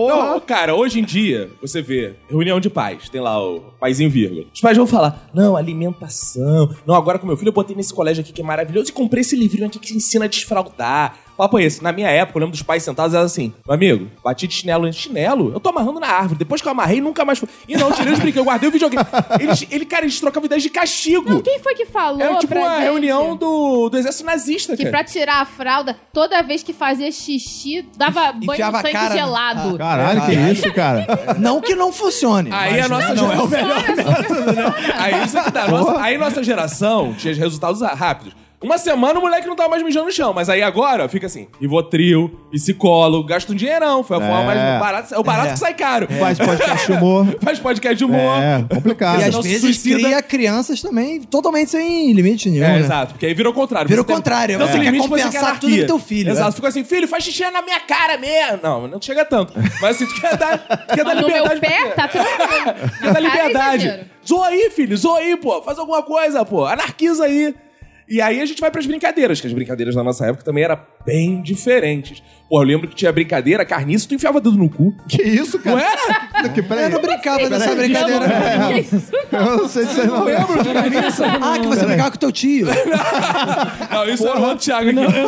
[SPEAKER 1] Não, cara, hoje em dia, você vê reunião de pais, tem lá o paizinho vírgula. Os pais vão falar, não, alimentação. Não, agora com meu filho eu botei nesse colégio aqui que é maravilhoso e comprei esse livrinho aqui que ensina a desfraldar. Papo é esse. Na minha época, eu lembro dos pais sentados, era assim, meu amigo, bati de chinelo em chinelo, eu tô amarrando na árvore. Depois que eu amarrei, nunca mais fui. E não, tirei os brinquedos, eu guardei o videogame. Eles, ele, cara, eles trocavam ideias de castigo.
[SPEAKER 3] Não, quem foi que falou
[SPEAKER 1] era tipo
[SPEAKER 3] pra
[SPEAKER 1] uma
[SPEAKER 3] gente
[SPEAKER 1] reunião do, do exército nazista,
[SPEAKER 3] Que
[SPEAKER 1] é cara.
[SPEAKER 3] pra tirar a fralda, toda vez que fazia xixi, dava banho
[SPEAKER 2] enfiava
[SPEAKER 3] no
[SPEAKER 2] a
[SPEAKER 3] tanque
[SPEAKER 2] cara no-
[SPEAKER 1] Ah.
[SPEAKER 8] Ah,
[SPEAKER 3] gelado.
[SPEAKER 5] Caralho, que isso, cara?
[SPEAKER 2] Não que não funcione.
[SPEAKER 1] Aí
[SPEAKER 2] mas
[SPEAKER 1] a nossa
[SPEAKER 2] não é o
[SPEAKER 1] geração.
[SPEAKER 2] melhor.
[SPEAKER 1] Aí isso que dá. Nossa, aí nossa geração tinha resultados rápidos. Uma semana o moleque não tava mais mijando no chão, mas aí agora fica assim: Rivotril, psicólogo, gasta um dinheirão. Foi a forma
[SPEAKER 5] É.
[SPEAKER 1] mais barata. É o barato
[SPEAKER 2] É.
[SPEAKER 1] que sai caro.
[SPEAKER 5] Faz podcast humor.
[SPEAKER 1] Faz podcast de humor.
[SPEAKER 5] É, complicado.
[SPEAKER 2] E às
[SPEAKER 1] não se
[SPEAKER 2] vezes
[SPEAKER 1] suicida.
[SPEAKER 2] cria crianças também totalmente sem limite nenhum. né?
[SPEAKER 1] É, exato. Porque aí vira o contrário.
[SPEAKER 2] Vira
[SPEAKER 1] Você
[SPEAKER 2] o contrário,
[SPEAKER 1] Não
[SPEAKER 2] você
[SPEAKER 1] se
[SPEAKER 2] quer
[SPEAKER 1] limite, você quer
[SPEAKER 2] compensar
[SPEAKER 1] anarquia.
[SPEAKER 2] tudo no teu filho,
[SPEAKER 1] Exato.
[SPEAKER 2] né?
[SPEAKER 1] Fica assim, filho, faz xixi na minha cara mesmo. Não, não chega tanto. Mas assim, tu quer dar, tu quer dar
[SPEAKER 3] Mas no
[SPEAKER 1] liberdade.
[SPEAKER 3] meu pé
[SPEAKER 1] pra-
[SPEAKER 3] tá tranquilo.
[SPEAKER 1] Quer dar
[SPEAKER 3] Na cara é
[SPEAKER 1] liberdade.
[SPEAKER 3] exagero.
[SPEAKER 1] Zoa aí, filho, zoa aí, pô. Faz alguma coisa, pô. Anarquiza aí. E aí a gente vai pras brincadeiras, que as brincadeiras na nossa época também eram bem diferentes. Pô, eu lembro que tinha brincadeira, carniça, tu enfiava dedo no cu.
[SPEAKER 5] Que isso,
[SPEAKER 1] Não
[SPEAKER 5] cara?
[SPEAKER 1] era?
[SPEAKER 5] Que, peraí.
[SPEAKER 2] Eu não brincava dessa
[SPEAKER 5] Peraí.
[SPEAKER 2] brincadeira.
[SPEAKER 5] Eu não sei se vocês não lembram.
[SPEAKER 1] Lembro de carniça.
[SPEAKER 2] Ah, que você brincava com teu tio.
[SPEAKER 1] Não, isso era o outro Thiago aqui.
[SPEAKER 4] Não, eu-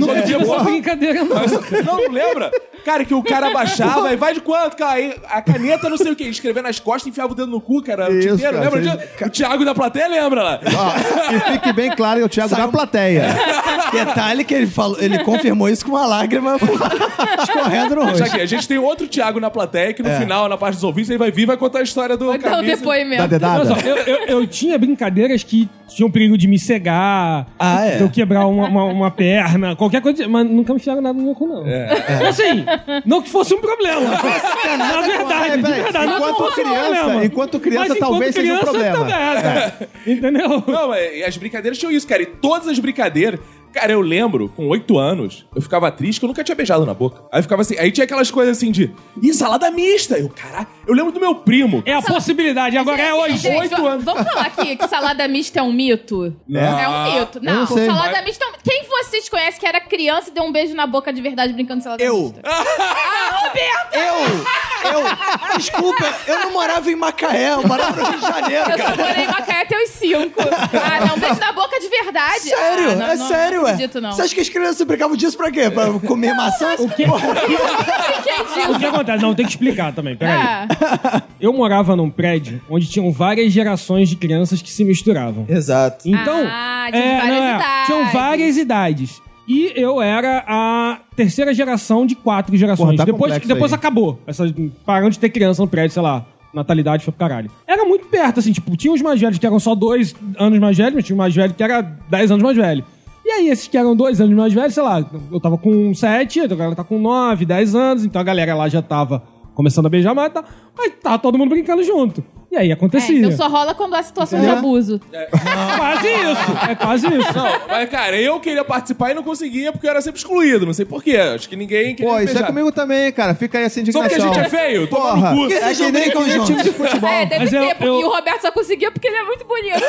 [SPEAKER 1] Não,
[SPEAKER 4] Eu tive essa brincadeira, não.
[SPEAKER 1] Mas- não, não lembra? Cara, que o cara baixava e vai de quanto, cara? Aí a caneta, não sei o quê, escrever nas costas, enfiava o dedo no cu, cara. O
[SPEAKER 5] Isso,
[SPEAKER 1] tinteiro,
[SPEAKER 5] cara,
[SPEAKER 1] lembra?
[SPEAKER 5] vocês-
[SPEAKER 1] disso? O Thiago da plateia lembra lá.
[SPEAKER 5] Ó, e fique bem claro, eu Thiago da plateia.
[SPEAKER 2] um Detalhe que ele falou, ele confirmou isso com uma lágrima escorrendo no
[SPEAKER 1] Já
[SPEAKER 2] rosto.
[SPEAKER 1] que a gente tem outro Thiago na plateia que no
[SPEAKER 5] É.
[SPEAKER 1] final, na parte dos ouvintes, ele vai vir e vai contar a história do
[SPEAKER 3] Vai dar um
[SPEAKER 1] camisa.
[SPEAKER 5] Da
[SPEAKER 3] depoimento.
[SPEAKER 5] dedada.
[SPEAKER 4] Olha só, eu, eu- eu tinha brincadeiras que tinham perigo de me cegar,
[SPEAKER 2] Ah, é.
[SPEAKER 4] de eu quebrar uma, uma- uma perna, qualquer coisa, mas nunca me enfiaram nada no meu cu, não. Assim, não que fosse um problema. É, Na verdade,
[SPEAKER 5] Peraí,
[SPEAKER 4] de
[SPEAKER 5] peraí.
[SPEAKER 4] verdade, não
[SPEAKER 5] Enquanto
[SPEAKER 4] fosse um
[SPEAKER 5] criança-
[SPEAKER 4] problema.
[SPEAKER 5] enquanto criança,
[SPEAKER 4] Mas enquanto
[SPEAKER 5] talvez seja um
[SPEAKER 4] criança,
[SPEAKER 5] problema.
[SPEAKER 4] talvez, é. Entendeu?
[SPEAKER 1] Não, é, e as brincadeiras tinham isso, cara. E todas as brincadeiras. Cara, eu lembro, com oito anos, eu ficava triste que eu nunca tinha beijado na boca. Aí ficava assim, aí tinha aquelas coisas assim de. Ih, salada mista! Eu, caralho, eu lembro do meu primo.
[SPEAKER 4] É a possibilidade, agora é hoje.
[SPEAKER 3] assim, Gente,
[SPEAKER 1] oito
[SPEAKER 3] va-
[SPEAKER 1] anos.
[SPEAKER 3] Vamos falar aqui que salada mista é um mito? É um mito. Não,
[SPEAKER 5] não sei.
[SPEAKER 3] salada
[SPEAKER 1] Vai-
[SPEAKER 3] mista é um... Quem vocês conhece que era criança e deu um beijo na boca de verdade brincando de salada
[SPEAKER 2] Eu.
[SPEAKER 3] mista? Ah, Roberto!
[SPEAKER 2] Eu, eu, desculpa, eu não morava em Macaé, eu morava no Rio de Janeiro,
[SPEAKER 3] Eu só
[SPEAKER 2] cara.
[SPEAKER 3] morei em Macaé até os cinco. Ah, não, beijo na boca de verdade.
[SPEAKER 2] Sério,
[SPEAKER 3] Ah, não,
[SPEAKER 2] é
[SPEAKER 3] não,
[SPEAKER 2] sério,
[SPEAKER 3] não
[SPEAKER 2] é.
[SPEAKER 3] acredito, não.
[SPEAKER 2] Você acha que as crianças brincavam disso pra quê? Pra comer maçã?
[SPEAKER 4] O que,
[SPEAKER 3] Quem
[SPEAKER 4] o que
[SPEAKER 3] diz?
[SPEAKER 4] acontece? Não, tem que explicar também, peraí.
[SPEAKER 3] Ah,
[SPEAKER 4] Eu morava num prédio onde tinham várias gerações de crianças que se misturavam.
[SPEAKER 2] Exato.
[SPEAKER 4] Então, é,
[SPEAKER 3] Ah, tinha várias idades.
[SPEAKER 4] tinham várias idades. E eu era a terceira geração de quatro gerações.
[SPEAKER 5] Porra, tá
[SPEAKER 4] depois
[SPEAKER 5] complexo
[SPEAKER 4] depois
[SPEAKER 5] aí.
[SPEAKER 4] acabou. Essa, pararam de ter criança no prédio, sei lá. Natalidade foi pro caralho. Era muito perto, assim, tipo, tinha os mais velhos que eram só dois anos mais velhos, mas tinha um mais velho que era dez anos mais velho. E aí, esses que eram dois anos mais velhos, sei lá, eu tava com sete, a galera tá com nove, dez anos, então a galera lá já tava começando a beijar mais, e tal, mas tava todo mundo brincando junto. E aí
[SPEAKER 3] é,
[SPEAKER 4] acontecia.
[SPEAKER 3] então só rola quando há situação
[SPEAKER 2] Né?
[SPEAKER 3] de abuso.
[SPEAKER 4] Quase isso! É quase isso.
[SPEAKER 1] Não, mas cara, eu queria participar e não conseguia porque eu era sempre excluído. Não sei porquê. Acho que ninguém queria.
[SPEAKER 5] Pô,
[SPEAKER 1] me
[SPEAKER 5] isso é
[SPEAKER 1] beijar.
[SPEAKER 5] comigo também, cara. Fica aí assim, essa
[SPEAKER 1] Só
[SPEAKER 5] indignação.
[SPEAKER 1] porque a gente é feio, toma
[SPEAKER 5] Porra.
[SPEAKER 1] no cu.
[SPEAKER 2] A gente brinca junto.
[SPEAKER 3] É, deve
[SPEAKER 4] Mas
[SPEAKER 3] ser,
[SPEAKER 4] eu-
[SPEAKER 3] porque
[SPEAKER 4] eu-
[SPEAKER 3] o Roberto só conseguia porque ele é muito bonito.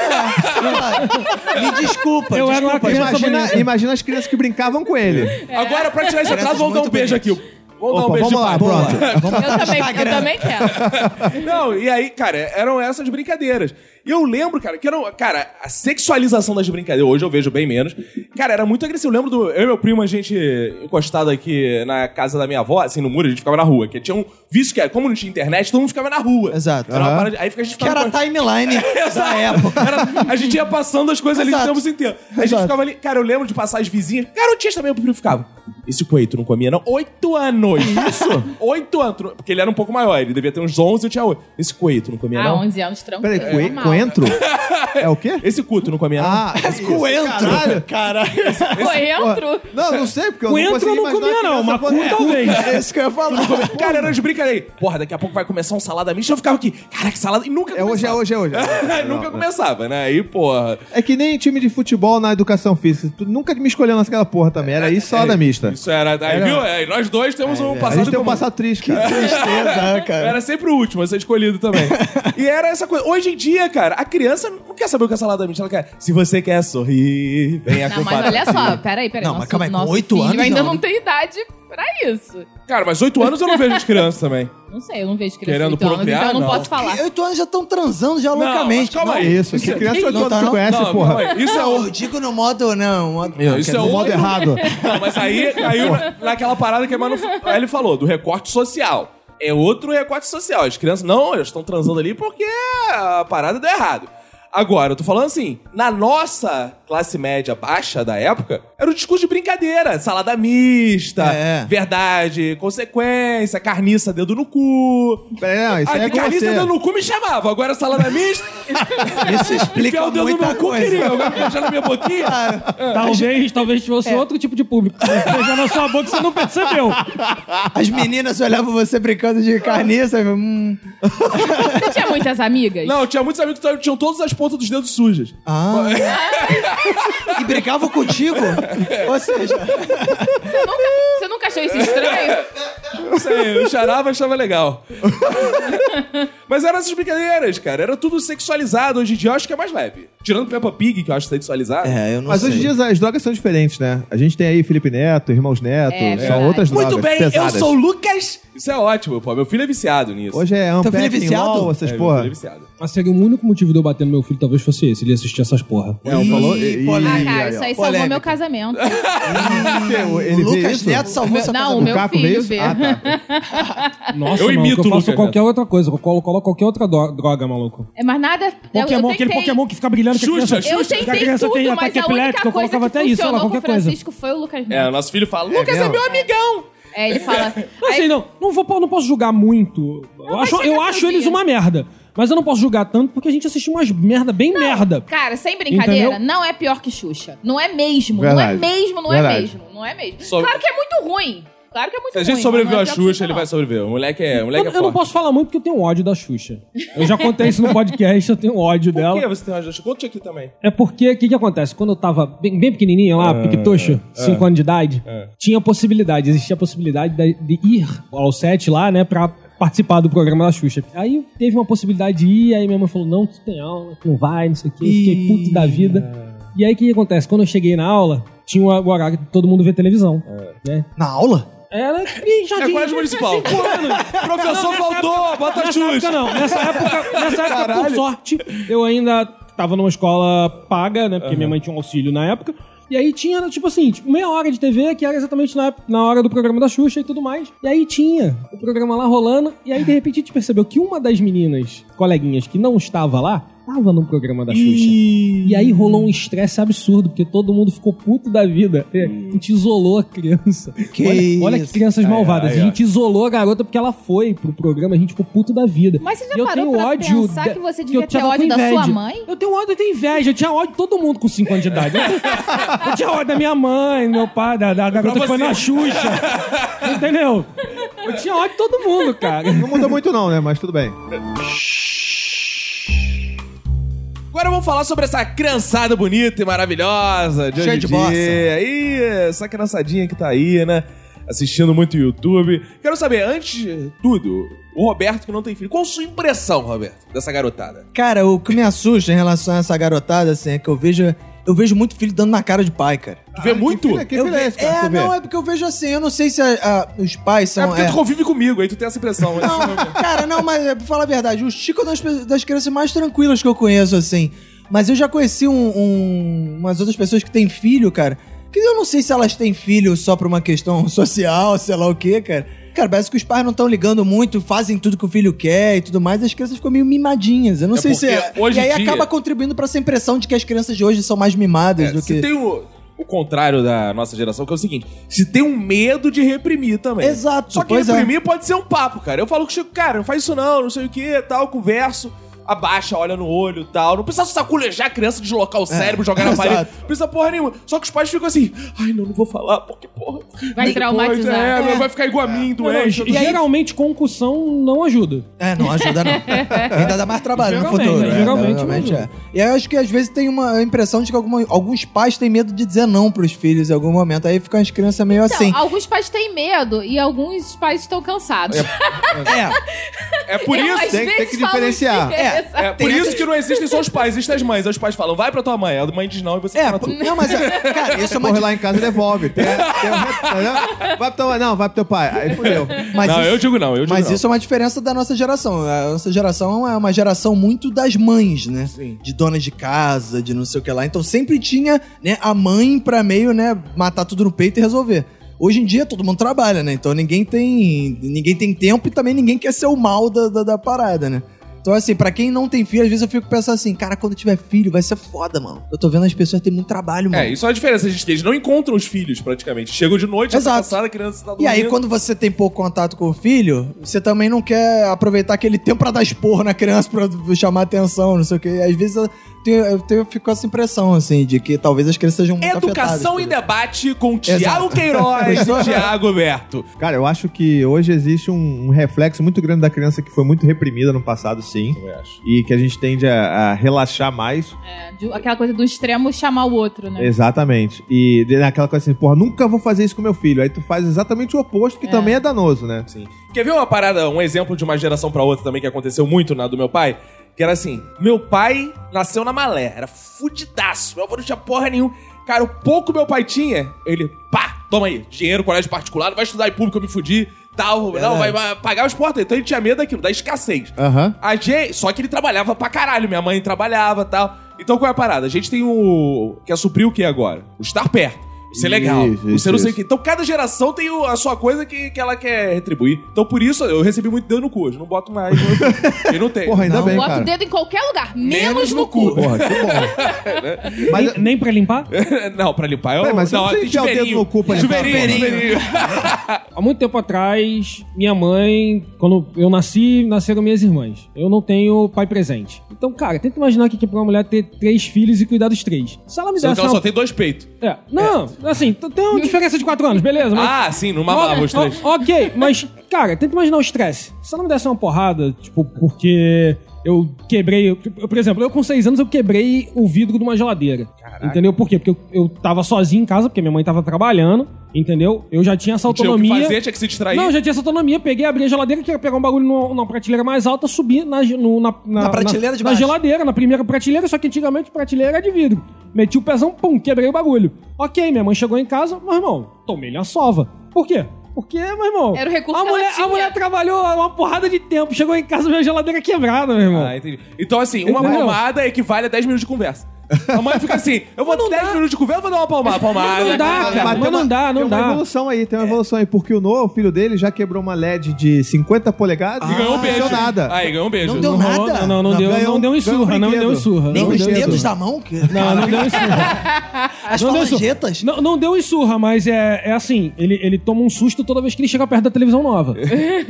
[SPEAKER 2] Me desculpa,
[SPEAKER 4] Eu era uma
[SPEAKER 2] desculpa.
[SPEAKER 4] criança
[SPEAKER 2] gente.
[SPEAKER 5] Imagina,
[SPEAKER 4] bonita.
[SPEAKER 5] imagina as crianças que brincavam com ele.
[SPEAKER 1] É.
[SPEAKER 3] É.
[SPEAKER 1] Agora, pra tirar esse
[SPEAKER 2] Crianças
[SPEAKER 1] atraso, vamos dar um
[SPEAKER 2] muito
[SPEAKER 1] beijo aqui.
[SPEAKER 2] bonitas.
[SPEAKER 1] Vamos dar um
[SPEAKER 5] Opa,
[SPEAKER 1] beijo
[SPEAKER 5] vamos
[SPEAKER 1] de
[SPEAKER 5] lá,
[SPEAKER 1] papo.
[SPEAKER 5] pronto.
[SPEAKER 3] Eu também, eu também quero.
[SPEAKER 1] Não, e aí, cara, eram essas brincadeiras. E eu lembro, cara, que eram. Cara, a sexualização das brincadeiras, hoje eu vejo bem menos. Cara, era muito agressivo. Eu lembro do. Eu e meu primo, a gente encostado aqui na casa da minha avó, assim, no muro, a gente ficava na rua. Que tinha um vício que era, como não tinha internet, todo mundo ficava na rua.
[SPEAKER 2] Exato.
[SPEAKER 1] Era uma
[SPEAKER 2] Aham.
[SPEAKER 1] parada- Aí fica a gente
[SPEAKER 2] Que era a
[SPEAKER 1] encostado-
[SPEAKER 2] timeline da época.
[SPEAKER 1] Era- a gente ia passando as coisas ali o
[SPEAKER 2] Exato.
[SPEAKER 1] tempo inteiro. A gente
[SPEAKER 2] Exato.
[SPEAKER 1] ficava ali. Cara, eu lembro de passar as vizinhas. Garotinhas também, eu prefiro ficava. Esse coito não comia, não? Oito anos. Isso? Oito anos. Porque ele era um pouco maior. Ele devia ter uns 11, eu tinha oito. Esse coito não comia,
[SPEAKER 3] Ah,
[SPEAKER 1] não?
[SPEAKER 3] 11 anos, tranquilo.
[SPEAKER 5] Peraí, coe-
[SPEAKER 3] normal. né?
[SPEAKER 5] coentro? É o quê?
[SPEAKER 1] Esse culto não comia,
[SPEAKER 5] Ah,
[SPEAKER 2] Mas coentro.
[SPEAKER 5] Caralho.
[SPEAKER 3] Coentro?
[SPEAKER 5] Não, não sei, porque eu não
[SPEAKER 4] Coentro
[SPEAKER 5] consegui
[SPEAKER 4] eu não comia, não, mas cu
[SPEAKER 5] é.
[SPEAKER 4] talvez.
[SPEAKER 2] É isso que eu ia falar.
[SPEAKER 1] não? Cara, era as brincadeiras. Porra, daqui a pouco vai começar um salada mista. Eu ficava aqui, caraca, salada. E nunca
[SPEAKER 5] É hoje, é
[SPEAKER 1] começava.
[SPEAKER 5] hoje, é hoje.
[SPEAKER 1] Nunca começava, né? Aí, porra.
[SPEAKER 5] É que nem time de futebol na educação física. Tu nunca me escolheu naquela porra também. Era isso só da mista.
[SPEAKER 1] É, Isso era. Aí,
[SPEAKER 5] Era-
[SPEAKER 1] viu? Aí, nós dois temos um
[SPEAKER 5] A
[SPEAKER 1] passado
[SPEAKER 5] gente tem um
[SPEAKER 1] comum.
[SPEAKER 5] passado triste, cara.
[SPEAKER 2] Tristeza, né,
[SPEAKER 1] Eu
[SPEAKER 2] cara.
[SPEAKER 1] era sempre o último a ser escolhido também. e era essa coisa. Hoje em dia, cara, a criança não quer saber o que é salada mista. Ela quer. Se você quer sorrir, venha
[SPEAKER 3] Não,
[SPEAKER 1] com
[SPEAKER 3] mas
[SPEAKER 1] para-
[SPEAKER 3] olha só, peraí, peraí.
[SPEAKER 2] Não, mas
[SPEAKER 3] nosso,
[SPEAKER 2] calma aí, com
[SPEAKER 3] nosso
[SPEAKER 2] oito
[SPEAKER 3] filho
[SPEAKER 2] anos,
[SPEAKER 3] ainda
[SPEAKER 2] não.
[SPEAKER 3] não. tem idade pra isso.
[SPEAKER 1] Cara, mas oito anos eu não vejo as crianças também.
[SPEAKER 3] Não sei, eu não vejo criança
[SPEAKER 1] Querendo
[SPEAKER 3] de 8 anos,
[SPEAKER 1] procriar,
[SPEAKER 3] então eu não,
[SPEAKER 1] não.
[SPEAKER 3] posso falar.
[SPEAKER 2] E Oito anos já estão transando já loucamente.
[SPEAKER 1] mas calma
[SPEAKER 2] Não,
[SPEAKER 1] aí.
[SPEAKER 5] Isso, que criança
[SPEAKER 2] Não
[SPEAKER 5] de oito
[SPEAKER 2] tá,
[SPEAKER 5] anos que
[SPEAKER 2] não?
[SPEAKER 5] conhece,
[SPEAKER 1] não,
[SPEAKER 5] porra.
[SPEAKER 1] não, é- isso é
[SPEAKER 2] Não,
[SPEAKER 1] o.
[SPEAKER 2] eu digo no modo, não. modo-
[SPEAKER 1] Isso
[SPEAKER 2] quer
[SPEAKER 1] é
[SPEAKER 2] dizer,
[SPEAKER 1] o-
[SPEAKER 5] Modo errado.
[SPEAKER 1] Não, mas aí caiu naquela parada que é a Manu, aí ele falou, do recorte social. É outro recorte social. As crianças, não, elas estão transando ali porque a parada deu errado. Agora, eu tô falando assim, na nossa classe média baixa da época, era um discurso de brincadeira. Salada mista,
[SPEAKER 2] É.
[SPEAKER 1] verdade, consequência, carniça, dedo no cu.
[SPEAKER 5] Peraí, não, isso
[SPEAKER 1] a
[SPEAKER 5] aí é com
[SPEAKER 1] carniça,
[SPEAKER 5] você.
[SPEAKER 1] dedo no cu me chamava. Agora, salada mista,
[SPEAKER 2] Isso
[SPEAKER 1] enfiar
[SPEAKER 2] explica
[SPEAKER 1] o dedo no
[SPEAKER 2] muita
[SPEAKER 1] meu cu, queria.
[SPEAKER 2] coisa.
[SPEAKER 1] Alguém beijar na minha boquinha. É.
[SPEAKER 4] Talvez, talvez
[SPEAKER 3] É.
[SPEAKER 4] fosse outro tipo de público. Você beijou na sua boca e você não percebeu.
[SPEAKER 2] As meninas olhavam você brincando de carniça. e falavam, Hum,
[SPEAKER 3] Você tinha muitas amigas?
[SPEAKER 1] Não, tinha muitos amigos que tinham todas as pontas dos dedos sujas.
[SPEAKER 2] ah. e brincavam contigo.
[SPEAKER 1] É.
[SPEAKER 2] Ou seja,
[SPEAKER 3] Você, nunca, você nunca achou isso estranho?
[SPEAKER 1] Não sei, eu charava achava legal. Mas eram essas brincadeiras, cara. Era tudo sexualizado. Hoje em dia eu acho que é mais leve. Tirando Peppa Pig, que eu acho sexualizado.
[SPEAKER 2] é, eu não
[SPEAKER 5] Mas
[SPEAKER 2] sei.
[SPEAKER 5] hoje em dia as drogas são diferentes, né? A gente tem aí Felipe Neto, Irmãos Neto,
[SPEAKER 3] É,
[SPEAKER 5] são
[SPEAKER 3] verdade.
[SPEAKER 5] outras drogas pesadas.
[SPEAKER 1] Lucas. Isso é ótimo, pô. Meu filho é viciado nisso.
[SPEAKER 5] Hoje é
[SPEAKER 2] Teu filho é
[SPEAKER 5] Ampec,
[SPEAKER 2] viciado?
[SPEAKER 5] LOL, essas
[SPEAKER 1] é, meu
[SPEAKER 5] porra.
[SPEAKER 1] filho é viciado.
[SPEAKER 4] Mas seria o único motivo de eu bater no meu filho, talvez fosse esse. Ele ia assistir essas porra.
[SPEAKER 5] Não, É, falou...
[SPEAKER 2] Ih,
[SPEAKER 5] Ih,
[SPEAKER 3] Ah,
[SPEAKER 2] polêmica.
[SPEAKER 5] aí,
[SPEAKER 3] cara,
[SPEAKER 5] ó.
[SPEAKER 3] isso aí salvou
[SPEAKER 2] Polêmica.
[SPEAKER 3] meu casamento.
[SPEAKER 5] Ele-
[SPEAKER 2] O
[SPEAKER 5] Ele vê
[SPEAKER 2] Lucas
[SPEAKER 5] isso?
[SPEAKER 2] Neto salvou essa
[SPEAKER 3] Não,
[SPEAKER 2] casa
[SPEAKER 3] o meu
[SPEAKER 5] Caco vê
[SPEAKER 3] filho
[SPEAKER 5] isso?
[SPEAKER 3] vê.
[SPEAKER 5] Ah, tá.
[SPEAKER 4] Nossa,
[SPEAKER 1] Eu
[SPEAKER 4] maluco,
[SPEAKER 1] imito o
[SPEAKER 4] eu faço
[SPEAKER 1] Lucas
[SPEAKER 4] qualquer outra coisa. Eu colo- coloco qualquer outra dro- droga, maluco.
[SPEAKER 3] É, mas nada... eu- eu
[SPEAKER 4] Pokémon,
[SPEAKER 3] tentei-
[SPEAKER 4] aquele Pokémon que fica brilhando. que a
[SPEAKER 1] Xuxa,
[SPEAKER 4] criança-
[SPEAKER 3] Eu
[SPEAKER 1] Xuxa,
[SPEAKER 4] que a
[SPEAKER 3] tentei
[SPEAKER 4] criança tem
[SPEAKER 3] tudo, mas
[SPEAKER 4] ataque
[SPEAKER 3] a única
[SPEAKER 4] epiléptico, eu
[SPEAKER 3] coisa
[SPEAKER 4] colocava
[SPEAKER 3] que
[SPEAKER 4] até isso, sei lá,
[SPEAKER 3] funcionou com o
[SPEAKER 4] qualquer coisa.
[SPEAKER 3] Francisco foi o Lucas
[SPEAKER 1] É, o
[SPEAKER 3] Neto.
[SPEAKER 1] nosso filho fala, Lucas é,
[SPEAKER 5] mesmo?
[SPEAKER 1] meu amigão.
[SPEAKER 3] É, ele fala...
[SPEAKER 4] Não,
[SPEAKER 3] aí-
[SPEAKER 4] Assim, não, não, vou, não posso julgar muito. eu
[SPEAKER 3] vai
[SPEAKER 4] acho,
[SPEAKER 3] chegar
[SPEAKER 4] eu
[SPEAKER 3] seu
[SPEAKER 4] acho eles
[SPEAKER 3] dia.
[SPEAKER 4] uma merda. Mas eu não posso julgar tanto porque a gente assistiu umas merda bem merda.
[SPEAKER 3] Cara, sem brincadeira,
[SPEAKER 4] Entendeu?
[SPEAKER 3] não é pior que Xuxa. Não é mesmo,
[SPEAKER 5] Verdade.
[SPEAKER 3] não é mesmo, não
[SPEAKER 5] Verdade.
[SPEAKER 3] é mesmo, não é mesmo.
[SPEAKER 1] Sobre-
[SPEAKER 3] Claro que é muito ruim. Claro que é muito
[SPEAKER 1] Se a
[SPEAKER 3] ruim.
[SPEAKER 1] gente sobreviveu a
[SPEAKER 3] mas não é pior que
[SPEAKER 1] Xuxa, ele vai sobreviver. O moleque é, o
[SPEAKER 4] Eu,
[SPEAKER 1] moleque é
[SPEAKER 4] eu não
[SPEAKER 1] forte.
[SPEAKER 4] posso falar muito porque eu tenho ódio da Xuxa. Eu já contei isso no podcast, eu tenho ódio dela.
[SPEAKER 1] Por que você tem uma Xuxa? Conte aqui também.
[SPEAKER 4] É porque, o que, que acontece? Quando eu tava bem, bem pequenininho lá, piquetoxo, 5 anos de idade, tinha possibilidade, existia a possibilidade da- de, ir ao set lá, né, pra participar do programa da Xuxa. Aí teve uma possibilidade de ir, aí minha mãe falou, não, tu tem aula, tu não vai, não sei o quê. Eu fiquei puto da vida. E aí, o que, que acontece? Quando eu cheguei na aula, tinha o horário de todo mundo ver televisão, né?
[SPEAKER 2] Na aula?
[SPEAKER 4] Era em jardim,
[SPEAKER 1] É colégio municipal.
[SPEAKER 4] cinco anos.
[SPEAKER 1] Professor faltou, bota a
[SPEAKER 4] Nessa época
[SPEAKER 1] Xuxa.
[SPEAKER 4] não, nessa época, nessa época por
[SPEAKER 1] Caralho.
[SPEAKER 4] sorte, eu ainda Ah, tava numa escola paga, né? Porque minha mãe tinha um auxílio na época. E aí tinha, tipo assim, tipo, meia hora de TV, que era exatamente na, ép- na hora do programa da Xuxa e tudo mais. E aí tinha o programa lá rolando, e aí de repente a gente percebeu que uma das meninas, coleguinhas, que não estava lá, tava no programa da Xuxa. E aí rolou um estresse absurdo, porque todo mundo ficou puto da vida. É, A gente isolou a criança.
[SPEAKER 2] Que
[SPEAKER 4] olha, olha que
[SPEAKER 2] isso.
[SPEAKER 4] crianças malvadas.
[SPEAKER 1] ai,
[SPEAKER 4] a
[SPEAKER 1] ai.
[SPEAKER 4] gente isolou a garota porque ela foi pro programa, a gente ficou puto da vida.
[SPEAKER 3] Mas você já
[SPEAKER 4] E eu
[SPEAKER 3] parou
[SPEAKER 4] tenho
[SPEAKER 3] pra
[SPEAKER 4] ódio
[SPEAKER 3] pensar
[SPEAKER 4] da-
[SPEAKER 3] que você
[SPEAKER 4] eu
[SPEAKER 3] devia ter
[SPEAKER 4] tava com
[SPEAKER 3] ódio da
[SPEAKER 4] inveja.
[SPEAKER 3] sua mãe?
[SPEAKER 4] Eu tenho ódio, eu tenho inveja. Eu tinha ódio de todo mundo com 5 anos de idade. Eu, tenho- eu tinha ódio da minha mãe, do meu pai, da, da garota que foi
[SPEAKER 1] você.
[SPEAKER 4] na Xuxa. Entendeu? Eu tinha ódio de todo mundo, cara.
[SPEAKER 5] Não muda muito não, né? Mas tudo bem.
[SPEAKER 1] Agora vamos falar sobre essa criançada bonita e maravilhosa de
[SPEAKER 2] Cheia
[SPEAKER 1] hoje em
[SPEAKER 2] de
[SPEAKER 1] dia.
[SPEAKER 2] bossa.
[SPEAKER 1] Ih, essa criançadinha que tá aí, né? assistindo muito YouTube. Quero saber, antes de tudo, o Roberto que não tem filho, qual a sua impressão, Roberto, dessa garotada?
[SPEAKER 2] Cara, o que me assusta em relação a essa garotada, assim, é que eu vejo. Eu vejo muito filho dando na cara de pai, cara.
[SPEAKER 1] Tu vê muito?
[SPEAKER 5] filho é- que
[SPEAKER 2] Eu
[SPEAKER 5] filho é
[SPEAKER 2] ve-
[SPEAKER 5] esse, cara, que
[SPEAKER 2] É,
[SPEAKER 5] tu vê?
[SPEAKER 2] não, é porque eu vejo assim, eu não sei se a- a- os pais são.
[SPEAKER 1] é porque
[SPEAKER 2] é.
[SPEAKER 1] tu convive comigo, aí tu tem essa impressão. né? mas-
[SPEAKER 2] Não, cara, não, mas é, pra falar a verdade, o Chico é uma das, pe- das crianças mais tranquilas que eu conheço, assim. Mas eu já conheci um- um- umas outras pessoas que têm filho, cara. Que eu não sei se elas têm filho só por uma questão social, sei lá o quê, cara. Cara, parece que os pais não estão ligando muito, fazem tudo que o filho quer e tudo mais, as crianças ficam meio mimadinhas. Eu não
[SPEAKER 1] É
[SPEAKER 2] sei se é.
[SPEAKER 1] porque hoje
[SPEAKER 2] e aí
[SPEAKER 1] em dia-
[SPEAKER 2] acaba contribuindo pra essa impressão de que as crianças de hoje são mais mimadas
[SPEAKER 1] É,
[SPEAKER 2] do
[SPEAKER 1] se
[SPEAKER 2] que.
[SPEAKER 1] tem o, o contrário da nossa geração, que é o seguinte: se tem um medo de reprimir também.
[SPEAKER 2] Exato,
[SPEAKER 1] Só que
[SPEAKER 2] pois é.
[SPEAKER 1] reprimir pode ser um papo, cara. Eu falo com o Chico, cara, não faz isso não, não sei o que, tal, converso. Abaixa, olha no olho e tal. Não precisa saculejar a criança, deslocar o cérebro, jogar na
[SPEAKER 2] É, exato.
[SPEAKER 1] parede. Não precisa porra nenhuma. Só que os pais ficam assim, ai, não, não vou falar, porque porra.
[SPEAKER 3] Vai traumatizar.
[SPEAKER 1] É, vai ficar igual a mim,
[SPEAKER 4] Não, não,
[SPEAKER 1] doente. E aí,
[SPEAKER 4] geralmente, concussão não ajuda.
[SPEAKER 2] É, não ajuda não. Ainda dá mais trabalho no
[SPEAKER 4] Geralmente,
[SPEAKER 2] futuro.
[SPEAKER 4] né?
[SPEAKER 2] é,
[SPEAKER 4] Geralmente
[SPEAKER 2] geralmente
[SPEAKER 4] não
[SPEAKER 2] é. E aí eu acho que às vezes tem uma impressão de que alguma- alguns pais têm medo de dizer não pros filhos em algum momento. Aí ficam as crianças meio
[SPEAKER 3] Então,
[SPEAKER 2] assim.
[SPEAKER 3] alguns pais têm medo e alguns pais estão cansados.
[SPEAKER 2] É,
[SPEAKER 1] é por
[SPEAKER 3] Eu,
[SPEAKER 1] isso.
[SPEAKER 3] às
[SPEAKER 5] tem- tem
[SPEAKER 3] vezes,
[SPEAKER 5] que
[SPEAKER 3] falo assim,
[SPEAKER 5] diferenciar.
[SPEAKER 3] isso.
[SPEAKER 2] É,
[SPEAKER 1] É por isso que não existem só os pais, existem as mães. Aí Os pais falam, vai pra tua mãe. A mãe diz não e você
[SPEAKER 2] é.
[SPEAKER 1] fala
[SPEAKER 2] pô-
[SPEAKER 1] tudo.
[SPEAKER 2] Não, mas, é, cara, isso é uma.
[SPEAKER 5] Corre lá em casa e devolve. Tem- tem um reto- entendeu? vai pro teu, não, vai pro teu pai. Aí fudeu.
[SPEAKER 2] Mas
[SPEAKER 1] não,
[SPEAKER 2] isso-
[SPEAKER 1] eu digo não, eu digo
[SPEAKER 2] Mas
[SPEAKER 1] não.
[SPEAKER 2] isso é uma diferença da nossa geração. A nossa geração é uma geração muito das mães, né?
[SPEAKER 1] Sim.
[SPEAKER 2] De donas de casa, de não sei o que lá. Então sempre tinha né, a mãe pra meio, né, matar tudo no peito e resolver. Hoje em dia todo mundo trabalha, né? Então ninguém tem. ninguém tem tempo e também ninguém quer ser o mal da, da, da parada, né? Então, assim, pra quem não tem filho, às vezes eu fico pensando assim, cara, quando eu tiver filho, vai ser foda, mano. Eu tô vendo as pessoas têm muito trabalho, mano.
[SPEAKER 1] É, isso é a diferença. Eles- Eles não encontram os filhos, praticamente. Chegam de noite, já tá
[SPEAKER 2] Exato.
[SPEAKER 1] cansada, a criança tá dormindo.
[SPEAKER 2] E aí, quando você tem pouco contato com o filho, você também não quer aproveitar aquele tempo pra dar esporro na criança, pra chamar atenção, não sei o quê. E Às vezes eu, tenho, eu, tenho, eu fico com essa impressão, assim, de que talvez as crianças sejam muito
[SPEAKER 1] Educação
[SPEAKER 2] afetadas.
[SPEAKER 1] e debate com
[SPEAKER 2] Exato.
[SPEAKER 1] Tiago Queiroz e
[SPEAKER 2] Gostou?
[SPEAKER 1] Tiago Berto.
[SPEAKER 5] Cara, eu acho que hoje existe um, um reflexo muito grande da criança que foi muito reprimida no passado, sim. E que a gente tende a, a relaxar mais.
[SPEAKER 3] É, de- aquela coisa do extremo chamar o outro, né?
[SPEAKER 5] Exatamente. E de- naquela coisa assim, porra, nunca vou fazer isso com meu filho. Aí tu faz exatamente o oposto, que também é danoso, né? Sim.
[SPEAKER 1] Quer ver uma parada, um exemplo de uma geração pra outra também que aconteceu muito na do meu pai? Que era assim: meu pai nasceu na malé, era fudidaço, meu avô não tinha porra nenhuma. Cara, o pouco meu pai tinha, ele, pá, toma aí, dinheiro, colégio particular, não vai estudar em público, eu me fudi, tal, não, vai, vai pagar os portas. Então ele tinha medo daquilo, da escassez.
[SPEAKER 5] Aham.
[SPEAKER 1] A gente, só que ele trabalhava pra caralho, minha mãe trabalhava e tal. Então qual é a parada? A gente tem o. Quer suprir o que agora? O estar perto. Isso é legal.
[SPEAKER 5] Isso,
[SPEAKER 1] Você
[SPEAKER 5] isso,
[SPEAKER 1] não sei o
[SPEAKER 5] isso.
[SPEAKER 1] quê. Então cada geração tem o- a sua coisa que, que ela quer retribuir. Então por isso eu recebi muito dedo no cu. Eu não boto mais. Eu, eu não tenho.
[SPEAKER 5] Porra, ainda
[SPEAKER 2] Não.
[SPEAKER 5] bem,
[SPEAKER 3] Bota
[SPEAKER 5] cara.
[SPEAKER 3] o dedo em qualquer lugar, menos,
[SPEAKER 1] Menos
[SPEAKER 3] no,
[SPEAKER 1] no
[SPEAKER 3] cu.
[SPEAKER 5] Porra, que bom. Mas,
[SPEAKER 4] Nem, nem pra limpar?
[SPEAKER 1] Né? não, pra limpar eu.
[SPEAKER 5] Peraí, mas
[SPEAKER 1] não,
[SPEAKER 5] você não
[SPEAKER 1] é
[SPEAKER 5] enfia o dedo
[SPEAKER 1] chuveirinho.
[SPEAKER 5] no cu pra limpar,
[SPEAKER 1] Chuveirinho,
[SPEAKER 5] porra.
[SPEAKER 1] chuveirinho.
[SPEAKER 4] Há muito tempo atrás, minha mãe, quando eu nasci, nasceram minhas irmãs. Eu não tenho pai presente. Então, cara, tenta imaginar que é pra uma mulher ter três filhos e cuidar dos três. Se ela me
[SPEAKER 1] Só
[SPEAKER 4] desse
[SPEAKER 1] que ela
[SPEAKER 4] uma...
[SPEAKER 1] só tem dois peitos.
[SPEAKER 4] É. Não, assim, t- tem uma diferença de quatro anos, beleza, mas...
[SPEAKER 1] Ah, sim, não mamava
[SPEAKER 4] O-
[SPEAKER 1] os três.
[SPEAKER 4] o- ok, mas, cara, tenta imaginar o estresse. Se ela me desse uma porrada, tipo, porque eu quebrei. tipo, eu- por exemplo, eu com seis anos eu quebrei o vidro de uma geladeira. Entendeu? Por quê? Porque eu, eu tava sozinho em casa, porque minha mãe tava trabalhando, entendeu? Eu já tinha essa
[SPEAKER 1] Tinha o que
[SPEAKER 4] autonomia.
[SPEAKER 1] fazer, tinha que se distrair.
[SPEAKER 4] Não, eu já tinha essa autonomia. Peguei, abri a geladeira, queria pegar um bagulho no- numa prateleira mais alta, subi na, ge- no- na,
[SPEAKER 2] Na prateleira de
[SPEAKER 4] na
[SPEAKER 2] baixo.
[SPEAKER 4] geladeira, na primeira prateleira, só que antigamente prateleira era de vidro. Meti o pezão, pum, quebrei o bagulho. Ok, minha mãe chegou em casa, meu irmão, tomei-lhe a sova. Por quê? Porque, meu irmão.
[SPEAKER 3] Era o recurso
[SPEAKER 4] a
[SPEAKER 3] que ela
[SPEAKER 4] mulher,
[SPEAKER 3] tinha.
[SPEAKER 4] A mulher trabalhou uma porrada de tempo, chegou em casa, minha geladeira quebrada, meu irmão.
[SPEAKER 1] Ah, entendi. Então, assim, uma
[SPEAKER 4] Entendeu?
[SPEAKER 1] palmada equivale a 10 minutos de conversa. A mãe fica assim: eu vou 10 minutos de conversa, vou dar uma palmada. palmada
[SPEAKER 4] Não dá, cara,
[SPEAKER 5] é tem
[SPEAKER 4] mas não dá,
[SPEAKER 5] tem
[SPEAKER 4] não
[SPEAKER 5] uma
[SPEAKER 4] dá. É.
[SPEAKER 5] evolução aí, tem uma evolução aí. Porque o Noah, o filho dele, já quebrou uma LED de 50 polegadas
[SPEAKER 1] E ganhou um
[SPEAKER 5] não
[SPEAKER 1] beijo.
[SPEAKER 5] deu nada.
[SPEAKER 1] Aí, ganhou um beijo.
[SPEAKER 2] Não deu
[SPEAKER 4] Ah, Não rolou,
[SPEAKER 2] nada.
[SPEAKER 4] Não, não, não,
[SPEAKER 5] Não,
[SPEAKER 4] deu,
[SPEAKER 5] ganhou- um
[SPEAKER 4] não deu um
[SPEAKER 5] ganhou
[SPEAKER 4] surra, não
[SPEAKER 5] brinquedo.
[SPEAKER 4] deu surra.
[SPEAKER 2] Nem
[SPEAKER 4] não
[SPEAKER 2] os
[SPEAKER 4] deu
[SPEAKER 2] dedos
[SPEAKER 4] surra.
[SPEAKER 2] da mão? Que...
[SPEAKER 4] Não, não deu surra.
[SPEAKER 2] As
[SPEAKER 4] Não deu isso.
[SPEAKER 2] falangetas?
[SPEAKER 4] Não, não deu insurra, mas é, é assim, ele, ele toma um susto toda vez que ele chega perto da televisão nova.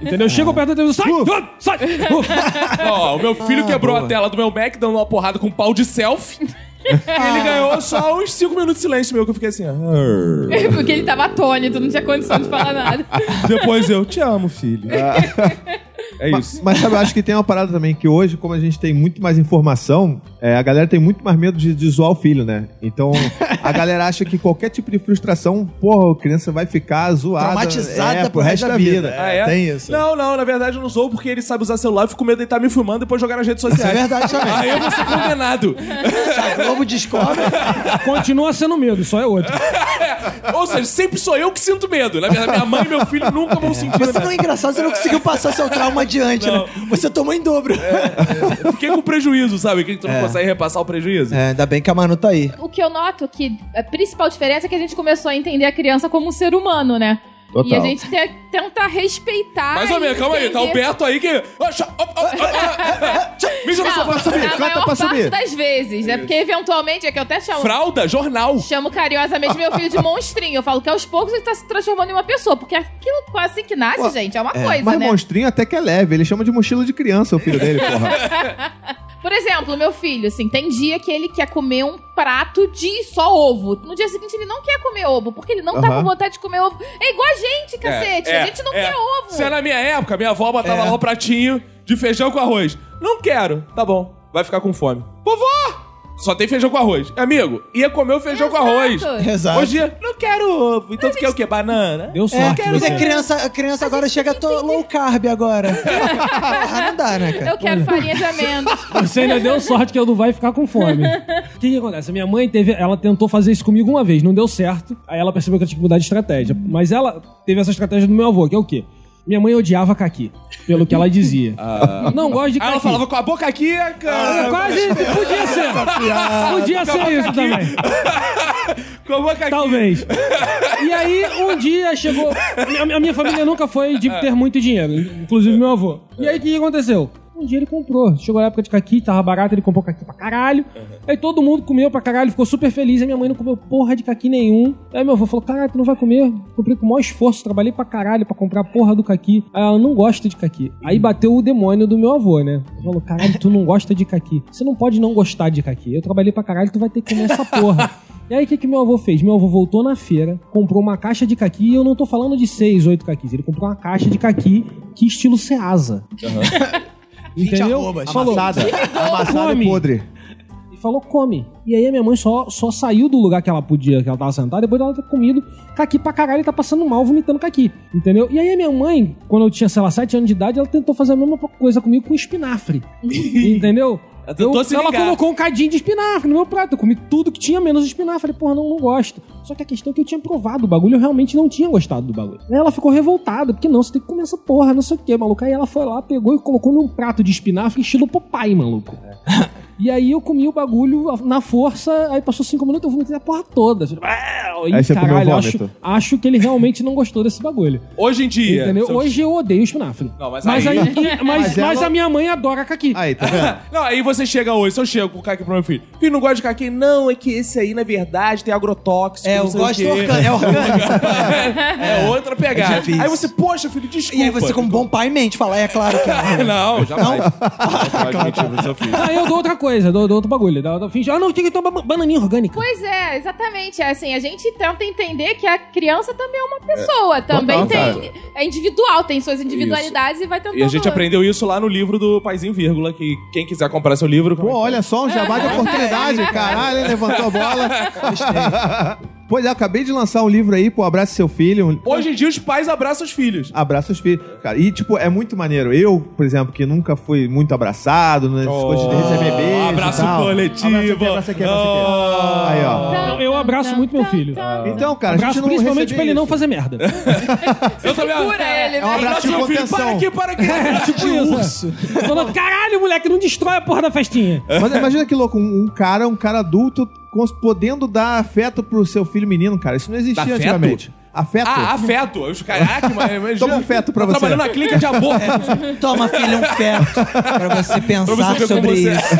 [SPEAKER 4] Entendeu? Chega perto da televisão, sai! ah, Sai! Uh.
[SPEAKER 1] Ó, o meu filho quebrou a tela do meu Mac dando uma porrada com um pau de selfie.
[SPEAKER 4] Ah.
[SPEAKER 1] Ele ganhou só uns 5 minutos de silêncio meu, que eu fiquei assim. ah.
[SPEAKER 3] Porque ele tava atônito, não tinha condição de falar nada.
[SPEAKER 1] Depois eu te amo, filho. É
[SPEAKER 5] Ah. Ma-
[SPEAKER 1] isso.
[SPEAKER 5] Mas sabe, eu acho que tem uma parada também que hoje, como a gente tem muito mais informação, é, a galera tem muito mais medo de, de zoar o filho, né? Então, A galera acha que qualquer tipo de frustração, porra, a criança vai ficar zoada.
[SPEAKER 2] Traumatizada
[SPEAKER 5] é,
[SPEAKER 2] pro resto da vida.
[SPEAKER 1] Ah, é?
[SPEAKER 5] Tem isso.
[SPEAKER 1] Não, não, na verdade eu não sou porque ele sabe usar celular, eu fico com medo de estar me filmando e depois jogar nas redes
[SPEAKER 2] Isso é
[SPEAKER 1] sociais.
[SPEAKER 2] verdade também.
[SPEAKER 1] Aí eu vou ser condenado.
[SPEAKER 2] Se a Globo descobre,
[SPEAKER 4] Continua sendo medo, só é outro.
[SPEAKER 1] Ou seja, sempre sou eu que sinto medo. Na verdade, minha mãe e meu filho nunca vão sentir
[SPEAKER 2] você
[SPEAKER 4] né?
[SPEAKER 1] medo.
[SPEAKER 2] não é engraçado, você não conseguiu passar seu trauma adiante, né? Você tomou em dobro.
[SPEAKER 4] É.
[SPEAKER 1] Fiquei com prejuízo, sabe? Que tu não consegue repassar o prejuízo.
[SPEAKER 2] É, ainda bem que a Manu tá aí.
[SPEAKER 3] O que eu noto que a principal diferença é que a gente começou a entender a criança como um ser humano, né?
[SPEAKER 5] Total.
[SPEAKER 3] E a gente te- tenta respeitar.
[SPEAKER 1] Mais ou menos,
[SPEAKER 3] e
[SPEAKER 1] calma aí, tá o
[SPEAKER 3] entender-
[SPEAKER 1] Beto aí que. Oxa, op, op, op, op, op, op. Mídia no
[SPEAKER 3] Não,
[SPEAKER 1] sofá.
[SPEAKER 5] subir,
[SPEAKER 3] na
[SPEAKER 5] canta
[SPEAKER 3] maior
[SPEAKER 5] pra subir.
[SPEAKER 3] parte das vezes, né? Porque eventualmente é que eu até chamo.
[SPEAKER 1] Fralda, jornal.
[SPEAKER 3] Chamo carinhosamente meu filho de monstrinho. Eu falo que aos poucos ele tá se transformando em uma pessoa. Porque aquilo quase que nasce, gente, é uma coisa,
[SPEAKER 5] Mas
[SPEAKER 3] né?
[SPEAKER 5] monstrinho até que é leve. Ele chama de mochila de criança o filho dele, porra.
[SPEAKER 3] Por exemplo, meu filho, assim, tem dia que ele quer comer um prato de só ovo. No dia seguinte ele não quer comer ovo, porque ele não tá
[SPEAKER 5] Aham.
[SPEAKER 3] com vontade de comer ovo. É igual a gente, cacete.
[SPEAKER 1] É,
[SPEAKER 3] a gente não
[SPEAKER 1] é.
[SPEAKER 3] quer ovo.
[SPEAKER 1] Se é na minha época, minha avó botava lá o pratinho de feijão com arroz. Não quero. Tá bom, vai ficar com fome. Vovó! Só tem feijão com arroz. Amigo, ia comer o feijão com arroz.
[SPEAKER 3] Exato.
[SPEAKER 2] Exato.
[SPEAKER 1] Hoje, em dia, não quero ovo. Então tu quer o quê? Banana?
[SPEAKER 4] Deu
[SPEAKER 2] É,
[SPEAKER 4] sorte.
[SPEAKER 2] mas
[SPEAKER 4] você.
[SPEAKER 2] a criança, a criança agora chega to- low carb agora. Porra, não dá, né, cara?
[SPEAKER 3] Eu quero farinha de amêndoas.
[SPEAKER 4] Você ainda deu sorte que eu não vai ficar com fome. O que, que acontece? A minha mãe teve. Ela tentou fazer isso comigo uma vez, não deu certo. Aí ela percebeu que eu tinha que mudar de estratégia. Mas ela teve essa estratégia do meu avô, que é o quê? Minha mãe odiava caqui, pelo que ela dizia.
[SPEAKER 1] Ah.
[SPEAKER 4] Não gosto de caqui.
[SPEAKER 1] Aí ela falava com a boca aqui, é,
[SPEAKER 4] Ah,
[SPEAKER 1] cara. Ah,
[SPEAKER 4] Quase podia ser. Podia ser isso também.
[SPEAKER 1] Com a boca aqui.
[SPEAKER 4] Talvez. E aí, um dia chegou. A minha família nunca foi
[SPEAKER 1] É.
[SPEAKER 4] de ter muito dinheiro, inclusive meu avô. E aí, o que aconteceu? Um dia ele comprou. Chegou a época de caqui, tava barato, ele comprou caqui pra caralho. Aí todo mundo comeu pra caralho, ficou super feliz. Aí minha mãe não comeu porra de caqui nenhum. Aí meu avô falou: Caralho, tu não vai comer? Comprei com o maior esforço, trabalhei pra caralho pra comprar a porra do caqui. Aí ela não gosta de caqui. Aí bateu o demônio do meu avô, né? Falou: Caralho, tu não gosta de caqui. Você não pode não gostar de caqui. Eu trabalhei pra caralho, tu vai ter que comer essa porra. E aí, o que, que meu avô fez? Meu avô voltou na feira, comprou uma caixa de caqui, e eu não tô falando de seis, oito caquis. Ele comprou uma caixa de caqui que estilo Ceasa. Entendeu?
[SPEAKER 2] arrobas.
[SPEAKER 4] Falou, é
[SPEAKER 5] Amassada. Amassada
[SPEAKER 4] Come.
[SPEAKER 5] e podre.
[SPEAKER 4] e falou, come. E aí a minha mãe só, só saiu do lugar que ela podia, que ela tava sentada, depois dela ter comido caqui pra caralho e tá passando mal, vomitando caqui. Entendeu? E aí a minha mãe, quando eu tinha, sei lá, 7 anos de idade, ela tentou fazer a mesma coisa comigo com espinafre. entendeu?
[SPEAKER 1] Ela tentou
[SPEAKER 4] Eu-
[SPEAKER 1] se
[SPEAKER 4] ela
[SPEAKER 1] ligar.
[SPEAKER 4] colocou um cadinho de espinafre no meu prato. Eu comi tudo que tinha menos espinafre. Falei, porra, não, não gosto. Só que a questão é que eu tinha provado o bagulho, eu realmente não tinha gostado do bagulho. Aí ela ficou revoltada, porque não, você tem que comer essa porra, não sei o que, maluco. Aí ela foi lá, pegou e colocou num prato de espinafre estilo Popeye, maluco.
[SPEAKER 5] É.
[SPEAKER 4] E aí eu comi o bagulho na força, aí passou cinco minutos, eu vomitei a porra toda. Ah, e
[SPEAKER 5] Aí você
[SPEAKER 4] caralho,
[SPEAKER 5] comeu
[SPEAKER 4] acho,
[SPEAKER 5] vômito. é,
[SPEAKER 4] acho que ele realmente não gostou desse bagulho.
[SPEAKER 1] Hoje em dia.
[SPEAKER 4] Entendeu?
[SPEAKER 1] se eu-
[SPEAKER 4] Hoje eu odeio espinafre.
[SPEAKER 1] Não, mas aí-
[SPEAKER 4] aí, mas,
[SPEAKER 5] Mas ela-
[SPEAKER 4] mas é a minha mãe adora caqui.
[SPEAKER 5] Aí, tá vendo?
[SPEAKER 1] Não, aí você chega hoje, se eu chego com o caqui pro meu filho. Filho, não gosta de caqui? Não, é que esse aí, na verdade, tem agrotóxico.
[SPEAKER 2] É,
[SPEAKER 1] não
[SPEAKER 2] eu
[SPEAKER 1] sei o
[SPEAKER 2] gosto
[SPEAKER 1] quê.
[SPEAKER 2] orgânico. É orgânico.
[SPEAKER 1] É, outra pegada.
[SPEAKER 2] É difícil.
[SPEAKER 1] aí você, poxa, filho, desculpa.
[SPEAKER 2] E aí você, como bom pai, mente, fala, é claro que
[SPEAKER 1] Ah,
[SPEAKER 2] não.
[SPEAKER 1] Não, jamais. Não pode mentir pro seu filho.
[SPEAKER 4] Aí Ah, eu dou outra coisa, dou, dou outro bagulho. Dou, dou, finge, ah, não, tinha que tomar ba- bananinha orgânica.
[SPEAKER 3] Pois é, exatamente. É assim, a gente tenta entender que a criança também é uma pessoa. também
[SPEAKER 5] total,
[SPEAKER 3] tem. É individual, tem suas individualidades e vai tentando.
[SPEAKER 1] E a gente aprendeu isso lá no livro do Paizinho Vírgula, que quem quiser comprar seu livro...
[SPEAKER 5] Pô, olha só, um jabá de oportunidade, caralho, hein? levantou a bola. pois é, eu acabei de lançar um livro aí, pô, Abraça Seu Filho. Um...
[SPEAKER 1] Hoje em dia os pais abraçam os filhos.
[SPEAKER 5] Abraça os filhos. Cara, e, tipo, é muito maneiro. Eu, por exemplo, que nunca fui muito abraçado, né?
[SPEAKER 1] Oh.
[SPEAKER 5] Hoje de receber beijo.
[SPEAKER 1] Abraço
[SPEAKER 5] e tal.
[SPEAKER 1] coletivo. Ah.
[SPEAKER 5] Abraça aqui, abraça aqui, abraça aqui. Aí, ó.
[SPEAKER 4] Eu- eu abraço muito meu filho.
[SPEAKER 5] Então, cara, a gente
[SPEAKER 4] Abraço
[SPEAKER 5] não
[SPEAKER 4] principalmente
[SPEAKER 5] recebe
[SPEAKER 4] pra ele
[SPEAKER 5] isso.
[SPEAKER 4] não fazer merda.
[SPEAKER 1] Eu também...
[SPEAKER 3] Segura ele,
[SPEAKER 4] É
[SPEAKER 5] um
[SPEAKER 3] né?
[SPEAKER 5] abraço de
[SPEAKER 1] meu filho.
[SPEAKER 5] contenção.
[SPEAKER 1] Para aqui, para aqui.
[SPEAKER 4] tipo isso. né? Falou, caralho, moleque, não destrói a porra da festinha.
[SPEAKER 5] Mas imagina que louco, um, um cara, um cara adulto cons- podendo dar afeto pro seu filho menino, cara. Isso não existia
[SPEAKER 1] Dar afeto?
[SPEAKER 5] antigamente. Afeto?
[SPEAKER 1] Ah, afeto. Os caraca, mas... imagina.
[SPEAKER 5] Toma um feto pra
[SPEAKER 1] Tá
[SPEAKER 5] você.
[SPEAKER 1] Trabalhando na clínica de aborto.
[SPEAKER 2] Toma, filho, um feto. Pra você
[SPEAKER 1] Pra
[SPEAKER 2] pensar
[SPEAKER 1] você ver como
[SPEAKER 2] sobre
[SPEAKER 1] você... é.
[SPEAKER 2] isso.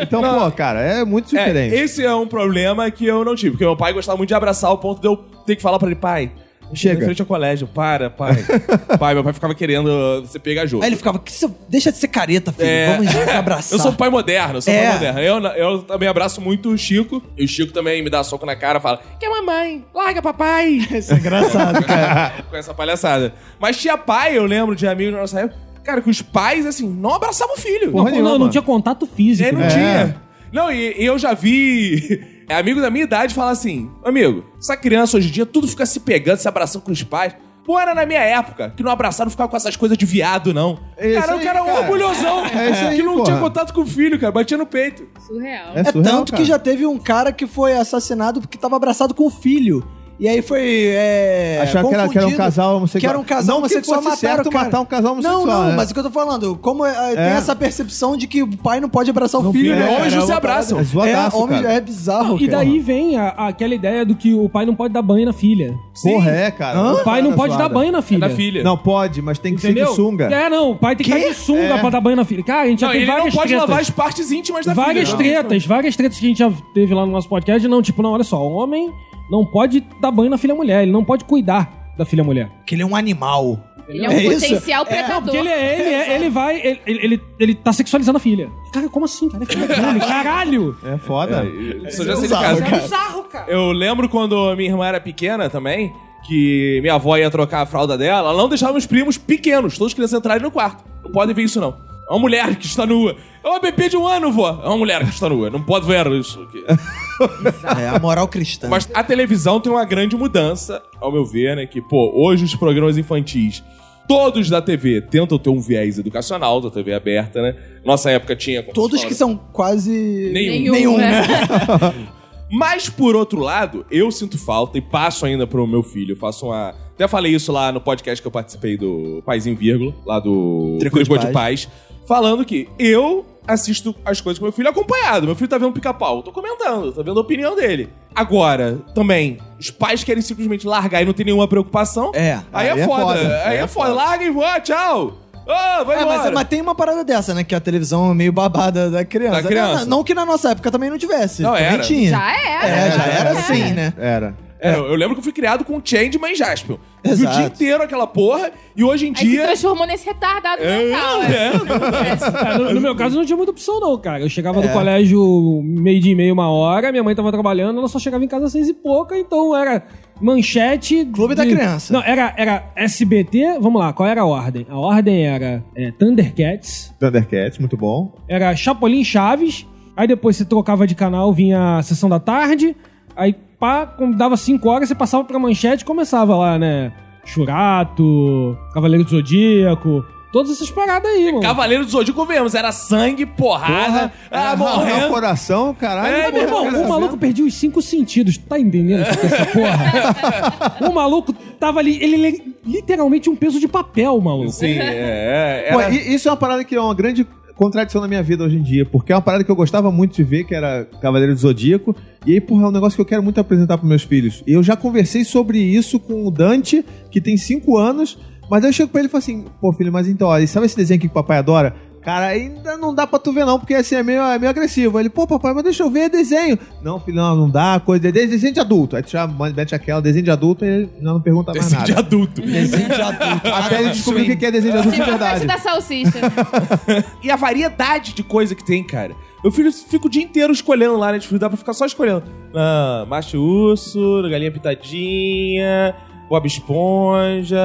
[SPEAKER 5] então, pô, cara, é muito diferente.
[SPEAKER 1] É, esse é um problema que eu não tive, porque meu pai gostava muito de abraçar ao ponto de eu ter que falar pra ele, pai.
[SPEAKER 5] Chega.
[SPEAKER 1] Em frente ao colégio, para, pai. pai, meu pai ficava querendo uh, ser pegajoso.
[SPEAKER 2] Aí ele ficava, "Que seu- deixa de ser careta, filho.
[SPEAKER 1] É.
[SPEAKER 2] Vamos se abraçar.
[SPEAKER 1] Eu sou um pai moderno, eu sou um
[SPEAKER 2] É.
[SPEAKER 1] pai moderno. Eu, eu também abraço muito o Chico. E o Chico também me dá soco na cara e fala: Que é mamãe, larga papai.
[SPEAKER 2] Isso é engraçado, cara.
[SPEAKER 1] com essa palhaçada. Mas tinha pai, eu lembro de amigos na nossa época, cara, que os pais, assim, não abraçavam o filho.
[SPEAKER 4] Não,
[SPEAKER 5] nenhuma. É.
[SPEAKER 4] né? não, não tinha contato
[SPEAKER 1] E
[SPEAKER 4] físico.
[SPEAKER 1] aí É, não
[SPEAKER 4] né?
[SPEAKER 1] tinha. Não, e, e eu já vi É amigo da minha idade fala assim: Amigo, essa criança hoje em dia tudo fica se pegando, se abraçando com os pais. Pô, era na minha época que não abraçaram ficava com essas coisas de viado, não.
[SPEAKER 5] É isso
[SPEAKER 1] cara, o
[SPEAKER 5] aí,
[SPEAKER 1] cara é um
[SPEAKER 5] cara.
[SPEAKER 1] orgulhosão
[SPEAKER 5] É isso aí,
[SPEAKER 1] que não
[SPEAKER 5] porra.
[SPEAKER 1] tinha contato com o filho, cara. Batia no peito.
[SPEAKER 3] Surreal.
[SPEAKER 5] É
[SPEAKER 2] É
[SPEAKER 5] surreal,
[SPEAKER 2] tanto
[SPEAKER 5] cara.
[SPEAKER 2] que já teve um cara que foi assassinado porque tava abraçado com o filho. E aí foi. É,
[SPEAKER 5] Achava que era- que era um
[SPEAKER 2] confundido,
[SPEAKER 5] casal homossexual.
[SPEAKER 2] Que era um casal
[SPEAKER 5] Não que
[SPEAKER 2] homossexual
[SPEAKER 5] fosse
[SPEAKER 2] mataram
[SPEAKER 5] certo
[SPEAKER 2] o cara.
[SPEAKER 5] matar um casal homossexual,
[SPEAKER 2] Não, não,
[SPEAKER 5] né?
[SPEAKER 2] mas o que eu tô falando? Como é, tem
[SPEAKER 5] É.
[SPEAKER 2] essa percepção de que o pai não pode abraçar o filho.
[SPEAKER 5] filho,
[SPEAKER 2] né,
[SPEAKER 5] é,
[SPEAKER 2] cara?
[SPEAKER 1] anjos
[SPEAKER 2] É uma
[SPEAKER 1] se abraçam.
[SPEAKER 2] parada-
[SPEAKER 5] É zoadaço,
[SPEAKER 2] é, homem,
[SPEAKER 5] cara.
[SPEAKER 2] é bizarro.
[SPEAKER 4] Ah, E
[SPEAKER 2] cara.
[SPEAKER 4] daí vem a- aquela ideia do que o pai não pode dar banho na filha.
[SPEAKER 5] Porra, é, cara.
[SPEAKER 4] O pai não
[SPEAKER 5] Cara,
[SPEAKER 4] pode dar
[SPEAKER 5] zoada.
[SPEAKER 4] banho na
[SPEAKER 1] É
[SPEAKER 4] filha.
[SPEAKER 1] da filha.
[SPEAKER 5] Não, pode, mas tem que ser
[SPEAKER 4] Entendeu?
[SPEAKER 5] de sunga.
[SPEAKER 4] É, não, o pai tem que
[SPEAKER 2] Quê?
[SPEAKER 4] estar de sunga
[SPEAKER 5] É.
[SPEAKER 4] pra dar banho na filha. Cara, a gente
[SPEAKER 1] Não,
[SPEAKER 4] já tem
[SPEAKER 1] ele não
[SPEAKER 4] várias
[SPEAKER 1] pode
[SPEAKER 4] tretas.
[SPEAKER 1] lavar as partes íntimas da né?
[SPEAKER 4] Várias
[SPEAKER 1] filha. não.
[SPEAKER 4] tretas, várias tretas que a gente já teve lá no nosso podcast. Não, tipo, não, olha só, o homem não pode dar banho na filha mulher, ele não pode cuidar da filha mulher.
[SPEAKER 2] Que ele é um animal.
[SPEAKER 3] Ele é um
[SPEAKER 2] É isso?
[SPEAKER 3] potencial predador.
[SPEAKER 4] Porque ele é, ele é, ele vai, ele, ele, ele, ele tá sexualizando a filha. Cara, como assim, cara? É filha dele, caralho!
[SPEAKER 5] É foda.
[SPEAKER 1] Isso eu já sei de casa. Eu lembro quando minha irmã era pequena também, que minha avó ia trocar a fralda dela, ela não deixava meus primos pequenos, todos queriam entrarem no quarto. Não podem ver isso, não. É uma mulher que está nua. É uma bebê de um ano, vó. É uma mulher que está nua. Não pode ver isso aqui.
[SPEAKER 2] É a moral cristã.
[SPEAKER 1] Mas a televisão tem uma grande mudança, ao meu ver, né? Que, pô, hoje os programas infantis, todos da TV, tentam ter um viés educacional da TV aberta, né? Nossa época tinha. como
[SPEAKER 2] Todos
[SPEAKER 1] se
[SPEAKER 2] que
[SPEAKER 1] fala,
[SPEAKER 2] são quase.
[SPEAKER 1] Nenhum.
[SPEAKER 2] Nenhum, né?
[SPEAKER 1] Mas, por outro lado, eu sinto falta e passo ainda pro meu filho. Eu faço uma. Até falei isso lá no podcast que eu participei do Pais em Vírgula, lá do
[SPEAKER 2] Tricô de
[SPEAKER 1] Tricô de Paz, falando que eu assisto as coisas com meu filho acompanhado. Meu filho tá vendo pica-pau. Eu tô comentando, tô vendo a opinião dele. Agora, também, os pais querem simplesmente largar e não tem nenhuma preocupação.
[SPEAKER 2] É.
[SPEAKER 1] Aí, é, foda. Aí é, foda. Larga e voa, tchau. Ah, vai
[SPEAKER 2] É,
[SPEAKER 1] embora.
[SPEAKER 2] mas, mas tem uma parada dessa, né? Que a televisão é meio babada da criança.
[SPEAKER 1] Da criança.
[SPEAKER 2] Não, não que na nossa época também não tivesse.
[SPEAKER 1] Não,
[SPEAKER 2] também
[SPEAKER 1] era.
[SPEAKER 2] tinha.
[SPEAKER 3] Já era.
[SPEAKER 2] É, já era
[SPEAKER 3] É.
[SPEAKER 2] assim, né?
[SPEAKER 5] Era.
[SPEAKER 1] É, eu eu lembro que eu fui criado com Changeman e Jaspion. Vi O
[SPEAKER 2] Exato.
[SPEAKER 1] dia inteiro aquela porra e hoje em
[SPEAKER 3] Aí se
[SPEAKER 1] dia...
[SPEAKER 3] transformou nesse retardado mental. né?
[SPEAKER 4] É, no, no meu caso não tinha muita opção, não, cara. Eu chegava
[SPEAKER 2] É.
[SPEAKER 4] do colégio meio dia e meio, uma hora, minha mãe tava trabalhando, ela só chegava em casa às seis e pouca, então era manchete.
[SPEAKER 2] Clube da Criança.
[SPEAKER 4] Não, era, era SBT, vamos lá, qual era a ordem? A ordem era é, Thundercats,
[SPEAKER 5] Thundercats, muito bom.
[SPEAKER 4] era Chapolin Chaves, aí depois você trocava de canal, vinha a sessão da tarde, aí pá, quando dava cinco horas, você passava pra manchete e começava lá, né? Churato, Cavaleiro do Zodíaco, todas essas paradas aí, mano.
[SPEAKER 1] Cavaleiro do Zodíaco, vemos, era sangue, porrada, ah,
[SPEAKER 5] Era arrancar o
[SPEAKER 1] morrendo.
[SPEAKER 5] coração, caralho.
[SPEAKER 1] É,
[SPEAKER 5] porra,
[SPEAKER 4] Meu irmão,
[SPEAKER 5] cara,
[SPEAKER 4] o
[SPEAKER 5] tá
[SPEAKER 4] maluco
[SPEAKER 5] vendo?
[SPEAKER 4] perdeu os cinco sentidos. Tu Tá entendendo o que é essa porra? o maluco tava ali, ele é literalmente um peso de papel, maluco.
[SPEAKER 1] Sim, é. é,
[SPEAKER 5] Pô,
[SPEAKER 1] era-
[SPEAKER 5] e- isso é uma parada que é uma grande contradição na minha vida hoje em dia, porque é uma parada que eu gostava muito de ver, que era Cavaleiro do Zodíaco, e aí, porra, é um negócio que eu quero muito apresentar pros meus filhos. E eu já conversei sobre isso com o Dante, que tem 5 anos, mas aí eu chego pra ele e falo assim, pô, filho, mas então, olha, sabe esse desenho aqui que o papai adora? Cara, ainda não dá pra tu ver não, porque assim, é meio, é meio agressivo. Aí Ele, pô, papai, mas deixa eu ver, é desenho. Não, filho, não, não dá, coisa, é desenho de adulto. Aí tu já mete aquela, desenho de adulto, e ele não pergunta mais
[SPEAKER 1] Desenho
[SPEAKER 5] nada.
[SPEAKER 1] de adulto.
[SPEAKER 2] Desenho de adulto.
[SPEAKER 5] Até ele descobrir o que que é desenho de adulto de
[SPEAKER 3] Tipo a
[SPEAKER 5] verdade.
[SPEAKER 3] parte da salsicha.
[SPEAKER 1] E a variedade de coisa que tem, cara. Meu filho fica o dia inteiro escolhendo lá, né? Tipo, dá pra ficar só escolhendo. Ah, macho e urso, galinha pitadinha, Bob Esponja,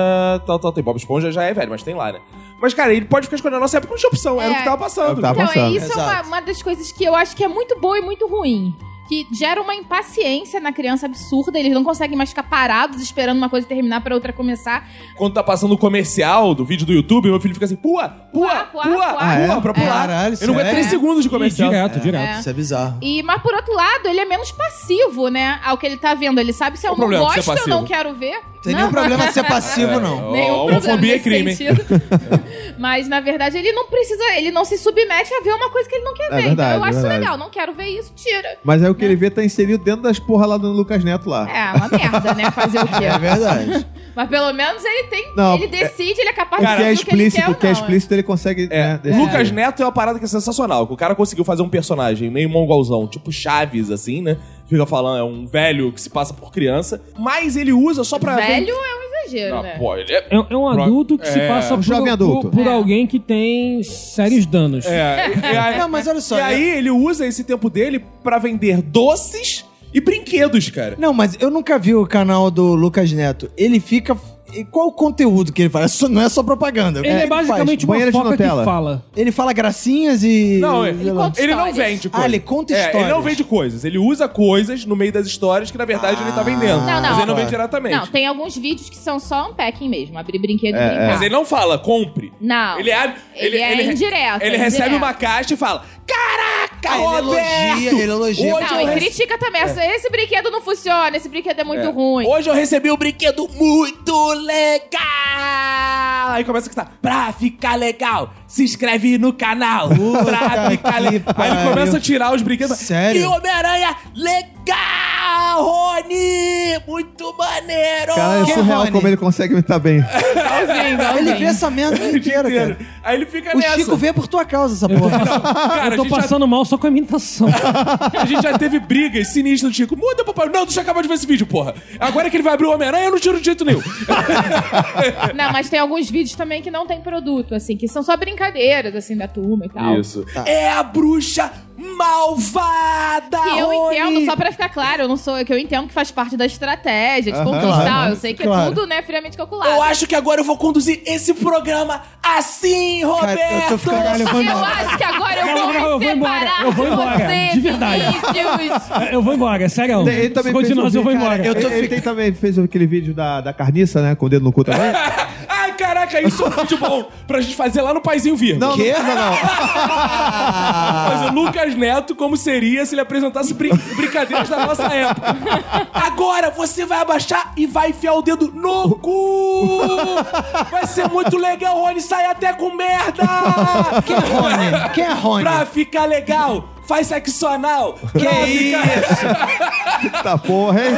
[SPEAKER 1] tal, tal. Tem Bob Esponja, já é velho, mas tem lá, né? Mas, cara, ele pode ficar escolhendo. Nossa época não tinha opção, era
[SPEAKER 3] É.
[SPEAKER 1] o que tava
[SPEAKER 5] É o que
[SPEAKER 1] passando. né?
[SPEAKER 5] tava.
[SPEAKER 3] Então, é
[SPEAKER 5] passando.
[SPEAKER 3] isso é uma,
[SPEAKER 2] Exato.
[SPEAKER 3] uma das coisas que eu acho que é muito boa e muito ruim. Que gera uma impaciência na criança absurda, eles não conseguem mais ficar parados esperando uma coisa terminar pra outra começar.
[SPEAKER 1] Quando tá passando o comercial do vídeo do YouTube, meu filho fica assim, pua, pua,
[SPEAKER 3] Puá,
[SPEAKER 1] pua,
[SPEAKER 3] puá,
[SPEAKER 1] pua,
[SPEAKER 3] puá.
[SPEAKER 2] Ah, é?
[SPEAKER 1] pra pular.
[SPEAKER 2] Caralho,
[SPEAKER 1] eu não aguento
[SPEAKER 2] sério?
[SPEAKER 1] três segundos de
[SPEAKER 4] Ih,
[SPEAKER 1] comercial.
[SPEAKER 4] direto, direto.
[SPEAKER 3] É.
[SPEAKER 2] Isso é bizarro.
[SPEAKER 3] E, mas por outro lado, ele é menos passivo, né? Ao que ele tá vendo. Ele sabe se eu
[SPEAKER 1] Qual o
[SPEAKER 3] não
[SPEAKER 1] problema de ser
[SPEAKER 3] gosto, eu não
[SPEAKER 1] passivo?
[SPEAKER 3] quero ver.
[SPEAKER 2] Tem
[SPEAKER 3] não.
[SPEAKER 2] nenhum problema de ser passivo, não.
[SPEAKER 3] Nenhum
[SPEAKER 1] Ó,
[SPEAKER 3] problema
[SPEAKER 1] homofobia é
[SPEAKER 3] nesse
[SPEAKER 1] crime, hein?
[SPEAKER 3] sentido. Mas, na verdade, ele não precisa, ele não se submete a ver uma coisa que ele não quer
[SPEAKER 5] É
[SPEAKER 3] ver.
[SPEAKER 5] verdade,
[SPEAKER 3] então eu acho
[SPEAKER 5] verdade.
[SPEAKER 3] legal, não quero ver isso, tira.
[SPEAKER 5] Mas aí o que ele vê tá inserido dentro das porra lá do Lucas Neto lá.
[SPEAKER 3] É, uma merda, né? Fazer o quê?
[SPEAKER 2] É verdade.
[SPEAKER 3] Mas pelo menos ele tem.
[SPEAKER 5] Não,
[SPEAKER 3] ele decide, ele é capaz
[SPEAKER 5] O
[SPEAKER 3] de
[SPEAKER 5] que é
[SPEAKER 3] fazer o que ele quer.
[SPEAKER 5] explícito,
[SPEAKER 3] ou
[SPEAKER 5] o que é
[SPEAKER 3] não,
[SPEAKER 5] explícito, ele consegue.
[SPEAKER 1] É,
[SPEAKER 5] né, decidir.
[SPEAKER 1] Lucas Neto é uma parada que é sensacional. Que o cara conseguiu fazer um personagem meio mongolzão, tipo Chaves, assim, né? Fica falando, é um velho que se passa por criança, mas ele usa só pra.
[SPEAKER 3] Velho é um exagero,
[SPEAKER 1] Ah,
[SPEAKER 3] né?
[SPEAKER 1] pô, ele é.
[SPEAKER 4] É, é um adulto que se
[SPEAKER 1] É,
[SPEAKER 4] passa
[SPEAKER 5] um
[SPEAKER 4] por,
[SPEAKER 5] jovem adulto.
[SPEAKER 4] por, por
[SPEAKER 3] É.
[SPEAKER 4] alguém que tem sérios danos.
[SPEAKER 1] É, e- e aí-
[SPEAKER 2] Não, mas olha só.
[SPEAKER 1] e
[SPEAKER 2] eu-
[SPEAKER 1] aí ele usa esse tempo dele pra vender doces e brinquedos, cara.
[SPEAKER 2] Não, mas eu nunca vi o canal do Lucas Neto. Ele fica. E qual o conteúdo que ele fala? Isso Não é só propaganda.
[SPEAKER 4] Ele é,
[SPEAKER 2] O que ele faz?
[SPEAKER 4] basicamente uma
[SPEAKER 5] Banheiro de
[SPEAKER 4] foca que
[SPEAKER 5] Nutella.
[SPEAKER 4] fala.
[SPEAKER 2] Ele fala gracinhas e.
[SPEAKER 1] Não, ele,
[SPEAKER 2] sei lá.
[SPEAKER 3] conta
[SPEAKER 1] ele não
[SPEAKER 3] histórias.
[SPEAKER 1] vende
[SPEAKER 2] Ah,
[SPEAKER 1] coisas.
[SPEAKER 2] ele conta
[SPEAKER 1] É, ele não
[SPEAKER 2] histórias.
[SPEAKER 1] vende coisas. Ele usa coisas no meio das histórias que, na verdade, ele tá vendendo.
[SPEAKER 3] Ah. Não, não.
[SPEAKER 1] Mas ele não vende
[SPEAKER 2] Claro.
[SPEAKER 1] diretamente.
[SPEAKER 3] Não, tem alguns vídeos que são só unpacking mesmo. Abrir brinquedo
[SPEAKER 2] É,
[SPEAKER 3] e brincar.
[SPEAKER 1] Mas ele não fala, compre.
[SPEAKER 3] Não.
[SPEAKER 1] é. Ele abre.
[SPEAKER 3] Ele é indireto,
[SPEAKER 1] Ele
[SPEAKER 3] é
[SPEAKER 1] recebe
[SPEAKER 3] indireto.
[SPEAKER 1] uma caixa e fala: Caraca,
[SPEAKER 2] Ah, ele
[SPEAKER 1] Roberto!
[SPEAKER 2] elogia, ele elogia.
[SPEAKER 1] Hoje,
[SPEAKER 3] Não,
[SPEAKER 1] eu
[SPEAKER 3] e
[SPEAKER 1] rece-
[SPEAKER 3] critica também. essa- Esse brinquedo não funciona, esse brinquedo é muito ruim.
[SPEAKER 1] hoje eu recebi um brinquedo muito legal! Aí começa a cantar: Pra ficar legal, se inscreve no canal. pra
[SPEAKER 2] Puta
[SPEAKER 1] ficar
[SPEAKER 2] que
[SPEAKER 1] legal. Aí ele
[SPEAKER 2] pariu.
[SPEAKER 1] começa a tirar os brinquedos.
[SPEAKER 2] Sério?
[SPEAKER 1] E Homem-Aranha, legal, Rony! Muito maneiro!
[SPEAKER 5] Cara, é
[SPEAKER 2] Quem é
[SPEAKER 5] surreal
[SPEAKER 2] Rony?
[SPEAKER 5] como ele consegue imitar bem.
[SPEAKER 3] Igualzinho, igualzinho.
[SPEAKER 2] Ele vê essa merda o dia inteiro, cara.
[SPEAKER 1] Aí ele fica
[SPEAKER 2] O
[SPEAKER 1] nessa. Então,
[SPEAKER 2] Chico vê por tua causa essa porra.
[SPEAKER 4] Eu tô
[SPEAKER 1] Cara, a gente já-
[SPEAKER 4] passando mal só com a imitação.
[SPEAKER 1] A gente já teve brigas sinistras do Chico. Muda, papai. Não, deixa eu acabar de ver esse vídeo, porra. Agora que ele vai abrir o Homem-Aranha, eu não tiro de jeito nenhum.
[SPEAKER 3] Não, mas tem alguns vídeos também que não tem produto, assim, que são só brincadeiras, assim, da turma e tal.
[SPEAKER 1] Isso. É a bruxa malvada!
[SPEAKER 3] Que eu
[SPEAKER 1] Rony.
[SPEAKER 3] entendo, só pra ficar claro, eu não sou, que eu entendo que faz parte da estratégia, de conquistar.
[SPEAKER 2] claro,
[SPEAKER 3] eu sei que é
[SPEAKER 2] claro.
[SPEAKER 3] tudo, né, friamente calculado.
[SPEAKER 1] Eu acho que agora eu vou conduzir esse programa assim, Roberto!
[SPEAKER 2] Cara, eu tô ficando
[SPEAKER 3] Eu
[SPEAKER 2] elefante.
[SPEAKER 3] acho que agora eu vou
[SPEAKER 4] Não, não, eu
[SPEAKER 3] me
[SPEAKER 4] vou embora,
[SPEAKER 3] separar
[SPEAKER 4] eu vou embora,
[SPEAKER 3] de você,
[SPEAKER 4] de verdade.
[SPEAKER 3] Vinícius.
[SPEAKER 4] Ah, eu vou embora, é sério.
[SPEAKER 5] Ele também
[SPEAKER 4] Se continuar,
[SPEAKER 5] fez um
[SPEAKER 4] eu vou
[SPEAKER 5] vídeo,
[SPEAKER 4] embora.
[SPEAKER 5] cara, eu tô ele, ele também fez aquele vídeo da, da carniça, né? Com o dedo no cu também.
[SPEAKER 1] Ai, caraca, isso é um vídeo bom pra gente fazer lá no Paizinho Vírgula.
[SPEAKER 5] Não, não precisa, não.
[SPEAKER 1] Mas o Lucas Neto, como seria se ele apresentasse brin- brincadeiras da nossa época? Agora você vai abaixar e vai enfiar o dedo no cu! Vai ser muito legal, Rony, sai até com merda!
[SPEAKER 2] Quem é Rony? Quem é Rony?
[SPEAKER 1] Pra ficar legal, faz sexo anal! Que isso?
[SPEAKER 5] Eita porra, hein?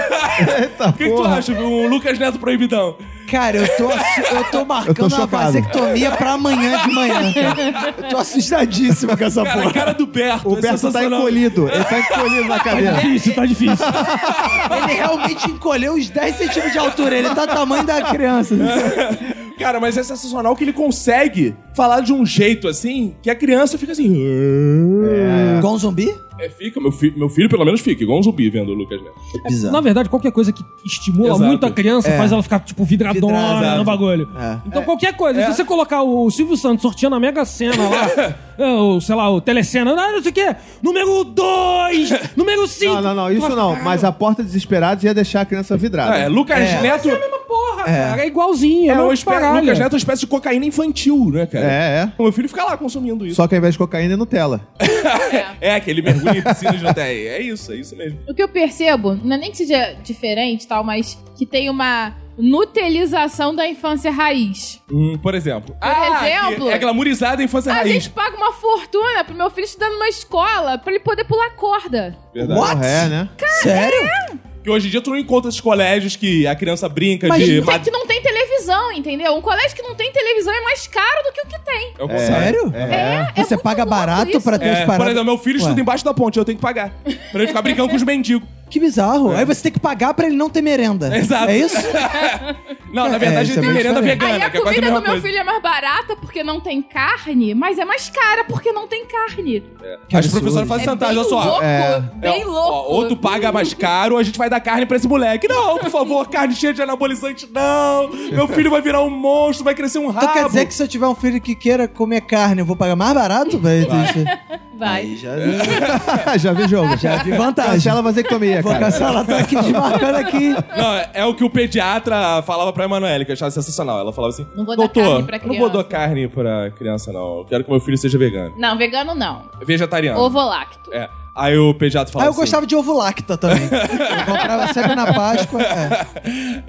[SPEAKER 5] Eita
[SPEAKER 1] O que, que tu
[SPEAKER 5] porra.
[SPEAKER 1] acha, um Lucas Neto proibidão?
[SPEAKER 2] Cara, eu tô, assu- eu tô marcando uma
[SPEAKER 5] chocado.
[SPEAKER 2] vasectomia pra amanhã de manhã, cara. Eu tô assustadíssimo com essa
[SPEAKER 1] Cara, a
[SPEAKER 2] porra.
[SPEAKER 1] cara do Berto,
[SPEAKER 5] O
[SPEAKER 1] é
[SPEAKER 5] Berto tá
[SPEAKER 1] sensacional.
[SPEAKER 5] encolhido. Ele tá encolhido na
[SPEAKER 4] Tá
[SPEAKER 5] cadeira.
[SPEAKER 4] difícil, tá difícil.
[SPEAKER 2] Ele realmente encolheu uns 10 centímetros de altura. Ele tá tamanho da criança.
[SPEAKER 1] Cara, mas é sensacional que ele consegue falar de um jeito assim que a criança fica assim.
[SPEAKER 2] Igual um zumbi?
[SPEAKER 1] É, fica, meu, fi- meu filho pelo menos fica, igual um zumbi vendo o Lucas Neto.
[SPEAKER 2] É
[SPEAKER 4] Na verdade, qualquer coisa que estimula
[SPEAKER 1] Exato.
[SPEAKER 4] muito a criança
[SPEAKER 5] É.
[SPEAKER 4] faz ela ficar, tipo, vidradona
[SPEAKER 2] Vidrada, exato.
[SPEAKER 4] no bagulho.
[SPEAKER 2] É.
[SPEAKER 4] Então, qualquer coisa. Se você colocar o Silvio Santos sorteando a Mega Sena lá, é, ou, sei lá, o Telecena, ah, não sei o quê, número 2, número 5.
[SPEAKER 5] Não, não, não, isso não. Mas a porta desesperados ia deixar a criança vidrada.
[SPEAKER 1] Ah, é, Lucas Neto.
[SPEAKER 4] Porra, cara, é igualzinho. É,
[SPEAKER 1] É uma
[SPEAKER 4] uma
[SPEAKER 1] espé-
[SPEAKER 4] paralha.
[SPEAKER 1] Lucas Neto é uma espécie de cocaína infantil, né, cara?
[SPEAKER 5] É, é.
[SPEAKER 1] O meu filho fica lá consumindo isso.
[SPEAKER 5] Só que ao invés de cocaína é Nutella.
[SPEAKER 1] É, que ele mergulha em piscinas de hotéis. É isso, é isso mesmo.
[SPEAKER 3] O que eu percebo, não é nem que seja diferente e tal, mas que tem uma nutelização da infância raiz.
[SPEAKER 1] Hum, por exemplo. Por
[SPEAKER 3] exemplo?
[SPEAKER 1] É glamourizada a infância
[SPEAKER 3] A
[SPEAKER 1] raiz.
[SPEAKER 3] gente paga uma fortuna pro meu filho estudar numa escola pra ele poder pular corda.
[SPEAKER 1] Verdade.
[SPEAKER 2] What?
[SPEAKER 5] Porra, é, né?
[SPEAKER 2] Sério?
[SPEAKER 3] é.
[SPEAKER 1] Que hoje em dia tu não encontra esses colégios que a criança brinca
[SPEAKER 3] Mas
[SPEAKER 1] de.
[SPEAKER 3] gente que não é tem televisão, entendeu? Um colégio que não tem televisão é mais caro do que o que tem.
[SPEAKER 1] É o contrário.
[SPEAKER 2] Sério?
[SPEAKER 3] É, é
[SPEAKER 2] Você
[SPEAKER 3] muito
[SPEAKER 2] paga
[SPEAKER 3] louco
[SPEAKER 2] barato
[SPEAKER 3] isso.
[SPEAKER 2] pra ter
[SPEAKER 1] É,
[SPEAKER 2] as
[SPEAKER 1] por
[SPEAKER 2] paradas.
[SPEAKER 1] exemplo, meu filho estuda
[SPEAKER 2] Ué.
[SPEAKER 1] embaixo da ponte, eu tenho que pagar. Pra ele ficar brincando com os mendigos. É.
[SPEAKER 2] Que bizarro. Aí você tem que pagar pra ele não ter merenda.
[SPEAKER 1] Exato.
[SPEAKER 2] É isso?
[SPEAKER 1] Não, na
[SPEAKER 2] É,
[SPEAKER 1] verdade
[SPEAKER 2] isso
[SPEAKER 1] ele
[SPEAKER 2] é
[SPEAKER 1] tem
[SPEAKER 2] bem
[SPEAKER 1] merenda
[SPEAKER 2] diferente.
[SPEAKER 3] Aí
[SPEAKER 1] vegana,
[SPEAKER 3] a
[SPEAKER 1] que é quase
[SPEAKER 3] comida
[SPEAKER 1] a
[SPEAKER 3] do
[SPEAKER 1] mesma
[SPEAKER 3] meu
[SPEAKER 1] coisa.
[SPEAKER 3] filho é mais barata porque não tem carne, mas é mais cara porque não tem carne.
[SPEAKER 2] Que
[SPEAKER 1] As
[SPEAKER 2] absurdo.
[SPEAKER 1] professoras fazem
[SPEAKER 3] É bem
[SPEAKER 1] vantagem, olha só.
[SPEAKER 3] louco,
[SPEAKER 5] É.
[SPEAKER 3] bem
[SPEAKER 1] É, ó,
[SPEAKER 3] louco.
[SPEAKER 1] ou tu paga mais caro, ou a gente vai dar carne pra esse moleque. Não, por favor, carne cheia de anabolizante, não. Meu filho vai virar um monstro, vai crescer um rabo.
[SPEAKER 2] Então quer dizer que se eu tiver um filho que queira comer carne, eu vou pagar mais barato? velho?
[SPEAKER 3] Vai.
[SPEAKER 2] Aí já,
[SPEAKER 1] É.
[SPEAKER 5] Já vi jogo.
[SPEAKER 2] já vi vantagem.
[SPEAKER 5] Cancela a vasectomia,
[SPEAKER 2] Vou
[SPEAKER 5] cara.
[SPEAKER 2] cancelar, tô aqui desmarcando aqui.
[SPEAKER 1] Não, é- é o que o pediatra falava pra Emanuele, que eu achava sensacional. Ela falava assim:
[SPEAKER 3] Não vou dar
[SPEAKER 1] Doutor,
[SPEAKER 3] carne pra
[SPEAKER 1] não vou
[SPEAKER 3] criança."
[SPEAKER 1] dar carne pra criança, não. Eu quero que meu filho seja vegano.
[SPEAKER 3] Não, vegano não.
[SPEAKER 1] Vegetariano.
[SPEAKER 3] Ovo lacto.
[SPEAKER 1] É. Aí o pediatra
[SPEAKER 2] Aí Ah,
[SPEAKER 1] falava
[SPEAKER 2] eu
[SPEAKER 1] assim.
[SPEAKER 2] gostava de ovo lacta também. Eu comprava sempre na Páscoa. É.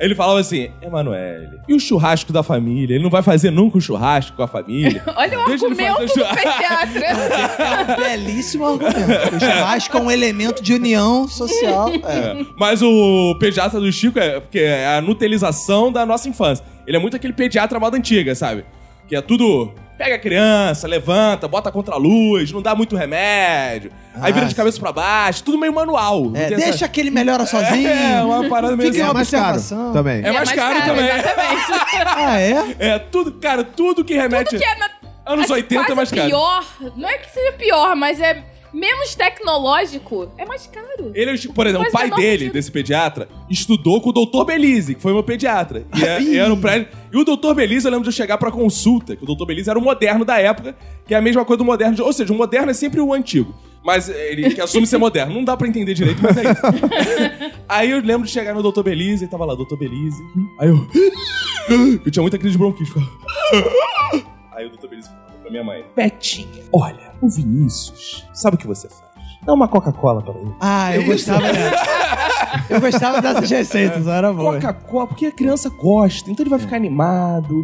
[SPEAKER 1] Ele falava assim, Emanuele, e o churrasco da família? Ele não vai fazer nunca o churrasco com a família?
[SPEAKER 3] Olha o
[SPEAKER 1] Deixa ele fazer
[SPEAKER 3] argumento do
[SPEAKER 1] churrasco.
[SPEAKER 3] pediatra.
[SPEAKER 2] Belíssimo argumento. O churrasco é um elemento de união social. É.
[SPEAKER 1] Mas o pediatra do Chico é porque é a nutelização da nossa infância. Ele é muito aquele pediatra moda antiga, sabe? Que é tudo. Pega a criança, levanta, bota contra a luz, não dá muito remédio.
[SPEAKER 2] Ah,
[SPEAKER 1] aí vira de cabeça pra baixo, tudo meio manual.
[SPEAKER 2] É,
[SPEAKER 1] Tem
[SPEAKER 2] deixa
[SPEAKER 1] essa-
[SPEAKER 2] que ele melhora sozinho.
[SPEAKER 1] É, uma parada meio
[SPEAKER 2] Fica
[SPEAKER 1] assim.
[SPEAKER 5] É mais caro
[SPEAKER 2] Observação.
[SPEAKER 5] também.
[SPEAKER 1] É mais caro também.
[SPEAKER 3] Exatamente.
[SPEAKER 2] Ah, é?
[SPEAKER 1] É, tudo, cara, tudo que remete.
[SPEAKER 3] Tudo que é na...
[SPEAKER 1] Anos
[SPEAKER 3] assim,
[SPEAKER 1] 80 é
[SPEAKER 3] quase
[SPEAKER 1] mais caro.
[SPEAKER 3] pior. Não é que seja pior, mas é menos tecnológico, é mais caro.
[SPEAKER 1] Ele, é o tipo- por exemplo,
[SPEAKER 3] Faz
[SPEAKER 1] o pai
[SPEAKER 3] o menor
[SPEAKER 1] dele,
[SPEAKER 3] sentido.
[SPEAKER 1] desse pediatra, estudou com o doutor Belize, que foi meu pediatra. E, é- e era um prédio. E o doutor Belize, eu lembro de eu chegar pra consulta, que o doutor Belize era o moderno da época, que é a mesma coisa do moderno. de- ou seja, o moderno é sempre o antigo. Mas é, ele que assume ser moderno. Não dá pra entender direito, mas é isso. Aí eu lembro de chegar no doutor Belize, e tava lá, doutor Belize. Aí eu. Eu tinha muita crise de bronquite. ficava- Aí o doutor Belize falou pra minha mãe: Betinha, olha, o Vinícius, sabe o que você faz? Dá uma Coca-Cola pra ele. É
[SPEAKER 2] Ah, eu gostava dessa. Eu gostava dessas receitas, era boa.
[SPEAKER 1] Coca-Cola, porque a criança gosta, então ele vai ficar animado.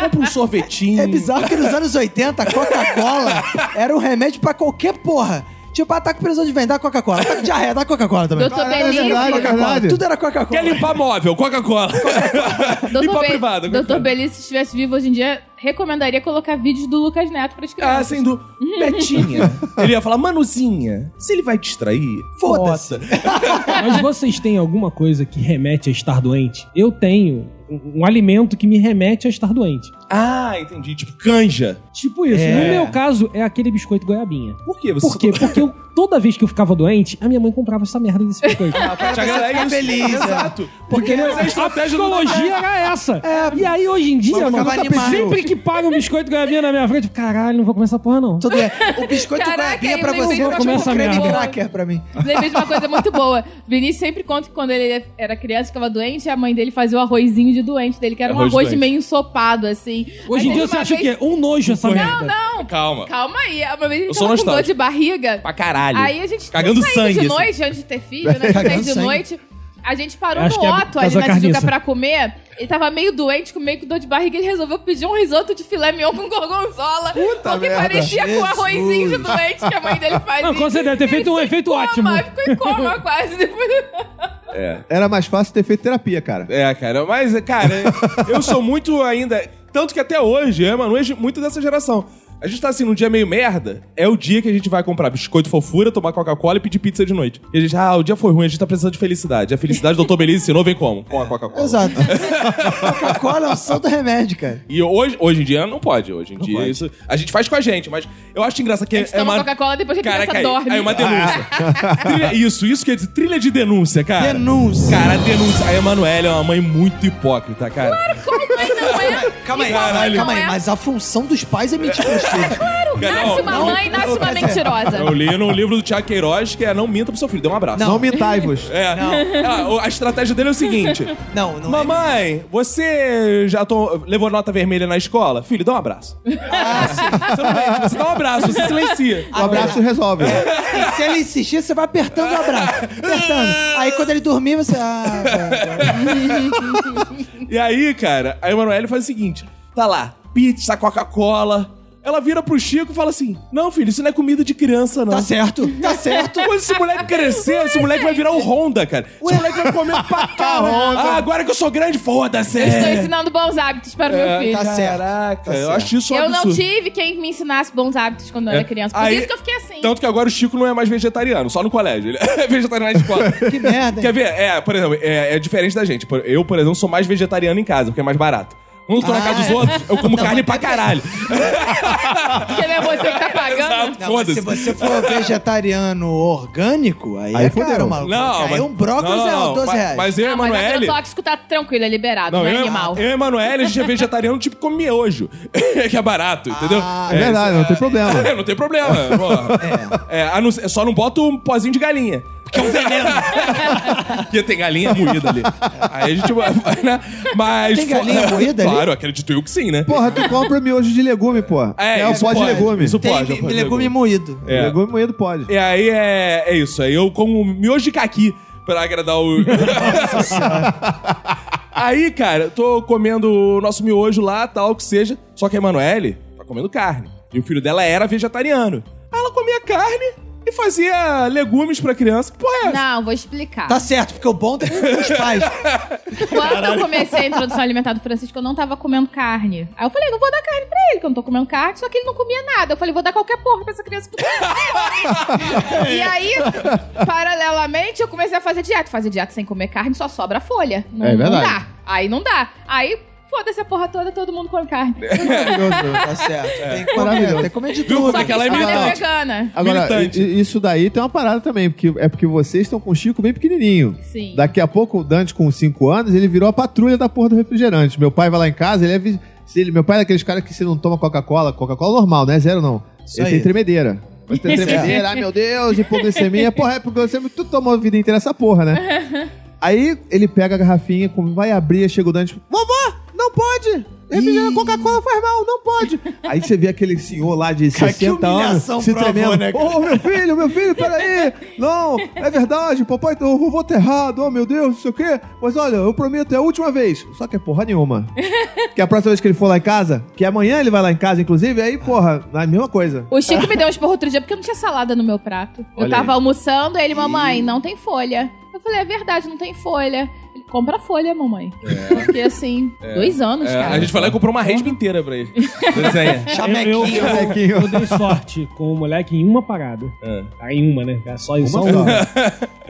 [SPEAKER 1] Compra um sorvetinho.
[SPEAKER 2] É bizarro que nos anos 80, a Coca-Cola era um remédio pra qualquer porra. Tipo, ah, tá com prisão de vender a Coca-Cola. Tá com diarreia, dá Coca-Cola também.
[SPEAKER 3] Doutor
[SPEAKER 5] Caralho, é
[SPEAKER 3] Belize.
[SPEAKER 5] verdade, é
[SPEAKER 2] Coca-Cola,
[SPEAKER 5] verdade.
[SPEAKER 2] Tudo era Coca-Cola.
[SPEAKER 1] Quer limpar móvel? Coca-Cola. limpar
[SPEAKER 3] Doutor, Be
[SPEAKER 1] privado.
[SPEAKER 3] Doutor
[SPEAKER 1] Coca-Cola.
[SPEAKER 3] Belize, se estivesse vivo hoje em dia, recomendaria colocar vídeos do Lucas Neto Uhum. para as
[SPEAKER 1] Ah,
[SPEAKER 3] crianças.
[SPEAKER 1] sem dúvida. Betinha. Ele ia falar, Manuzinha, se ele vai distrair, foda-se.
[SPEAKER 4] Mas vocês têm alguma coisa que remete a estar doente? Eu tenho um, um alimento que me remete a estar doente.
[SPEAKER 1] Ah, entendi. Tipo, canja.
[SPEAKER 4] Tipo isso.
[SPEAKER 2] É.
[SPEAKER 4] No meu caso, é aquele biscoito goiabinha.
[SPEAKER 1] Por quê? Você
[SPEAKER 4] Por quê? Porque eu, toda vez que eu ficava doente, a minha mãe comprava essa merda desse biscoito.
[SPEAKER 1] Pra te agradar, é isso.
[SPEAKER 2] feliz, é.
[SPEAKER 1] Exato.
[SPEAKER 4] Porque
[SPEAKER 1] Mas a estratégia do
[SPEAKER 4] psicologia era essa. e aí, hoje em dia,
[SPEAKER 2] É. Vamos
[SPEAKER 4] mano,
[SPEAKER 2] acabar
[SPEAKER 4] eu tava-
[SPEAKER 2] animado.
[SPEAKER 4] sempre que paga um biscoito goiabinha na minha frente, eu, caralho, não vou comer essa porra, não.
[SPEAKER 2] Tudo é. O biscoito
[SPEAKER 3] Caraca,
[SPEAKER 2] goiabinha
[SPEAKER 3] eu
[SPEAKER 2] pra
[SPEAKER 3] lembrei
[SPEAKER 2] você
[SPEAKER 3] de uma
[SPEAKER 2] é
[SPEAKER 4] coisa
[SPEAKER 2] tipo creme
[SPEAKER 4] boa.
[SPEAKER 2] cracker pra mim.
[SPEAKER 3] Lembrei de uma coisa muito boa. Vinícius sempre conta que quando ele era criança, ficava doente, a mãe dele fazia o arrozinho de doente dele, que era um
[SPEAKER 1] Arroz de
[SPEAKER 3] arroz
[SPEAKER 1] doente.
[SPEAKER 3] meio ensopado, assim.
[SPEAKER 4] Hoje
[SPEAKER 3] Aí
[SPEAKER 4] em dia,
[SPEAKER 3] teve
[SPEAKER 4] você
[SPEAKER 3] uma
[SPEAKER 4] acha o
[SPEAKER 3] vez-
[SPEAKER 4] quê? Um nojo essa merda.
[SPEAKER 3] Não,
[SPEAKER 1] Calma.
[SPEAKER 3] calma aí. Uma vez ele
[SPEAKER 1] Eu sou
[SPEAKER 3] tava com dor
[SPEAKER 1] nostálgico.
[SPEAKER 3] de barriga.
[SPEAKER 1] Pra caralho.
[SPEAKER 3] Aí a gente
[SPEAKER 1] Cagando
[SPEAKER 3] saindo
[SPEAKER 1] sangue,
[SPEAKER 3] de
[SPEAKER 1] assim.
[SPEAKER 3] noite, antes de ter filho, né? Saindo
[SPEAKER 2] Cagando
[SPEAKER 3] de
[SPEAKER 2] sangue.
[SPEAKER 3] noite. A gente parou
[SPEAKER 4] Acho
[SPEAKER 3] no
[SPEAKER 4] que é
[SPEAKER 3] Otto
[SPEAKER 4] da
[SPEAKER 3] ali
[SPEAKER 4] sua
[SPEAKER 3] na Tijuca
[SPEAKER 4] carniça.
[SPEAKER 3] pra comer. Ele tava meio doente, com meio que dor de barriga. Ele resolveu pedir um risoto de filé mignon com gorgonzola. porque
[SPEAKER 5] merda.
[SPEAKER 3] parecia com o arrozinho de doente que a mãe dele fazia.
[SPEAKER 4] Não, com certeza, deve ter
[SPEAKER 3] Ele
[SPEAKER 4] feito um
[SPEAKER 3] ficou em
[SPEAKER 4] efeito
[SPEAKER 3] coma,
[SPEAKER 4] ótimo.
[SPEAKER 3] Ficou em coma quase.
[SPEAKER 5] É. Era mais fácil ter feito terapia, cara.
[SPEAKER 1] É, cara, mas, cara, eu sou muito ainda. Tanto que até hoje, eu, mano, hoje muito dessa geração. A gente tá assim, num dia meio merda, é o dia que a gente vai comprar biscoito fofura, tomar Coca-Cola e pedir pizza de noite. E a gente, ah, o dia foi ruim, a gente tá precisando de felicidade. A felicidade do Dr. Belize ensinou, vem como? Com a Coca-Cola.
[SPEAKER 2] Exato. Coca-Cola é um santo remédio, cara.
[SPEAKER 1] E hoje, hoje em dia não pode. Hoje em dia isso. A gente faz com a gente, mas eu acho engraçado que
[SPEAKER 3] A gente
[SPEAKER 1] é
[SPEAKER 3] toma
[SPEAKER 1] uma.
[SPEAKER 3] Coca-Cola depois que a
[SPEAKER 1] Caraca,
[SPEAKER 3] criança
[SPEAKER 1] aí,
[SPEAKER 3] dorme.
[SPEAKER 1] aí uma denúncia. Trilha- isso, isso quer dizer trilha de denúncia, cara.
[SPEAKER 2] Denúncia.
[SPEAKER 1] Cara, denúncia. A Emanuela é uma mãe muito hipócrita, cara.
[SPEAKER 3] Como é, não é?
[SPEAKER 2] Calma aí,
[SPEAKER 3] E como é,
[SPEAKER 2] caralho.
[SPEAKER 3] não
[SPEAKER 2] Calma aí,
[SPEAKER 3] é?
[SPEAKER 2] mas a função dos pais é mentir pros filhos.
[SPEAKER 1] Cara,
[SPEAKER 3] Nasce
[SPEAKER 1] não,
[SPEAKER 3] uma
[SPEAKER 1] não,
[SPEAKER 3] mãe, nasce uma
[SPEAKER 2] quer dizer-
[SPEAKER 3] mentirosa.
[SPEAKER 1] Eu li no livro do Tiago Queiroz que é não minta pro seu filho, dê um abraço.
[SPEAKER 5] Não, mintai-vos.
[SPEAKER 1] É, Ah, a estratégia dele é o seguinte:
[SPEAKER 2] Não, não é.
[SPEAKER 1] Mamãe, você já to- levou nota vermelha na escola? Filho, dá um abraço.
[SPEAKER 2] Ah,
[SPEAKER 1] Você, não mente, você dá um abraço, você silencia.
[SPEAKER 5] O abraço resolve. né?
[SPEAKER 2] E se ele insistir, você vai apertando o abraço. Apertando. Aí quando ele dormir, você. Ah, cara.
[SPEAKER 1] E aí, cara, a Emanuele faz o seguinte: tá lá, pizza, Coca-Cola. Ela vira pro Chico e fala assim: Não, filho, isso não é comida de criança, não.
[SPEAKER 2] Tá certo, tá certo.
[SPEAKER 1] Quando esse moleque crescer, esse moleque vai virar o Honda, cara. Esse moleque vai comer pra
[SPEAKER 2] Tá,
[SPEAKER 1] caralho. Ah, é. agora que eu sou grande, foda-se.
[SPEAKER 3] Eu estou ensinando bons hábitos para o meu filho.
[SPEAKER 2] Tá certo.
[SPEAKER 1] Caraca, É, eu acho isso um
[SPEAKER 3] Eu não
[SPEAKER 1] absurdo.
[SPEAKER 3] tive quem me ensinasse bons hábitos quando eu
[SPEAKER 1] É.
[SPEAKER 3] era criança. Por
[SPEAKER 1] Aí-
[SPEAKER 3] isso que eu fiquei assim.
[SPEAKER 1] Tanto que agora o Chico não é mais vegetariano, só no colégio. Ele é vegetariano na escola.
[SPEAKER 2] Que merda.
[SPEAKER 1] Quer ver? É, por exemplo, é, é diferente da gente. Por- Eu, por exemplo, sou mais vegetariano em casa, porque é mais barato. Quando eu tô na
[SPEAKER 2] Ah,
[SPEAKER 1] casa dos
[SPEAKER 2] é.
[SPEAKER 1] outros, eu como carne pra caralho.
[SPEAKER 3] Porque não é você que tá pagando.
[SPEAKER 1] Exato,
[SPEAKER 2] Não, mas se
[SPEAKER 1] foda-se.
[SPEAKER 2] você for vegetariano orgânico, aí,
[SPEAKER 5] Aí
[SPEAKER 2] é
[SPEAKER 5] fudeu.
[SPEAKER 2] caro, maluco.
[SPEAKER 1] Não,
[SPEAKER 2] aí
[SPEAKER 1] mas...
[SPEAKER 2] um brócolis
[SPEAKER 1] não, não,
[SPEAKER 2] é 12
[SPEAKER 1] mas-
[SPEAKER 2] reais.
[SPEAKER 1] Mas eu e a
[SPEAKER 3] Ah, mas
[SPEAKER 1] Emanuele...
[SPEAKER 3] agrotóxico tá tranquilo, é liberado, não,
[SPEAKER 1] Não,
[SPEAKER 3] é
[SPEAKER 1] eu,
[SPEAKER 3] animal.
[SPEAKER 1] eu e a Emanuele, a gente é vegetariano, tipo, come miojo. que é barato, entendeu?
[SPEAKER 2] Ah,
[SPEAKER 5] É verdade, não tem problema.
[SPEAKER 1] É, não tem problema. porra. É, a não ser- só não bota um pozinho de galinha. Que é um veneno. Porque tem galinha moída ali. Aí a gente vai, né? Mas.
[SPEAKER 2] Tem galinha
[SPEAKER 1] fo-
[SPEAKER 2] moída ali?
[SPEAKER 1] Claro, acredito eu que sim, né?
[SPEAKER 5] Porra, tu compra miojo de legume, pô. É, o
[SPEAKER 1] isso
[SPEAKER 5] pó de
[SPEAKER 1] pode,
[SPEAKER 5] legume.
[SPEAKER 1] Isso
[SPEAKER 2] Tem
[SPEAKER 1] pode. é o
[SPEAKER 2] le-
[SPEAKER 1] pó de
[SPEAKER 2] legume moído.
[SPEAKER 1] É.
[SPEAKER 5] Legume moído pode.
[SPEAKER 1] E aí é, é isso. Aí eu como miojo de caqui pra agradar o. aí, cara, tô comendo o nosso miojo lá, tal, que seja. Só que a Emanuele tá comendo carne. E o filho dela era vegetariano. Aí Ela comia carne e fazia legumes pra criança. Que porra é essa?
[SPEAKER 3] Não, vou explicar.
[SPEAKER 2] Tá certo, porque o bom tem que ter os pais.
[SPEAKER 3] Quando eu comecei a introdução alimentar do Francisco, eu não tava comendo carne. Aí eu falei, não vou dar carne pra ele, que eu não tô comendo carne, só que ele não comia nada. Eu falei, vou dar qualquer porra pra essa criança comer. e aí, paralelamente, eu comecei a fazer dieta. Fazer dieta sem comer carne só sobra folha. Não,
[SPEAKER 5] É
[SPEAKER 3] não
[SPEAKER 5] verdade.
[SPEAKER 3] dá. Aí não dá. Aí Foda-se a porra toda, todo mundo come carne.
[SPEAKER 2] Maravilhoso, tá certo. Tem que comer,
[SPEAKER 5] Maravilhoso.
[SPEAKER 2] tem que comer de
[SPEAKER 1] É. Viu
[SPEAKER 2] tudo.
[SPEAKER 1] como é que ela é
[SPEAKER 3] Ela é
[SPEAKER 1] militante?
[SPEAKER 3] vegana.
[SPEAKER 5] Agora,
[SPEAKER 1] Militante.
[SPEAKER 5] i- isso daí tem uma parada também, porque é porque vocês estão com o Chico bem pequenininho.
[SPEAKER 3] Sim.
[SPEAKER 5] Daqui a pouco, o Dante, com 5 anos, ele virou a patrulha da porra do refrigerante. Meu pai vai lá em casa, ele é. vi- se ele- meu pai é daqueles caras que se não toma Coca-Cola, Coca-Cola normal, né? Zero não.
[SPEAKER 2] Isso
[SPEAKER 5] ele
[SPEAKER 2] aí.
[SPEAKER 5] tem tremedeira. Ele tem tremedeira, ai meu Deus, hipoglicemia. Porra, é hipoglicemia, tu tomou a vida inteira essa porra, né? Aí ele pega a garrafinha, como vai abrir, chega o Dante. Vovó, não pode! Refrigerante, Coca-Cola faz mal, não pode! Aí você vê aquele senhor lá de
[SPEAKER 6] Cara, que
[SPEAKER 5] 60 anos
[SPEAKER 6] humilhação
[SPEAKER 5] se
[SPEAKER 6] pro avô,
[SPEAKER 5] tremendo.
[SPEAKER 6] né, cara?
[SPEAKER 5] Ô, meu filho, meu filho, peraí! Não, é verdade, papai, o vovô tá errado, oh meu Deus, não sei o quê. Mas olha, eu prometo, é a última vez. Só que é porra nenhuma. Que a próxima vez que ele for lá em casa, que amanhã ele vai lá em casa, inclusive, aí, porra, é a mesma coisa.
[SPEAKER 3] O Chico me deu um esporro outro dia porque eu não tinha salada no meu prato. eu
[SPEAKER 5] Olha
[SPEAKER 3] tava
[SPEAKER 5] aí.
[SPEAKER 3] almoçando, aí ele, mamãe, não tem folha. Eu falei, é verdade, não tem folha. Ele, compra folha, mamãe. Porque assim, dois anos,
[SPEAKER 1] É,
[SPEAKER 3] cara.
[SPEAKER 1] a gente foi lá e comprou uma resma inteira pra ele. é.
[SPEAKER 4] Eu, eu, eu dei sorte com o moleque em uma parada.
[SPEAKER 1] É.
[SPEAKER 4] Ah, em uma, né? Só em só uma.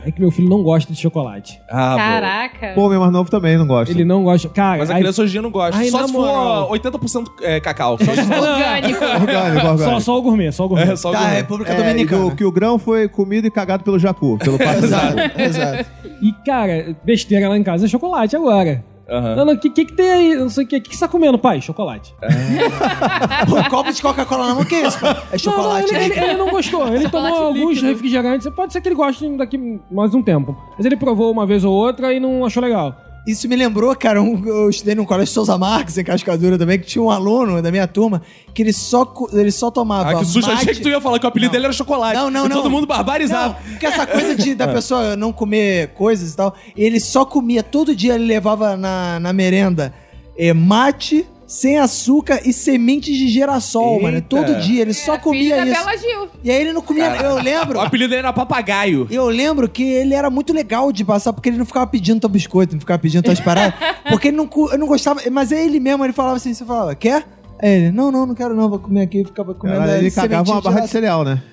[SPEAKER 4] É que meu filho não gosta de chocolate.
[SPEAKER 1] Ah,
[SPEAKER 3] Caraca.
[SPEAKER 5] Pô, meu mais novo também não gosta.
[SPEAKER 4] Ele não gosta. Cara,
[SPEAKER 1] Mas a
[SPEAKER 4] aí-
[SPEAKER 1] criança hoje em dia não gosta.
[SPEAKER 4] Ai,
[SPEAKER 1] só
[SPEAKER 4] na
[SPEAKER 1] se
[SPEAKER 4] moral.
[SPEAKER 1] for 80% é, cacau. Só se for...
[SPEAKER 3] Orgânico.
[SPEAKER 5] É Orgânico,
[SPEAKER 4] só,
[SPEAKER 5] orgânico.
[SPEAKER 4] só o gourmet, só o gourmet.
[SPEAKER 1] é, só
[SPEAKER 2] Da
[SPEAKER 1] algum-
[SPEAKER 2] República
[SPEAKER 5] É, e
[SPEAKER 2] Dominicana.
[SPEAKER 5] do- que o grão foi comido e cagado pelo jacu, pelo
[SPEAKER 2] Exato,
[SPEAKER 5] patrulha.
[SPEAKER 2] exato.
[SPEAKER 4] E, cara, besteira lá em casa é chocolate agora.
[SPEAKER 1] Aham.
[SPEAKER 4] Não, não, o que, que que tem aí? Não sei o que. O que que você tá comendo, pai? Chocolate.
[SPEAKER 1] É.
[SPEAKER 2] Pô, copo de Coca-Cola na mão, que é isso? pô? É chocolate.
[SPEAKER 4] Não, não,
[SPEAKER 2] né?
[SPEAKER 4] ele, ele- ele não gostou. Ele tomou alguns refrigerantes. Pode ser que ele goste daqui mais um tempo. Mas ele provou uma vez ou outra e não achou legal.
[SPEAKER 2] Isso me lembrou, cara, um- eu estudei num colégio de Souza Marques, em Cascadura também, que tinha um aluno da minha turma que ele só, co- ele só tomava
[SPEAKER 1] Ah, que susto.
[SPEAKER 2] mate...
[SPEAKER 1] Achei que tu ia falar que o apelido
[SPEAKER 2] Não.
[SPEAKER 1] dele era chocolate.
[SPEAKER 2] Não, não,
[SPEAKER 1] E
[SPEAKER 2] não.
[SPEAKER 1] todo mundo
[SPEAKER 2] Não,
[SPEAKER 1] barbarizava. É.
[SPEAKER 2] porque essa coisa de, da pessoa não comer coisas e tal, ele só comia, todo dia ele levava na, na merenda eh, mate, sem açúcar e sementes de girassol,
[SPEAKER 1] Eita.
[SPEAKER 2] mano. Todo dia, ele só
[SPEAKER 3] Era filho
[SPEAKER 2] comia
[SPEAKER 1] é
[SPEAKER 3] da
[SPEAKER 2] isso.
[SPEAKER 3] Bela Gil.
[SPEAKER 2] E aí ele não comia, eu lembro...
[SPEAKER 1] O apelido dele era papagaio.
[SPEAKER 2] Eu lembro que ele era muito legal de passar, porque ele não ficava pedindo teu biscoito, não ficava pedindo tuas paradas. porque ele não, cu- eu não gostava. Mas é ele mesmo, ele falava assim: você falava, quer? Aí ele, não, não, não quero não, vou comer aqui, ficava comendo.
[SPEAKER 5] Cara, ele
[SPEAKER 2] sementinha
[SPEAKER 5] cagava uma barra de
[SPEAKER 2] girassol.
[SPEAKER 5] cereal, né?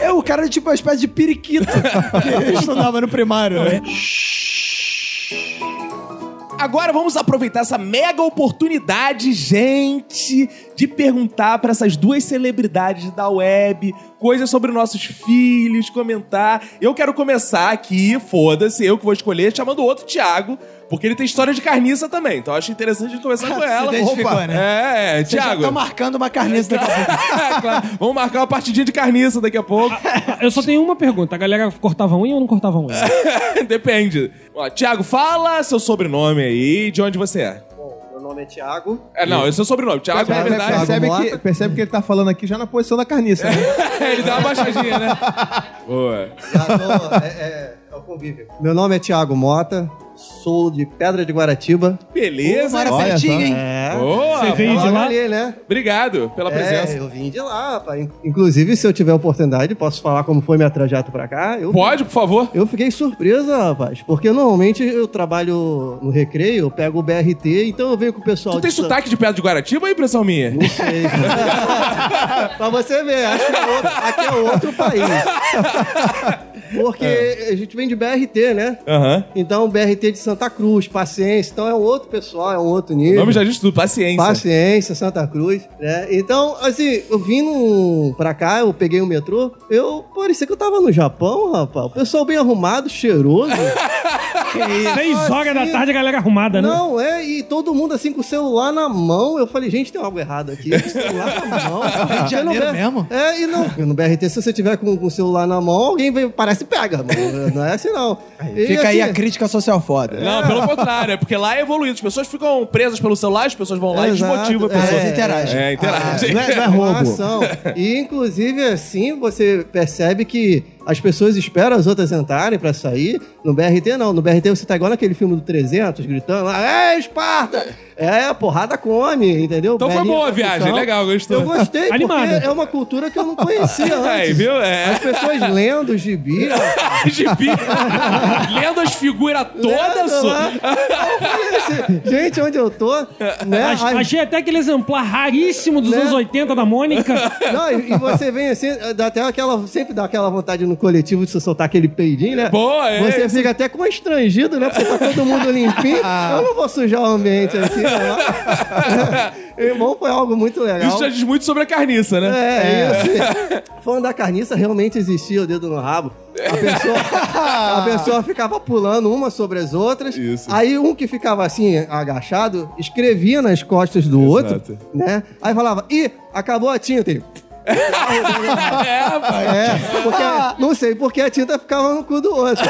[SPEAKER 2] É, o cara era tipo uma espécie de periquito que ele estudava no primário, né?
[SPEAKER 1] Agora vamos aproveitar essa mega oportunidade, gente, de perguntar pra essas duas celebridades da web coisas sobre nossos filhos, comentar. Eu quero começar aqui, foda-se, eu que vou escolher, chamando o outro Thiago, porque ele tem história de carniça também. Então eu acho interessante a gente começar com
[SPEAKER 2] Se
[SPEAKER 1] ela.
[SPEAKER 2] identificou, né?
[SPEAKER 1] Opa. É, é,
[SPEAKER 2] Vocês já
[SPEAKER 1] Thiago.
[SPEAKER 4] tá
[SPEAKER 1] É,
[SPEAKER 2] estão marcando uma carniça daqui a pouco.
[SPEAKER 1] Claro, Vamos marcar uma partidinha de carniça daqui a pouco.
[SPEAKER 4] É, Eu só tenho uma pergunta. A galera cortava unha ou não cortava
[SPEAKER 1] É.
[SPEAKER 4] unha?
[SPEAKER 1] Depende. Ó, Thiago, fala seu sobrenome aí, de onde você é.
[SPEAKER 8] Bom, meu nome é Thiago.
[SPEAKER 1] É, não, é seu sobrenome. Thiago, na
[SPEAKER 5] Cara,
[SPEAKER 1] verdade.
[SPEAKER 5] percebe,
[SPEAKER 8] Thiago
[SPEAKER 5] que,
[SPEAKER 8] Mota.
[SPEAKER 5] percebe que ele tá falando aqui já na posição da carniça, né?
[SPEAKER 1] Ele dá uma baixadinha, né? Boa.
[SPEAKER 8] Já tô, é, é, é o convívio. Meu nome é Thiago Mota, sou de Pedra de Guaratiba.
[SPEAKER 1] Beleza. é
[SPEAKER 2] Agora
[SPEAKER 5] Olha
[SPEAKER 2] certinho,
[SPEAKER 5] só.
[SPEAKER 2] hein?
[SPEAKER 8] É.
[SPEAKER 1] Boa.
[SPEAKER 4] Você veio de
[SPEAKER 8] Logo
[SPEAKER 4] lá?
[SPEAKER 8] ali, né?
[SPEAKER 1] Obrigado pela
[SPEAKER 8] É,
[SPEAKER 1] presença.
[SPEAKER 8] eu vim de lá, rapaz. In- Inclusive, se eu tiver oportunidade, posso falar como foi minha trajeto pra cá. Eu,
[SPEAKER 1] Pode, por favor?
[SPEAKER 8] eu fiquei surpresa, rapaz, porque normalmente eu trabalho no recreio, eu pego o BRT, então eu venho com o pessoal...
[SPEAKER 1] Tu tem
[SPEAKER 8] de Sa-
[SPEAKER 1] sotaque de Pedra de Guaratiba ou é impressão minha?
[SPEAKER 8] Não sei. pra você ver, acho que é outro- aqui é outro país. Porque
[SPEAKER 1] É.
[SPEAKER 8] a gente vem de BRT, né?
[SPEAKER 1] Aham.
[SPEAKER 8] Então, BRT de Santa Cruz, Paciência, então é um outro pessoal, é um outro
[SPEAKER 1] O
[SPEAKER 8] nível.
[SPEAKER 1] nome já diz tudo, paciência.
[SPEAKER 8] Paciência, Santa Cruz, né? Então, assim, eu vim pra cá, eu peguei o metrô, eu parecia que eu tava no Japão, rapaz. O pessoal bem arrumado, cheiroso.
[SPEAKER 4] Seis horas da tarde a galera arrumada, né?
[SPEAKER 8] Não, é, e todo mundo assim com o celular na mão. Eu falei, gente, tem algo errado aqui. Celular na mão.
[SPEAKER 2] Rio de Janeiro
[SPEAKER 8] Porque no
[SPEAKER 2] mesmo?
[SPEAKER 8] É, e não. No BRT, se você tiver com, com o celular na mão, alguém vai, parece e pega. mano. Não é assim, não. E,
[SPEAKER 2] Fica aí
[SPEAKER 8] assim,
[SPEAKER 2] a crítica social foda.
[SPEAKER 1] Não, pelo contrário, é porque lá é evoluído. As pessoas ficam presas pelo celular, as pessoas vão lá e
[SPEAKER 8] Exato,
[SPEAKER 1] desmotivam a
[SPEAKER 8] é.
[SPEAKER 2] As
[SPEAKER 1] pessoa.
[SPEAKER 2] pessoas interagem.
[SPEAKER 1] É, interagem.
[SPEAKER 5] Não é, não é roubo.
[SPEAKER 8] Ação. E inclusive assim você percebe que as pessoas esperam as outras entrarem pra sair. No BRT não, no BRT você tá igual naquele filme do 300 gritando lá, é Esparta! É, a porrada come, entendeu?
[SPEAKER 1] Então foi
[SPEAKER 8] Belinha
[SPEAKER 1] boa a
[SPEAKER 8] confusão.
[SPEAKER 1] viagem, legal, gostou.
[SPEAKER 8] tá Eu gostei porque
[SPEAKER 4] Animada.
[SPEAKER 8] é uma cultura que eu não conhecia né?
[SPEAKER 1] Aí,
[SPEAKER 8] antes.
[SPEAKER 1] viu? É.
[SPEAKER 8] As pessoas lendo o gibi,
[SPEAKER 1] Gibi. Lendo as figuras
[SPEAKER 8] É. Lendo
[SPEAKER 1] todas. so-
[SPEAKER 8] lá. Esse- gente, onde eu tô, né?
[SPEAKER 4] Ach-
[SPEAKER 8] Aí-
[SPEAKER 4] Achei até aquele exemplar raríssimo dos
[SPEAKER 8] Né?
[SPEAKER 4] anos 80 da Mônica.
[SPEAKER 8] Não, e, e você vem assim, dá até aquela, sempre dá aquela vontade no coletivo de você soltar aquele peidinho, né?
[SPEAKER 1] Boa, é.
[SPEAKER 8] Você fica até constrangido, né? Porque tá todo mundo limpinho. Eu não vou sujar o ambiente aqui. ó. Irmão, foi algo muito legal.
[SPEAKER 1] Isso já diz muito sobre a carniça, né?
[SPEAKER 8] É, é. isso. Fã da carniça realmente existia o dedo no rabo. A pessoa, a pessoa ficava pulando uma sobre as outras.
[SPEAKER 9] Isso.
[SPEAKER 8] Aí um que ficava assim, agachado, escrevia nas costas do outro, né? Aí falava, ih, acabou a tinta. Ele,
[SPEAKER 1] É, pô.
[SPEAKER 8] É, porque, não sei porque a tinta ficava no cu do outro.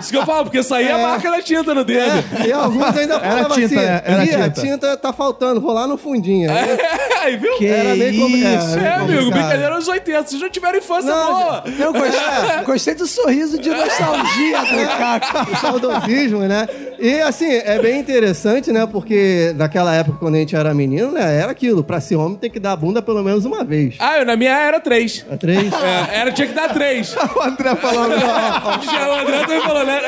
[SPEAKER 1] Isso que eu falo, porque saía a marca da tinta no dedo.
[SPEAKER 8] É, e alguns ainda falavam
[SPEAKER 5] tinta,
[SPEAKER 8] assim,
[SPEAKER 5] né? Era
[SPEAKER 8] ih, a
[SPEAKER 5] tinta.
[SPEAKER 8] tinta tá faltando, vou lá no fundinho. Aí,
[SPEAKER 1] É, Aí, viu?
[SPEAKER 2] Que
[SPEAKER 8] Era meio como- é,
[SPEAKER 2] isso?
[SPEAKER 1] É, amigo,
[SPEAKER 8] complicado.
[SPEAKER 1] brincadeira nos 80. Vocês não tiveram infância boa.
[SPEAKER 2] Eu gostei, gostei do sorriso de nostalgia do Caco.
[SPEAKER 8] o saudosismo, né? E assim, é bem interessante, né? Porque naquela época, quando a gente era menino, né? Era aquilo, pra ser homem tem que dar a bunda pelo menos uma vez.
[SPEAKER 1] Ah, eu, na minha era três.
[SPEAKER 8] É Três.
[SPEAKER 1] É, era, tinha que dar três.
[SPEAKER 8] O André falando,
[SPEAKER 1] Já o André também falou, né?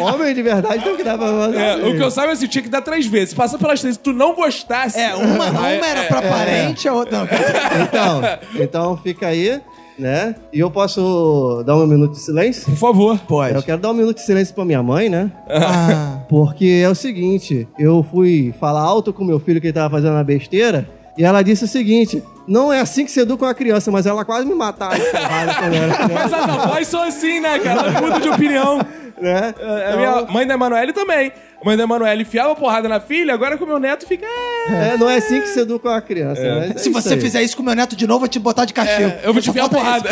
[SPEAKER 8] homem de verdade tem que dar pelo menos uma
[SPEAKER 1] É,
[SPEAKER 8] vez.
[SPEAKER 1] o que eu saiba é assim, tinha que dar três vezes. Se Passar pelas três, se tu não gostasse... é,
[SPEAKER 2] É, uma, uma era pra parente, a outra. Não,
[SPEAKER 8] Então, então fica aí, né? E eu posso dar um minuto de silêncio?
[SPEAKER 1] Por favor.
[SPEAKER 8] Eu
[SPEAKER 2] pode.
[SPEAKER 8] quero dar um minuto de silêncio pra minha mãe, né?
[SPEAKER 2] Ah,
[SPEAKER 8] Porque é o seguinte, eu fui falar alto com meu filho que ele tava fazendo uma besteira, e ela disse o seguinte: não é assim que se educa uma criança, mas ela quase me matava de porrada quando eu era
[SPEAKER 1] Mas
[SPEAKER 8] criança.
[SPEAKER 1] as avós são assim, né, cara? Elas mudam de opinião. É,
[SPEAKER 8] Né?
[SPEAKER 1] A minha
[SPEAKER 2] Então-
[SPEAKER 1] mãe da Emanuele também. A mãe da Emanuele enfiava porrada na filha, agora com o meu neto fica... "Ah,
[SPEAKER 8] Então, é, não é assim que se educa uma criança. mas é
[SPEAKER 2] se
[SPEAKER 8] isso
[SPEAKER 2] você
[SPEAKER 8] aí.
[SPEAKER 2] fizer isso com meu neto de novo, eu vou te botar de cachê.
[SPEAKER 1] É, Eu vou te enfiar porrada.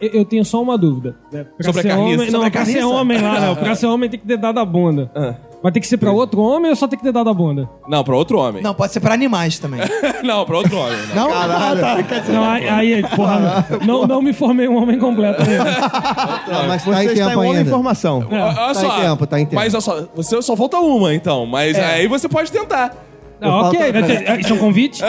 [SPEAKER 4] Eu, eu tenho só uma dúvida. Né? Pra
[SPEAKER 1] Sobre a
[SPEAKER 4] ser
[SPEAKER 1] carniça. Ah.
[SPEAKER 4] Homem, não,
[SPEAKER 2] Sobre a
[SPEAKER 4] pra ser
[SPEAKER 2] carniça?
[SPEAKER 4] homem lá, não. Pra ser homem tem que ter dado a bunda.
[SPEAKER 3] Ah.
[SPEAKER 4] Mas tem que ser pra outro homem ou só tem que ter dado a bunda?
[SPEAKER 1] Não, pra outro homem.
[SPEAKER 2] Não, pode ser pra animais também.
[SPEAKER 1] Não, pra outro homem. Não. tá,
[SPEAKER 2] Não? Ah, tá.
[SPEAKER 4] Não, aí, aí, porra, não, não me formei um homem completo. ainda.
[SPEAKER 8] Não, mas
[SPEAKER 5] Você
[SPEAKER 8] tá em
[SPEAKER 5] está em
[SPEAKER 8] tempo
[SPEAKER 5] outra
[SPEAKER 8] ainda.
[SPEAKER 5] informação.
[SPEAKER 1] É. Olha
[SPEAKER 8] Tá em
[SPEAKER 1] só.
[SPEAKER 8] tempo, tá em tempo.
[SPEAKER 1] Mas olha só, você só falta uma, então. Mas aí você pode tentar.
[SPEAKER 4] Ah, É. ok,
[SPEAKER 8] falo pra-
[SPEAKER 4] mas tem- isso é um convite?
[SPEAKER 1] É,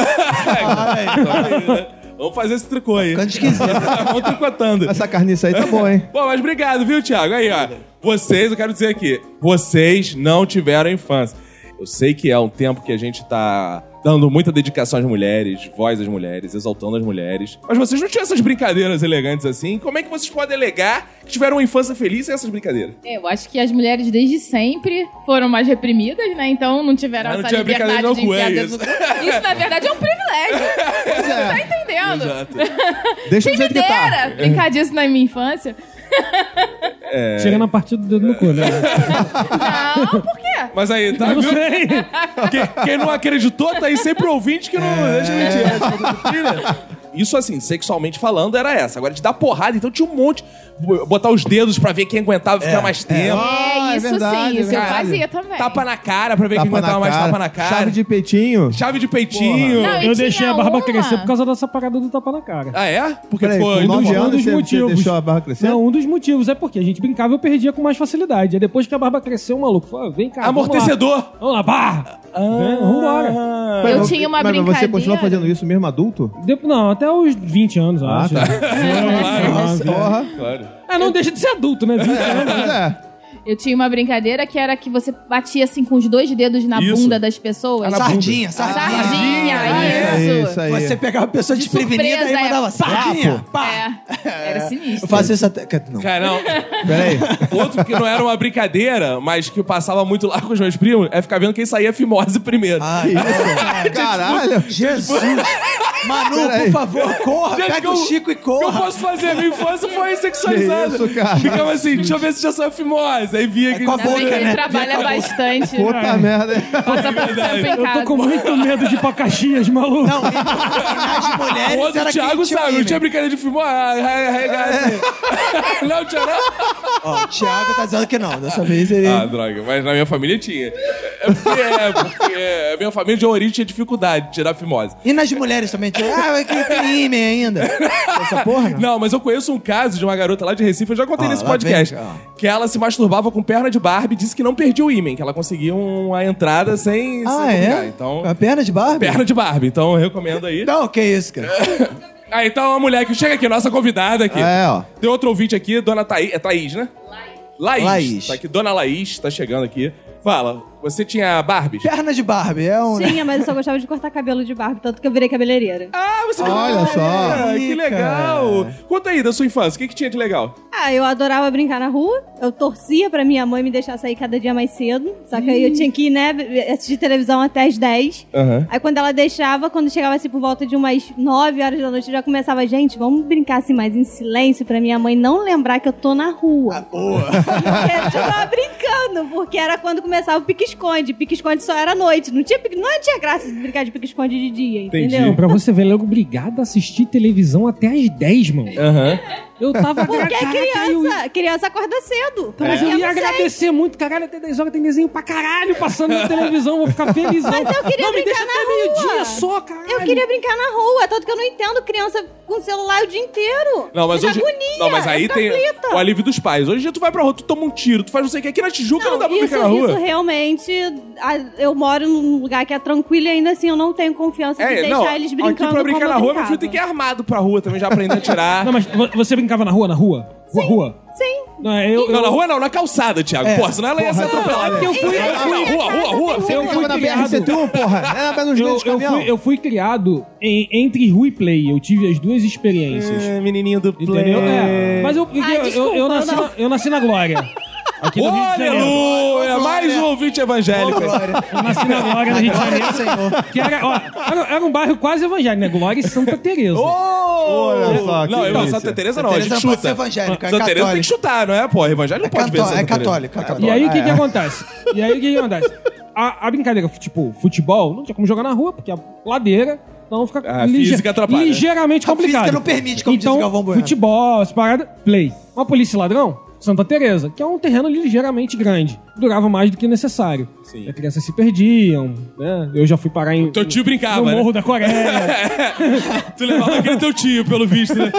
[SPEAKER 1] então, né? Vamos fazer esse tricô aí.
[SPEAKER 2] Ficando esquisito.
[SPEAKER 1] Vamos tricotando.
[SPEAKER 5] Essa carniça aí tá boa, hein?
[SPEAKER 1] Bom, mas obrigado, viu, Thiago? Aí, ó. Vocês, eu quero dizer aqui, vocês não tiveram infância. Eu sei que é um tempo que a gente tá dando muita dedicação às mulheres, voz às mulheres, exaltando as mulheres. Mas vocês não tinham essas brincadeiras elegantes assim? Como é que vocês podem alegar que tiveram uma infância feliz sem essas brincadeiras?
[SPEAKER 3] É, Eu acho que as mulheres desde sempre foram mais reprimidas, né? Então não tiveram
[SPEAKER 1] Ah, não
[SPEAKER 3] essa
[SPEAKER 1] tinha
[SPEAKER 3] liberdade
[SPEAKER 1] brincadeira
[SPEAKER 3] de
[SPEAKER 1] no cu, é
[SPEAKER 3] enfiar dedo
[SPEAKER 1] isso.
[SPEAKER 3] no cu. Isso, na verdade, é um privilégio. Você não
[SPEAKER 1] É.
[SPEAKER 3] tá entendendo.
[SPEAKER 5] Deixa eu
[SPEAKER 3] Quem me
[SPEAKER 5] dizer que tá.
[SPEAKER 3] dera brincar disso na minha infância. É.
[SPEAKER 4] Chegando a partir do dedo no cu, né?
[SPEAKER 3] Não, por quê?
[SPEAKER 1] Mas aí, tá,
[SPEAKER 4] Eu não
[SPEAKER 1] viu?
[SPEAKER 4] sei.
[SPEAKER 1] Quem, quem não acreditou, tá aí sempre ouvinte que não. Deixa eu mentir. Isso assim, sexualmente falando, era essa. Agora de dar porrada, então tinha um monte. Bo- Botar os dedos pra ver quem aguentava ficar mais tempo.
[SPEAKER 5] Ah,
[SPEAKER 3] é,
[SPEAKER 5] é
[SPEAKER 3] isso
[SPEAKER 5] verdade,
[SPEAKER 3] sim, isso eu
[SPEAKER 5] verdade.
[SPEAKER 3] fazia também.
[SPEAKER 1] Tapa na cara pra ver quem
[SPEAKER 5] Tapa na
[SPEAKER 1] aguentava mais
[SPEAKER 5] cara,
[SPEAKER 1] tapa na cara.
[SPEAKER 5] Chave de peitinho.
[SPEAKER 1] Chave de peitinho.
[SPEAKER 3] Não, e
[SPEAKER 4] Eu
[SPEAKER 3] tinha
[SPEAKER 4] deixei a barba
[SPEAKER 3] uma-
[SPEAKER 4] crescer por causa dessa parada do tapa na cara.
[SPEAKER 1] Ah, é? Porque
[SPEAKER 5] Peraí,
[SPEAKER 1] foi.
[SPEAKER 5] com nove
[SPEAKER 4] um
[SPEAKER 5] anos
[SPEAKER 4] dos
[SPEAKER 5] você- você
[SPEAKER 4] motivos.
[SPEAKER 5] deixou a barra crescer?
[SPEAKER 4] Não, um dos motivos é porque a gente brincava e eu perdia com mais facilidade. Aí depois que a barba cresceu, o maluco falou, "Ah, vem cá, vamos lá.
[SPEAKER 1] Amortecedor.
[SPEAKER 4] Vamos lá, barra! Vem, vambora.
[SPEAKER 1] Ah.
[SPEAKER 3] Eu
[SPEAKER 5] Mas-
[SPEAKER 3] tinha uma
[SPEAKER 5] mas
[SPEAKER 3] brincadeira.
[SPEAKER 5] você continua fazendo isso mesmo adulto?
[SPEAKER 4] De- Não, até os 20 anos, eu
[SPEAKER 5] Ah,
[SPEAKER 4] acho.
[SPEAKER 5] tá.
[SPEAKER 4] É,
[SPEAKER 5] Porra.
[SPEAKER 1] Claro.
[SPEAKER 4] Ah, não deixa de ser adulto, né? 20 anos.
[SPEAKER 5] Pois é.
[SPEAKER 3] Eu tinha uma brincadeira que era que você batia assim com os dois dedos na
[SPEAKER 1] Isso. Ah,
[SPEAKER 3] bunda das pessoas.
[SPEAKER 2] Sardinha, sardinha.
[SPEAKER 3] Sardinha,
[SPEAKER 5] É
[SPEAKER 3] isso.
[SPEAKER 5] isso aí.
[SPEAKER 2] Você pegava a pessoa
[SPEAKER 3] De
[SPEAKER 2] desprevenida
[SPEAKER 3] surpresa,
[SPEAKER 2] e
[SPEAKER 3] é.
[SPEAKER 2] mandava sardinha. Pá.
[SPEAKER 3] É, era sinistro.
[SPEAKER 2] Eu faço isso até... que- Não.
[SPEAKER 1] Cara, não.
[SPEAKER 5] Peraí.
[SPEAKER 1] Outro que não era uma brincadeira, mas que eu passava muito lá com os meus primos, é ficar vendo quem saía fimose primeiro.
[SPEAKER 2] Ah, isso.
[SPEAKER 5] Caralho.
[SPEAKER 2] Jesus. Manu, por
[SPEAKER 5] Peraí.
[SPEAKER 2] favor, corra.
[SPEAKER 1] Gente, que
[SPEAKER 2] Pega
[SPEAKER 1] eu-
[SPEAKER 2] o Chico e
[SPEAKER 1] O que eu
[SPEAKER 2] corra.
[SPEAKER 1] posso fazer? Minha infância foi sexualizada.
[SPEAKER 5] Que isso, cara?
[SPEAKER 1] Ficava assim, deixa eu ver se já saiu fimose. Aí via que.
[SPEAKER 2] com a
[SPEAKER 3] Ainda bem que
[SPEAKER 2] boca,
[SPEAKER 3] ele
[SPEAKER 2] né?
[SPEAKER 3] trabalha bastante.
[SPEAKER 5] Puta merda.
[SPEAKER 3] Passa pouco tempo em
[SPEAKER 4] Eu
[SPEAKER 3] casa.
[SPEAKER 4] tô com muito medo de ir pra Caxias, maluco.
[SPEAKER 2] Não, e- e nas
[SPEAKER 1] O
[SPEAKER 2] mulheres
[SPEAKER 1] outro
[SPEAKER 2] era
[SPEAKER 1] Thiago
[SPEAKER 2] quem tinha o
[SPEAKER 1] sabe, não
[SPEAKER 2] ímã.
[SPEAKER 1] tinha brincadeira de fimose. Ah, ah, ah, ah, Não tinha não.
[SPEAKER 2] Ó, o Thiago tá dizendo que não. Dessa vez ele...
[SPEAKER 1] Ah, droga, mas na minha família tinha. É porque, é, porque a minha família de origem tinha dificuldade de tirar fimose.
[SPEAKER 2] E nas mulheres também. Tinha... Ah, é que tem ímã ainda. Essa porra, não.
[SPEAKER 1] Não, mas eu conheço um caso de uma garota lá de Recife, eu já contei
[SPEAKER 2] Ah,
[SPEAKER 1] nesse
[SPEAKER 2] lá
[SPEAKER 1] podcast.
[SPEAKER 2] vem,
[SPEAKER 1] que ela se masturbava com perna de Barbie e disse que não perdia o ímã, que ela conseguia um, uma entrada sem, sem
[SPEAKER 2] Ah,
[SPEAKER 1] complicar.
[SPEAKER 2] é?
[SPEAKER 1] Então,
[SPEAKER 2] A perna de
[SPEAKER 5] É.
[SPEAKER 2] barba?
[SPEAKER 1] perna de Barbie, então eu recomendo aí.
[SPEAKER 2] Não, que isso, cara.
[SPEAKER 1] Ah, então a mulher que chega aqui, nossa convidada
[SPEAKER 2] Ah,
[SPEAKER 1] aqui.
[SPEAKER 5] É, ó.
[SPEAKER 1] Tem outro ouvinte aqui, dona Thaís. É Thaís, né? Laís.
[SPEAKER 2] Laís.
[SPEAKER 1] Tá aqui, dona Laís tá chegando aqui. Fala, você tinha Barbies?
[SPEAKER 2] Perna de Barbie, é um.
[SPEAKER 6] Tinha, mas eu só gostava de cortar cabelo de barba, tanto que eu virei cabeleireira.
[SPEAKER 1] Ah, você
[SPEAKER 2] Olha só.
[SPEAKER 1] Ah, Que
[SPEAKER 2] Ih,
[SPEAKER 1] legal! Conta aí da sua infância, o que, que tinha de legal?
[SPEAKER 6] Ah, eu adorava brincar na rua. Eu torcia pra minha mãe me deixar sair cada dia mais cedo. Só que aí eu tinha que ir, né, assistir televisão até as 10. Aí quando ela deixava, quando chegava assim por volta de umas 9 horas da noite, eu já começava, gente, vamos brincar assim mais em silêncio pra minha mãe não lembrar que eu tô na rua. Porque eu já tava brincando, porque era quando começava o pique-esconde. Pique-esconde só era à noite. Não tinha, pique- não tinha graça de brincar de pique-esconde de dia,
[SPEAKER 1] Entendi.
[SPEAKER 6] entendeu?
[SPEAKER 4] Pra você ver, ele é obrigado a assistir televisão até às 10, mano. Eu tava...
[SPEAKER 6] Porque
[SPEAKER 4] caraca, eu ia- É.
[SPEAKER 6] criança, criança acorda cedo.
[SPEAKER 4] Mas
[SPEAKER 6] Porque
[SPEAKER 4] eu ia
[SPEAKER 6] não sei.
[SPEAKER 4] agradecer muito, caralho, até 10 horas tem desenho pra caralho passando na televisão, vou ficar felizão.
[SPEAKER 6] Mas eu queria
[SPEAKER 4] Não, me
[SPEAKER 6] brincar
[SPEAKER 4] deixa
[SPEAKER 6] na
[SPEAKER 4] até meio-dia
[SPEAKER 6] rua.
[SPEAKER 4] só, caralho.
[SPEAKER 6] Eu queria brincar na rua, tanto que eu não entendo criança com celular o dia inteiro.
[SPEAKER 1] Não, mas
[SPEAKER 6] Fica
[SPEAKER 1] hoje.
[SPEAKER 6] é agonia,
[SPEAKER 1] não, mas aí
[SPEAKER 6] fica
[SPEAKER 1] tem
[SPEAKER 6] aflita.
[SPEAKER 1] o alívio dos pais. Hoje em dia tu vai pra rua, tu toma um tiro, tu faz não sei o que. Aqui na Tijuca não, dá pra
[SPEAKER 6] isso,
[SPEAKER 1] brincar na rua.
[SPEAKER 6] isso realmente. a- Eu moro num lugar que é tranquilo e ainda assim eu não tenho confiança de
[SPEAKER 1] é,
[SPEAKER 6] deixar
[SPEAKER 1] não.
[SPEAKER 6] eles
[SPEAKER 1] aqui
[SPEAKER 6] brincando.
[SPEAKER 1] pra brincar
[SPEAKER 6] como
[SPEAKER 1] na
[SPEAKER 6] eu
[SPEAKER 1] rua, meu
[SPEAKER 6] brincava.
[SPEAKER 1] filho tem que ir armado pra rua também, já aprendendo a tirar.
[SPEAKER 4] Não, mas vo- você brincava na rua, na rua? Rua, rua?
[SPEAKER 6] Sim.
[SPEAKER 4] Não, é, eu,
[SPEAKER 1] Não,
[SPEAKER 4] eu-
[SPEAKER 1] na rua não, na calçada, Thiago.
[SPEAKER 2] É.
[SPEAKER 1] Porra, senão ela ia ser
[SPEAKER 2] Porra,
[SPEAKER 1] atropelada.
[SPEAKER 4] é. Eu fui- eu fui-
[SPEAKER 1] Na Ah, rua, rua, rua.
[SPEAKER 4] eu
[SPEAKER 5] Eu fui na
[SPEAKER 4] criado-
[SPEAKER 5] BR-101, porra. É na
[SPEAKER 4] Eu, eu fui, eu fui criado em- entre rua e play. Eu tive as duas experiências.
[SPEAKER 1] É, Menininho do
[SPEAKER 4] Entendeu? É. Mas eu,
[SPEAKER 6] Ai,
[SPEAKER 4] eu, eu,
[SPEAKER 6] desculpa,
[SPEAKER 4] eu nasci,
[SPEAKER 6] não.
[SPEAKER 4] na, eu nasci na Glória. Aqui no Rio de Janeiro.
[SPEAKER 1] Aleluia! Mais um ouvinte evangélico.
[SPEAKER 4] Eu nasci na Glória, no Rio de Janeiro. Que era, ó, era, era um bairro quase evangélico, né? Glória e Santa Teresa.
[SPEAKER 5] Olha só, que
[SPEAKER 1] Não, eu-
[SPEAKER 5] delícia.
[SPEAKER 1] Santa Teresa não, a gente
[SPEAKER 2] Teresa não pode
[SPEAKER 1] chuta.
[SPEAKER 2] ser evangélica, é
[SPEAKER 1] Santa Teresa tem
[SPEAKER 2] católica.
[SPEAKER 1] que chutar, não é, pô? Evangélico
[SPEAKER 2] É
[SPEAKER 1] não pode ver
[SPEAKER 2] cató-
[SPEAKER 1] Santa
[SPEAKER 2] é
[SPEAKER 1] Teresa.
[SPEAKER 2] católico, é católico.
[SPEAKER 4] E aí o que,
[SPEAKER 2] Ah,
[SPEAKER 4] que
[SPEAKER 2] é.
[SPEAKER 4] acontece? E aí o que, que acontece? A, a brincadeira, tipo, futebol, não tinha como jogar na rua, porque a ladeira, então fica
[SPEAKER 1] Ah, a física atrapalha.
[SPEAKER 4] ligeiramente
[SPEAKER 2] A
[SPEAKER 4] complicado.
[SPEAKER 2] física não permite, como diz
[SPEAKER 4] então,
[SPEAKER 2] o Galvão Bueno.
[SPEAKER 4] futebol, essa parada, play. Uma polícia e ladrão, Santa Teresa, que é um terreno ligeiramente grande. Durava mais do que necessário.
[SPEAKER 1] Sim.
[SPEAKER 4] As crianças se perdiam, né? Eu já fui parar em...
[SPEAKER 1] Teu tio brincava,
[SPEAKER 4] no
[SPEAKER 1] né?
[SPEAKER 4] Morro da Coreia.
[SPEAKER 1] É. Tu levava aquele teu tio, pelo visto, né?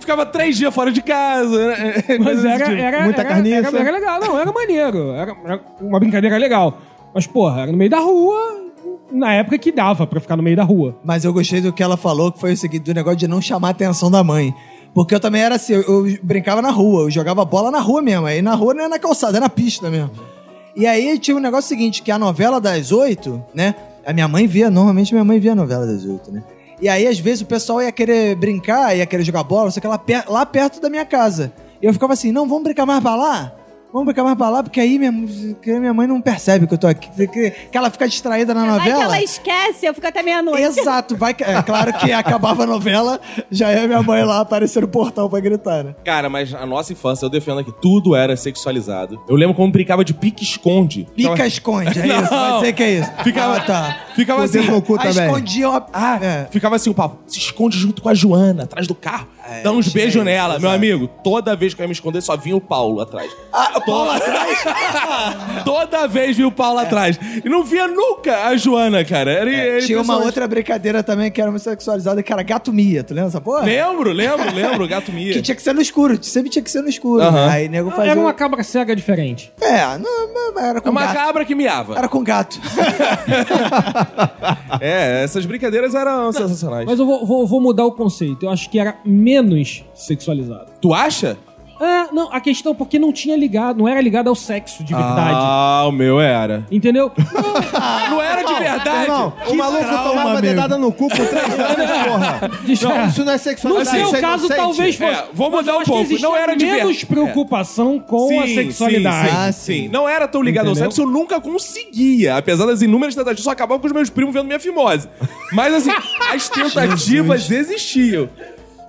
[SPEAKER 1] Ficava três dias fora de casa, né?
[SPEAKER 4] Mas era,
[SPEAKER 2] tipo.
[SPEAKER 4] era,
[SPEAKER 5] Muita
[SPEAKER 4] era,
[SPEAKER 5] carniça.
[SPEAKER 4] Era, era legal, não, era maneiro. Era, era uma brincadeira legal. Mas, porra, era no meio da rua, na época que dava pra ficar no meio da rua.
[SPEAKER 2] Mas eu gostei do que ela falou, que foi o seguinte, do negócio de não chamar a atenção da mãe. Porque eu também era assim, eu, eu brincava na rua, eu jogava bola na rua mesmo. Aí na rua não é na calçada, é na pista mesmo. E aí tinha um negócio seguinte, que a novela das oito, né? A minha mãe via, normalmente minha mãe via a novela das oito, né? E aí, às vezes, o pessoal ia querer brincar, ia querer jogar bola, só que lá, per- lá perto da minha casa. E eu ficava assim, não, vamos brincar mais pra lá? Vamos brincar mais pra lá, porque aí minha, que minha mãe não percebe que eu tô aqui. Que, que ela fica distraída na
[SPEAKER 6] Vai
[SPEAKER 2] novela.
[SPEAKER 6] que ela esquece, eu fico até meia-noite.
[SPEAKER 2] Exato, vai. que- É claro que acabava a novela, já ia minha mãe lá aparecer no portal pra gritar, né?
[SPEAKER 1] Cara, mas a nossa infância, eu defendo aqui, tudo era sexualizado. Eu lembro como brincava de pique-esconde.
[SPEAKER 2] Pica esconde, é isso,
[SPEAKER 1] Não.
[SPEAKER 2] vai dizer que é isso.
[SPEAKER 1] Ficava,
[SPEAKER 2] Ah, tá.
[SPEAKER 1] ficava assim,
[SPEAKER 5] Dedo no cu
[SPEAKER 2] Ah,
[SPEAKER 5] também.
[SPEAKER 2] escondiam a. Ah, é.
[SPEAKER 1] Ficava assim o papo, se esconde junto com a Joana, atrás do carro,
[SPEAKER 2] É,
[SPEAKER 1] dá uns beijos nela. Meu amigo, toda vez que eu ia me esconder, só vinha o Paulo atrás.
[SPEAKER 2] Ah, Paulo É.
[SPEAKER 1] atrás? toda vez vinha o Paulo atrás. E não via nunca a Joana, cara. Era, era
[SPEAKER 2] Tinha uma
[SPEAKER 1] impressionante.
[SPEAKER 2] outra brincadeira também que era muito sexualizada, que era gato mia, tu lembra essa porra?
[SPEAKER 1] Lembro, lembro, lembro, gato Mia.
[SPEAKER 2] Que tinha que ser no escuro, sempre tinha que ser no escuro. né?
[SPEAKER 1] Aham.
[SPEAKER 2] Aí nego
[SPEAKER 4] Não,
[SPEAKER 2] fazia.
[SPEAKER 4] Era uma cabra cega diferente.
[SPEAKER 2] É, não, não, era com
[SPEAKER 1] Uma
[SPEAKER 2] gato.
[SPEAKER 1] cabra que miava.
[SPEAKER 2] Era com gato.
[SPEAKER 1] É, essas brincadeiras eram sensacionais.
[SPEAKER 4] Mas eu vou, vou- vou mudar o conceito. Eu acho que era menos sexualizado.
[SPEAKER 1] Tu acha?
[SPEAKER 4] Ah, não, a questão é porque não tinha ligado, não era ligado ao sexo de verdade.
[SPEAKER 1] Ah, o meu era.
[SPEAKER 4] Entendeu?
[SPEAKER 1] Não era de verdade.
[SPEAKER 5] Não, o maluco tomava dedada no cu por três anos, porra.
[SPEAKER 4] Desculpa.
[SPEAKER 5] Não, isso não é
[SPEAKER 4] No
[SPEAKER 5] sexualidade.
[SPEAKER 4] seu
[SPEAKER 5] isso é
[SPEAKER 4] caso, tá
[SPEAKER 5] inocente.
[SPEAKER 4] talvez fosse.
[SPEAKER 1] É, vou
[SPEAKER 4] Mas
[SPEAKER 1] mudar
[SPEAKER 4] eu
[SPEAKER 1] um
[SPEAKER 4] acho que
[SPEAKER 1] pouco.
[SPEAKER 4] existia
[SPEAKER 1] Não era de
[SPEAKER 4] menos
[SPEAKER 1] verdade.
[SPEAKER 4] preocupação com a
[SPEAKER 1] Sim,
[SPEAKER 4] sexualidade.
[SPEAKER 1] Sim, sim,
[SPEAKER 2] Ah,
[SPEAKER 1] sim.
[SPEAKER 2] sim.
[SPEAKER 1] Não era tão ligado
[SPEAKER 4] Entendeu?
[SPEAKER 1] ao sexo, eu nunca conseguia. Apesar das inúmeras tentativas, eu só acabava com os meus primos vendo minha fimose. Mas assim, as tentativas existiam.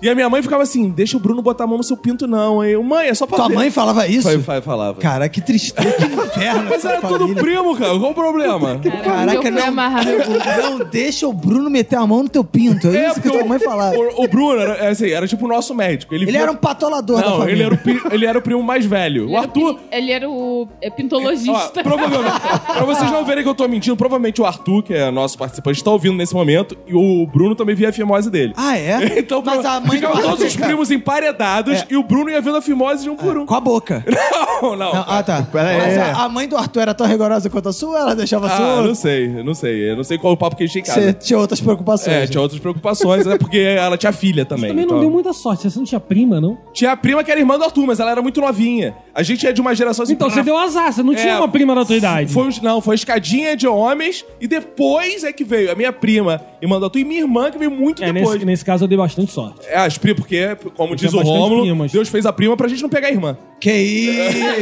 [SPEAKER 1] E a minha mãe ficava assim: deixa o Bruno botar a mão no seu pinto, não. Aí eu, mãe, é só pra
[SPEAKER 2] Tua
[SPEAKER 1] ver."
[SPEAKER 2] mãe falava isso?
[SPEAKER 1] Fa- fa- falava.
[SPEAKER 2] Cara, que tristeza, que inferno.
[SPEAKER 1] Mas
[SPEAKER 2] essa
[SPEAKER 1] era tudo
[SPEAKER 2] família.
[SPEAKER 1] primo, cara. Qual o problema?
[SPEAKER 3] eu
[SPEAKER 2] Caraca,
[SPEAKER 3] fui
[SPEAKER 2] não,
[SPEAKER 3] amarrar meu cu.
[SPEAKER 2] não deixa o Bruno meter a mão no teu pinto. É, isso que
[SPEAKER 1] porque
[SPEAKER 2] tua
[SPEAKER 1] o-
[SPEAKER 2] mãe falava.
[SPEAKER 1] O, o Bruno era, é assim, era tipo o nosso médico. Ele,
[SPEAKER 2] Ele
[SPEAKER 1] via-
[SPEAKER 2] era um patolador da
[SPEAKER 1] Não,
[SPEAKER 2] família.
[SPEAKER 1] ele era, o, pri- ele era o primo mais velho.
[SPEAKER 3] Ele
[SPEAKER 1] o
[SPEAKER 3] era
[SPEAKER 1] Arthur.
[SPEAKER 3] pin- Ele era o é,
[SPEAKER 1] Ó,
[SPEAKER 3] pintologista.
[SPEAKER 1] provavelmente, pra vocês não verem que eu tô mentindo, provavelmente o Arthur, que é nosso participante, tá ouvindo nesse momento, e o Bruno também via a fimose dele.
[SPEAKER 2] Ah, é?
[SPEAKER 1] Então,
[SPEAKER 2] Mas
[SPEAKER 1] prova-
[SPEAKER 2] a mãe do
[SPEAKER 1] ficavam
[SPEAKER 2] Arthur,
[SPEAKER 1] todos os
[SPEAKER 2] cara. É. Ah,
[SPEAKER 1] primos emparedados e o Bruno ia vendo a fimose de um por um.
[SPEAKER 2] Com a boca.
[SPEAKER 1] Não, não.
[SPEAKER 2] Não, ah, tá.
[SPEAKER 5] aí.
[SPEAKER 2] Mas a, a mãe do Arthur era tão rigorosa quanto a sua, ela deixava a
[SPEAKER 1] Ah,
[SPEAKER 2] sua.
[SPEAKER 1] não sei, eu não sei. Eu não sei qual é o papo que a gente tinha em
[SPEAKER 2] Você
[SPEAKER 1] casa.
[SPEAKER 2] tinha outras preocupações. né?
[SPEAKER 1] É, tinha outras preocupações, né? Porque ela tinha filha também.
[SPEAKER 4] Também não
[SPEAKER 1] então-
[SPEAKER 4] deu muita sorte. Você não tinha prima, não?
[SPEAKER 1] Tinha a prima que era irmã do Arthur, mas ela era muito novinha. A gente é de uma geração assim.
[SPEAKER 4] Então,
[SPEAKER 1] pá,
[SPEAKER 4] você deu azar, você não tinha
[SPEAKER 1] É.
[SPEAKER 4] uma prima da tua idade.
[SPEAKER 1] Foi, os- não, foi a escadinha de homens e depois é que veio a minha prima e mandou tu e minha irmã que veio muito
[SPEAKER 4] é,
[SPEAKER 1] depois.
[SPEAKER 4] nesse, nesse caso eu dei bastante sorte.
[SPEAKER 1] É, as primas, porque, como diz o
[SPEAKER 4] bastante
[SPEAKER 1] Rômulo,
[SPEAKER 4] primas.
[SPEAKER 1] Deus fez a prima pra gente não pegar a irmã.
[SPEAKER 2] Que isso!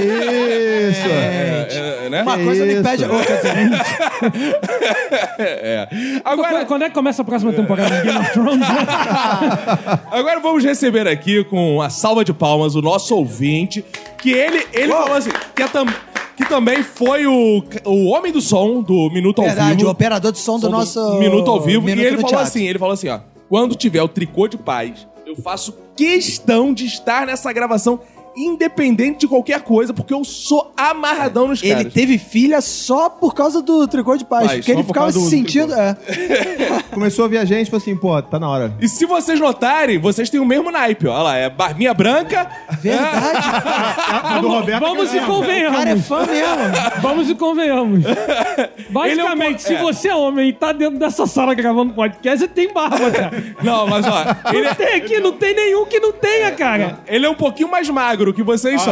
[SPEAKER 1] É, né?
[SPEAKER 2] Uma coisa me pede a outra. né?
[SPEAKER 1] É.
[SPEAKER 4] Então,
[SPEAKER 1] Agora,
[SPEAKER 4] quando, quando é que começa a próxima temporada de Game of Thrones? né?
[SPEAKER 1] agora vamos receber aqui com uma salva de palmas o nosso ouvinte, que ele, ele falou assim, que, é tam- que também foi o, o homem do som do Minuto ao
[SPEAKER 2] Verdade,
[SPEAKER 1] Vivo.
[SPEAKER 2] o operador de som do
[SPEAKER 1] Som do
[SPEAKER 2] nosso.
[SPEAKER 1] Minuto ao Vivo.
[SPEAKER 2] Minuto
[SPEAKER 1] e ele
[SPEAKER 2] do
[SPEAKER 1] falou
[SPEAKER 2] Teatro.
[SPEAKER 1] assim, ele falou assim, ó. Quando tiver o tricô de paz, eu faço questão de estar nessa gravação independente de qualquer coisa, porque eu sou amarradão nos
[SPEAKER 2] Ele
[SPEAKER 1] caras.
[SPEAKER 2] teve filha só por causa do tricô de paz.
[SPEAKER 1] Paz,
[SPEAKER 2] porque
[SPEAKER 1] só
[SPEAKER 2] ele
[SPEAKER 1] por
[SPEAKER 2] ficava
[SPEAKER 1] causa
[SPEAKER 2] se
[SPEAKER 1] do
[SPEAKER 2] sentindo. É.
[SPEAKER 5] Tá tipo. Começou a ouvir a gente e falou assim, pô, tá na hora.
[SPEAKER 1] E se vocês notarem, vocês têm o mesmo naipe, ó. Olha lá, é barbinha branca. Ah.
[SPEAKER 2] Verdade.
[SPEAKER 5] do
[SPEAKER 4] vamos
[SPEAKER 5] Roberto
[SPEAKER 4] vamos e
[SPEAKER 2] O cara é
[SPEAKER 4] convenhamos.
[SPEAKER 2] fã mesmo.
[SPEAKER 4] Vamos e convenhamos.
[SPEAKER 1] Ele é um
[SPEAKER 4] Basicamente,
[SPEAKER 1] po-
[SPEAKER 4] se
[SPEAKER 1] é.
[SPEAKER 4] você é homem e tá dentro dessa sala gravando podcast, você tem barba, cara.
[SPEAKER 1] Não, mas ó, ele
[SPEAKER 4] Não
[SPEAKER 1] é,
[SPEAKER 4] tem aqui, não tem nenhum que não tenha, cara.
[SPEAKER 1] ele é um pouquinho mais magro que vocês só.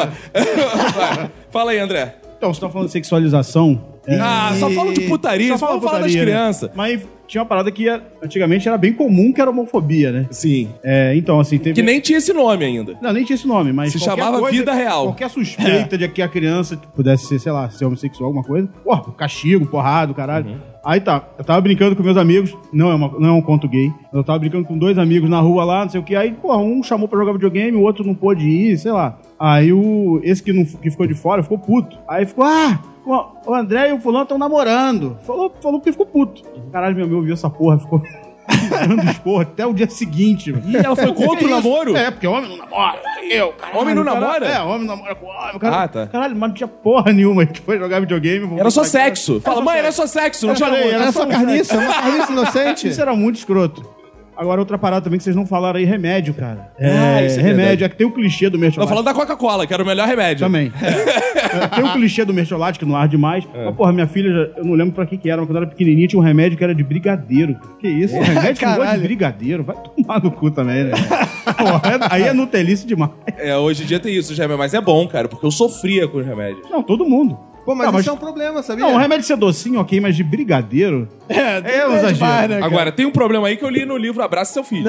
[SPEAKER 1] Vai, Fala aí, André.
[SPEAKER 7] Então, você tá falando de sexualização. é,
[SPEAKER 1] Ah, só falam de putaria, só, falam falar das
[SPEAKER 7] putaria, né?
[SPEAKER 1] crianças.
[SPEAKER 7] Mas tinha uma parada que era- antigamente era bem comum, que era homofobia, né?
[SPEAKER 1] Sim.
[SPEAKER 7] É, então, assim, teve...
[SPEAKER 1] Que nem tinha esse nome ainda.
[SPEAKER 7] Não, nem tinha esse nome, mas...
[SPEAKER 1] Se
[SPEAKER 7] qualquer
[SPEAKER 1] chamava
[SPEAKER 7] coisa-
[SPEAKER 1] vida real.
[SPEAKER 7] Qualquer suspeita de que a criança pudesse ser, sei lá, ser homossexual, alguma coisa. Ó, castigo, porrada, caralho.
[SPEAKER 1] Uhum.
[SPEAKER 7] Aí tá, eu tava brincando com meus amigos, não é, uma, não é um conto gay. Eu tava brincando com dois amigos na rua lá, não sei o que. Aí, porra, um chamou pra jogar videogame, o outro não pôde ir, sei lá. Aí o. Esse que, não, que ficou de fora ficou puto. Aí ficou, ah! o- O André e o fulano estão namorando. Falou, falou porque ficou puto. Caralho, meu amigo viu essa porra, ficou dando esporra até o dia seguinte. mano.
[SPEAKER 1] E É. ela foi contra o
[SPEAKER 7] Isso.
[SPEAKER 1] namoro?
[SPEAKER 7] É, porque homem não namora. Eu, caralho,
[SPEAKER 1] Homem não
[SPEAKER 7] cara-
[SPEAKER 1] namora?
[SPEAKER 7] É, homem namora com homem. Cara,
[SPEAKER 1] Ah, tá.
[SPEAKER 7] Caralho, mas não tinha porra nenhuma. A gente foi jogar videogame. vamos
[SPEAKER 1] Era só
[SPEAKER 7] brincar.
[SPEAKER 1] sexo. Fala, mãe, era só sexo, não
[SPEAKER 7] Eu
[SPEAKER 1] tinha
[SPEAKER 7] falei,
[SPEAKER 1] namoro.
[SPEAKER 7] era
[SPEAKER 5] Era
[SPEAKER 7] só um
[SPEAKER 5] só carniça, uma carniça inocente.
[SPEAKER 7] Isso era muito escroto. Agora, outra parada também que vocês não falaram aí, remédio, cara. É,
[SPEAKER 1] isso é
[SPEAKER 7] remédio.
[SPEAKER 1] verdade.
[SPEAKER 7] É que tem o clichê do
[SPEAKER 1] Tô
[SPEAKER 7] mercholate.
[SPEAKER 1] falando da Coca-Cola, que era o melhor remédio.
[SPEAKER 7] Também. É, tem o clichê do mercholate, que não ar demais.
[SPEAKER 5] É.
[SPEAKER 7] Mas, porra, minha filha, já- eu não lembro pra que que era, mas quando ela era pequenininha tinha um remédio que era de brigadeiro. Que isso?
[SPEAKER 5] É,
[SPEAKER 7] Um remédio com gosto de brigadeiro. Vai tomar no cu também, né? Porra, aí é nutelice demais.
[SPEAKER 1] É, hoje em dia tem isso, os remédios. Mas é bom, cara, porque eu sofria com os remédios.
[SPEAKER 7] Não, todo mundo.
[SPEAKER 5] Pô, mas,
[SPEAKER 7] Não, mas-
[SPEAKER 5] isso é um problema, sabia?
[SPEAKER 7] Não, o remédio ser docinho, ok, mas de brigadeiro. É, é um exagero.
[SPEAKER 5] demais, né?
[SPEAKER 1] Agora, tem um problema aí que eu li no livro Abraça Seu Filho.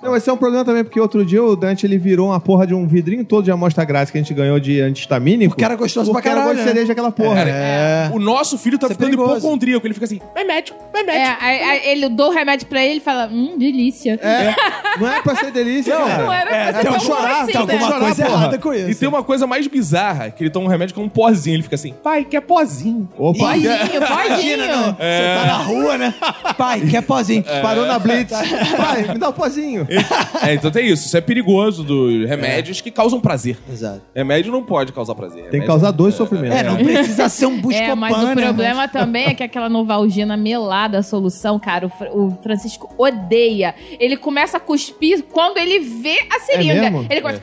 [SPEAKER 5] Não, mas isso é um problema também, porque outro dia o Dante ele virou uma porra de um vidrinho todo de amostra grátis que a gente ganhou de antihistamínico.
[SPEAKER 2] Porque era gostoso
[SPEAKER 5] Porque
[SPEAKER 2] pra
[SPEAKER 5] era
[SPEAKER 2] caralho,
[SPEAKER 5] gosto de
[SPEAKER 2] né?
[SPEAKER 5] cereja aquela porra.
[SPEAKER 3] É.
[SPEAKER 5] É.
[SPEAKER 1] Cara, o nosso filho tá
[SPEAKER 2] Isso é
[SPEAKER 1] ficando
[SPEAKER 2] perigoso.
[SPEAKER 1] hipocondríaco. Ele fica assim, vai médico, vai
[SPEAKER 3] É,
[SPEAKER 1] médico.
[SPEAKER 3] aí- aí ele dou o remédio pra ele e fala, hum, delícia.
[SPEAKER 5] Não é pra ser delícia, cara. um
[SPEAKER 3] Não
[SPEAKER 1] É,
[SPEAKER 3] era pra ser
[SPEAKER 2] Tem
[SPEAKER 1] um
[SPEAKER 3] tão
[SPEAKER 2] que
[SPEAKER 3] ruim
[SPEAKER 2] chorar,
[SPEAKER 3] assim,
[SPEAKER 2] tem
[SPEAKER 3] né?
[SPEAKER 2] alguma coisa errada com
[SPEAKER 1] E
[SPEAKER 2] isso.
[SPEAKER 1] tem uma coisa mais bizarra, que ele toma um remédio com um pozinho. Ele fica assim, pai,
[SPEAKER 4] é
[SPEAKER 1] quer pozinho.
[SPEAKER 5] Opa, né?
[SPEAKER 3] Pozinho,
[SPEAKER 2] Imagina, não.
[SPEAKER 3] pozinho.
[SPEAKER 2] Você tá na rua, né? Pai, quer pozinho.
[SPEAKER 5] parou na Blitz. Pai, me dá um pozinho.
[SPEAKER 1] é, então tem isso. Isso é perigoso dos remédios que causam prazer.
[SPEAKER 2] Exato.
[SPEAKER 1] Remédio não pode causar prazer. é
[SPEAKER 5] Tem que
[SPEAKER 1] Remédio-
[SPEAKER 5] causar dor e sofrimento.
[SPEAKER 2] É, não precisa ser um buscopana.
[SPEAKER 3] É, mas o
[SPEAKER 5] né?
[SPEAKER 3] problema também é que aquela novalgina melada, a solução, cara, o, Fra- o Francisco odeia. Ele começa a cuspir quando ele vê a seringa.
[SPEAKER 5] É mesmo?
[SPEAKER 3] ele começa.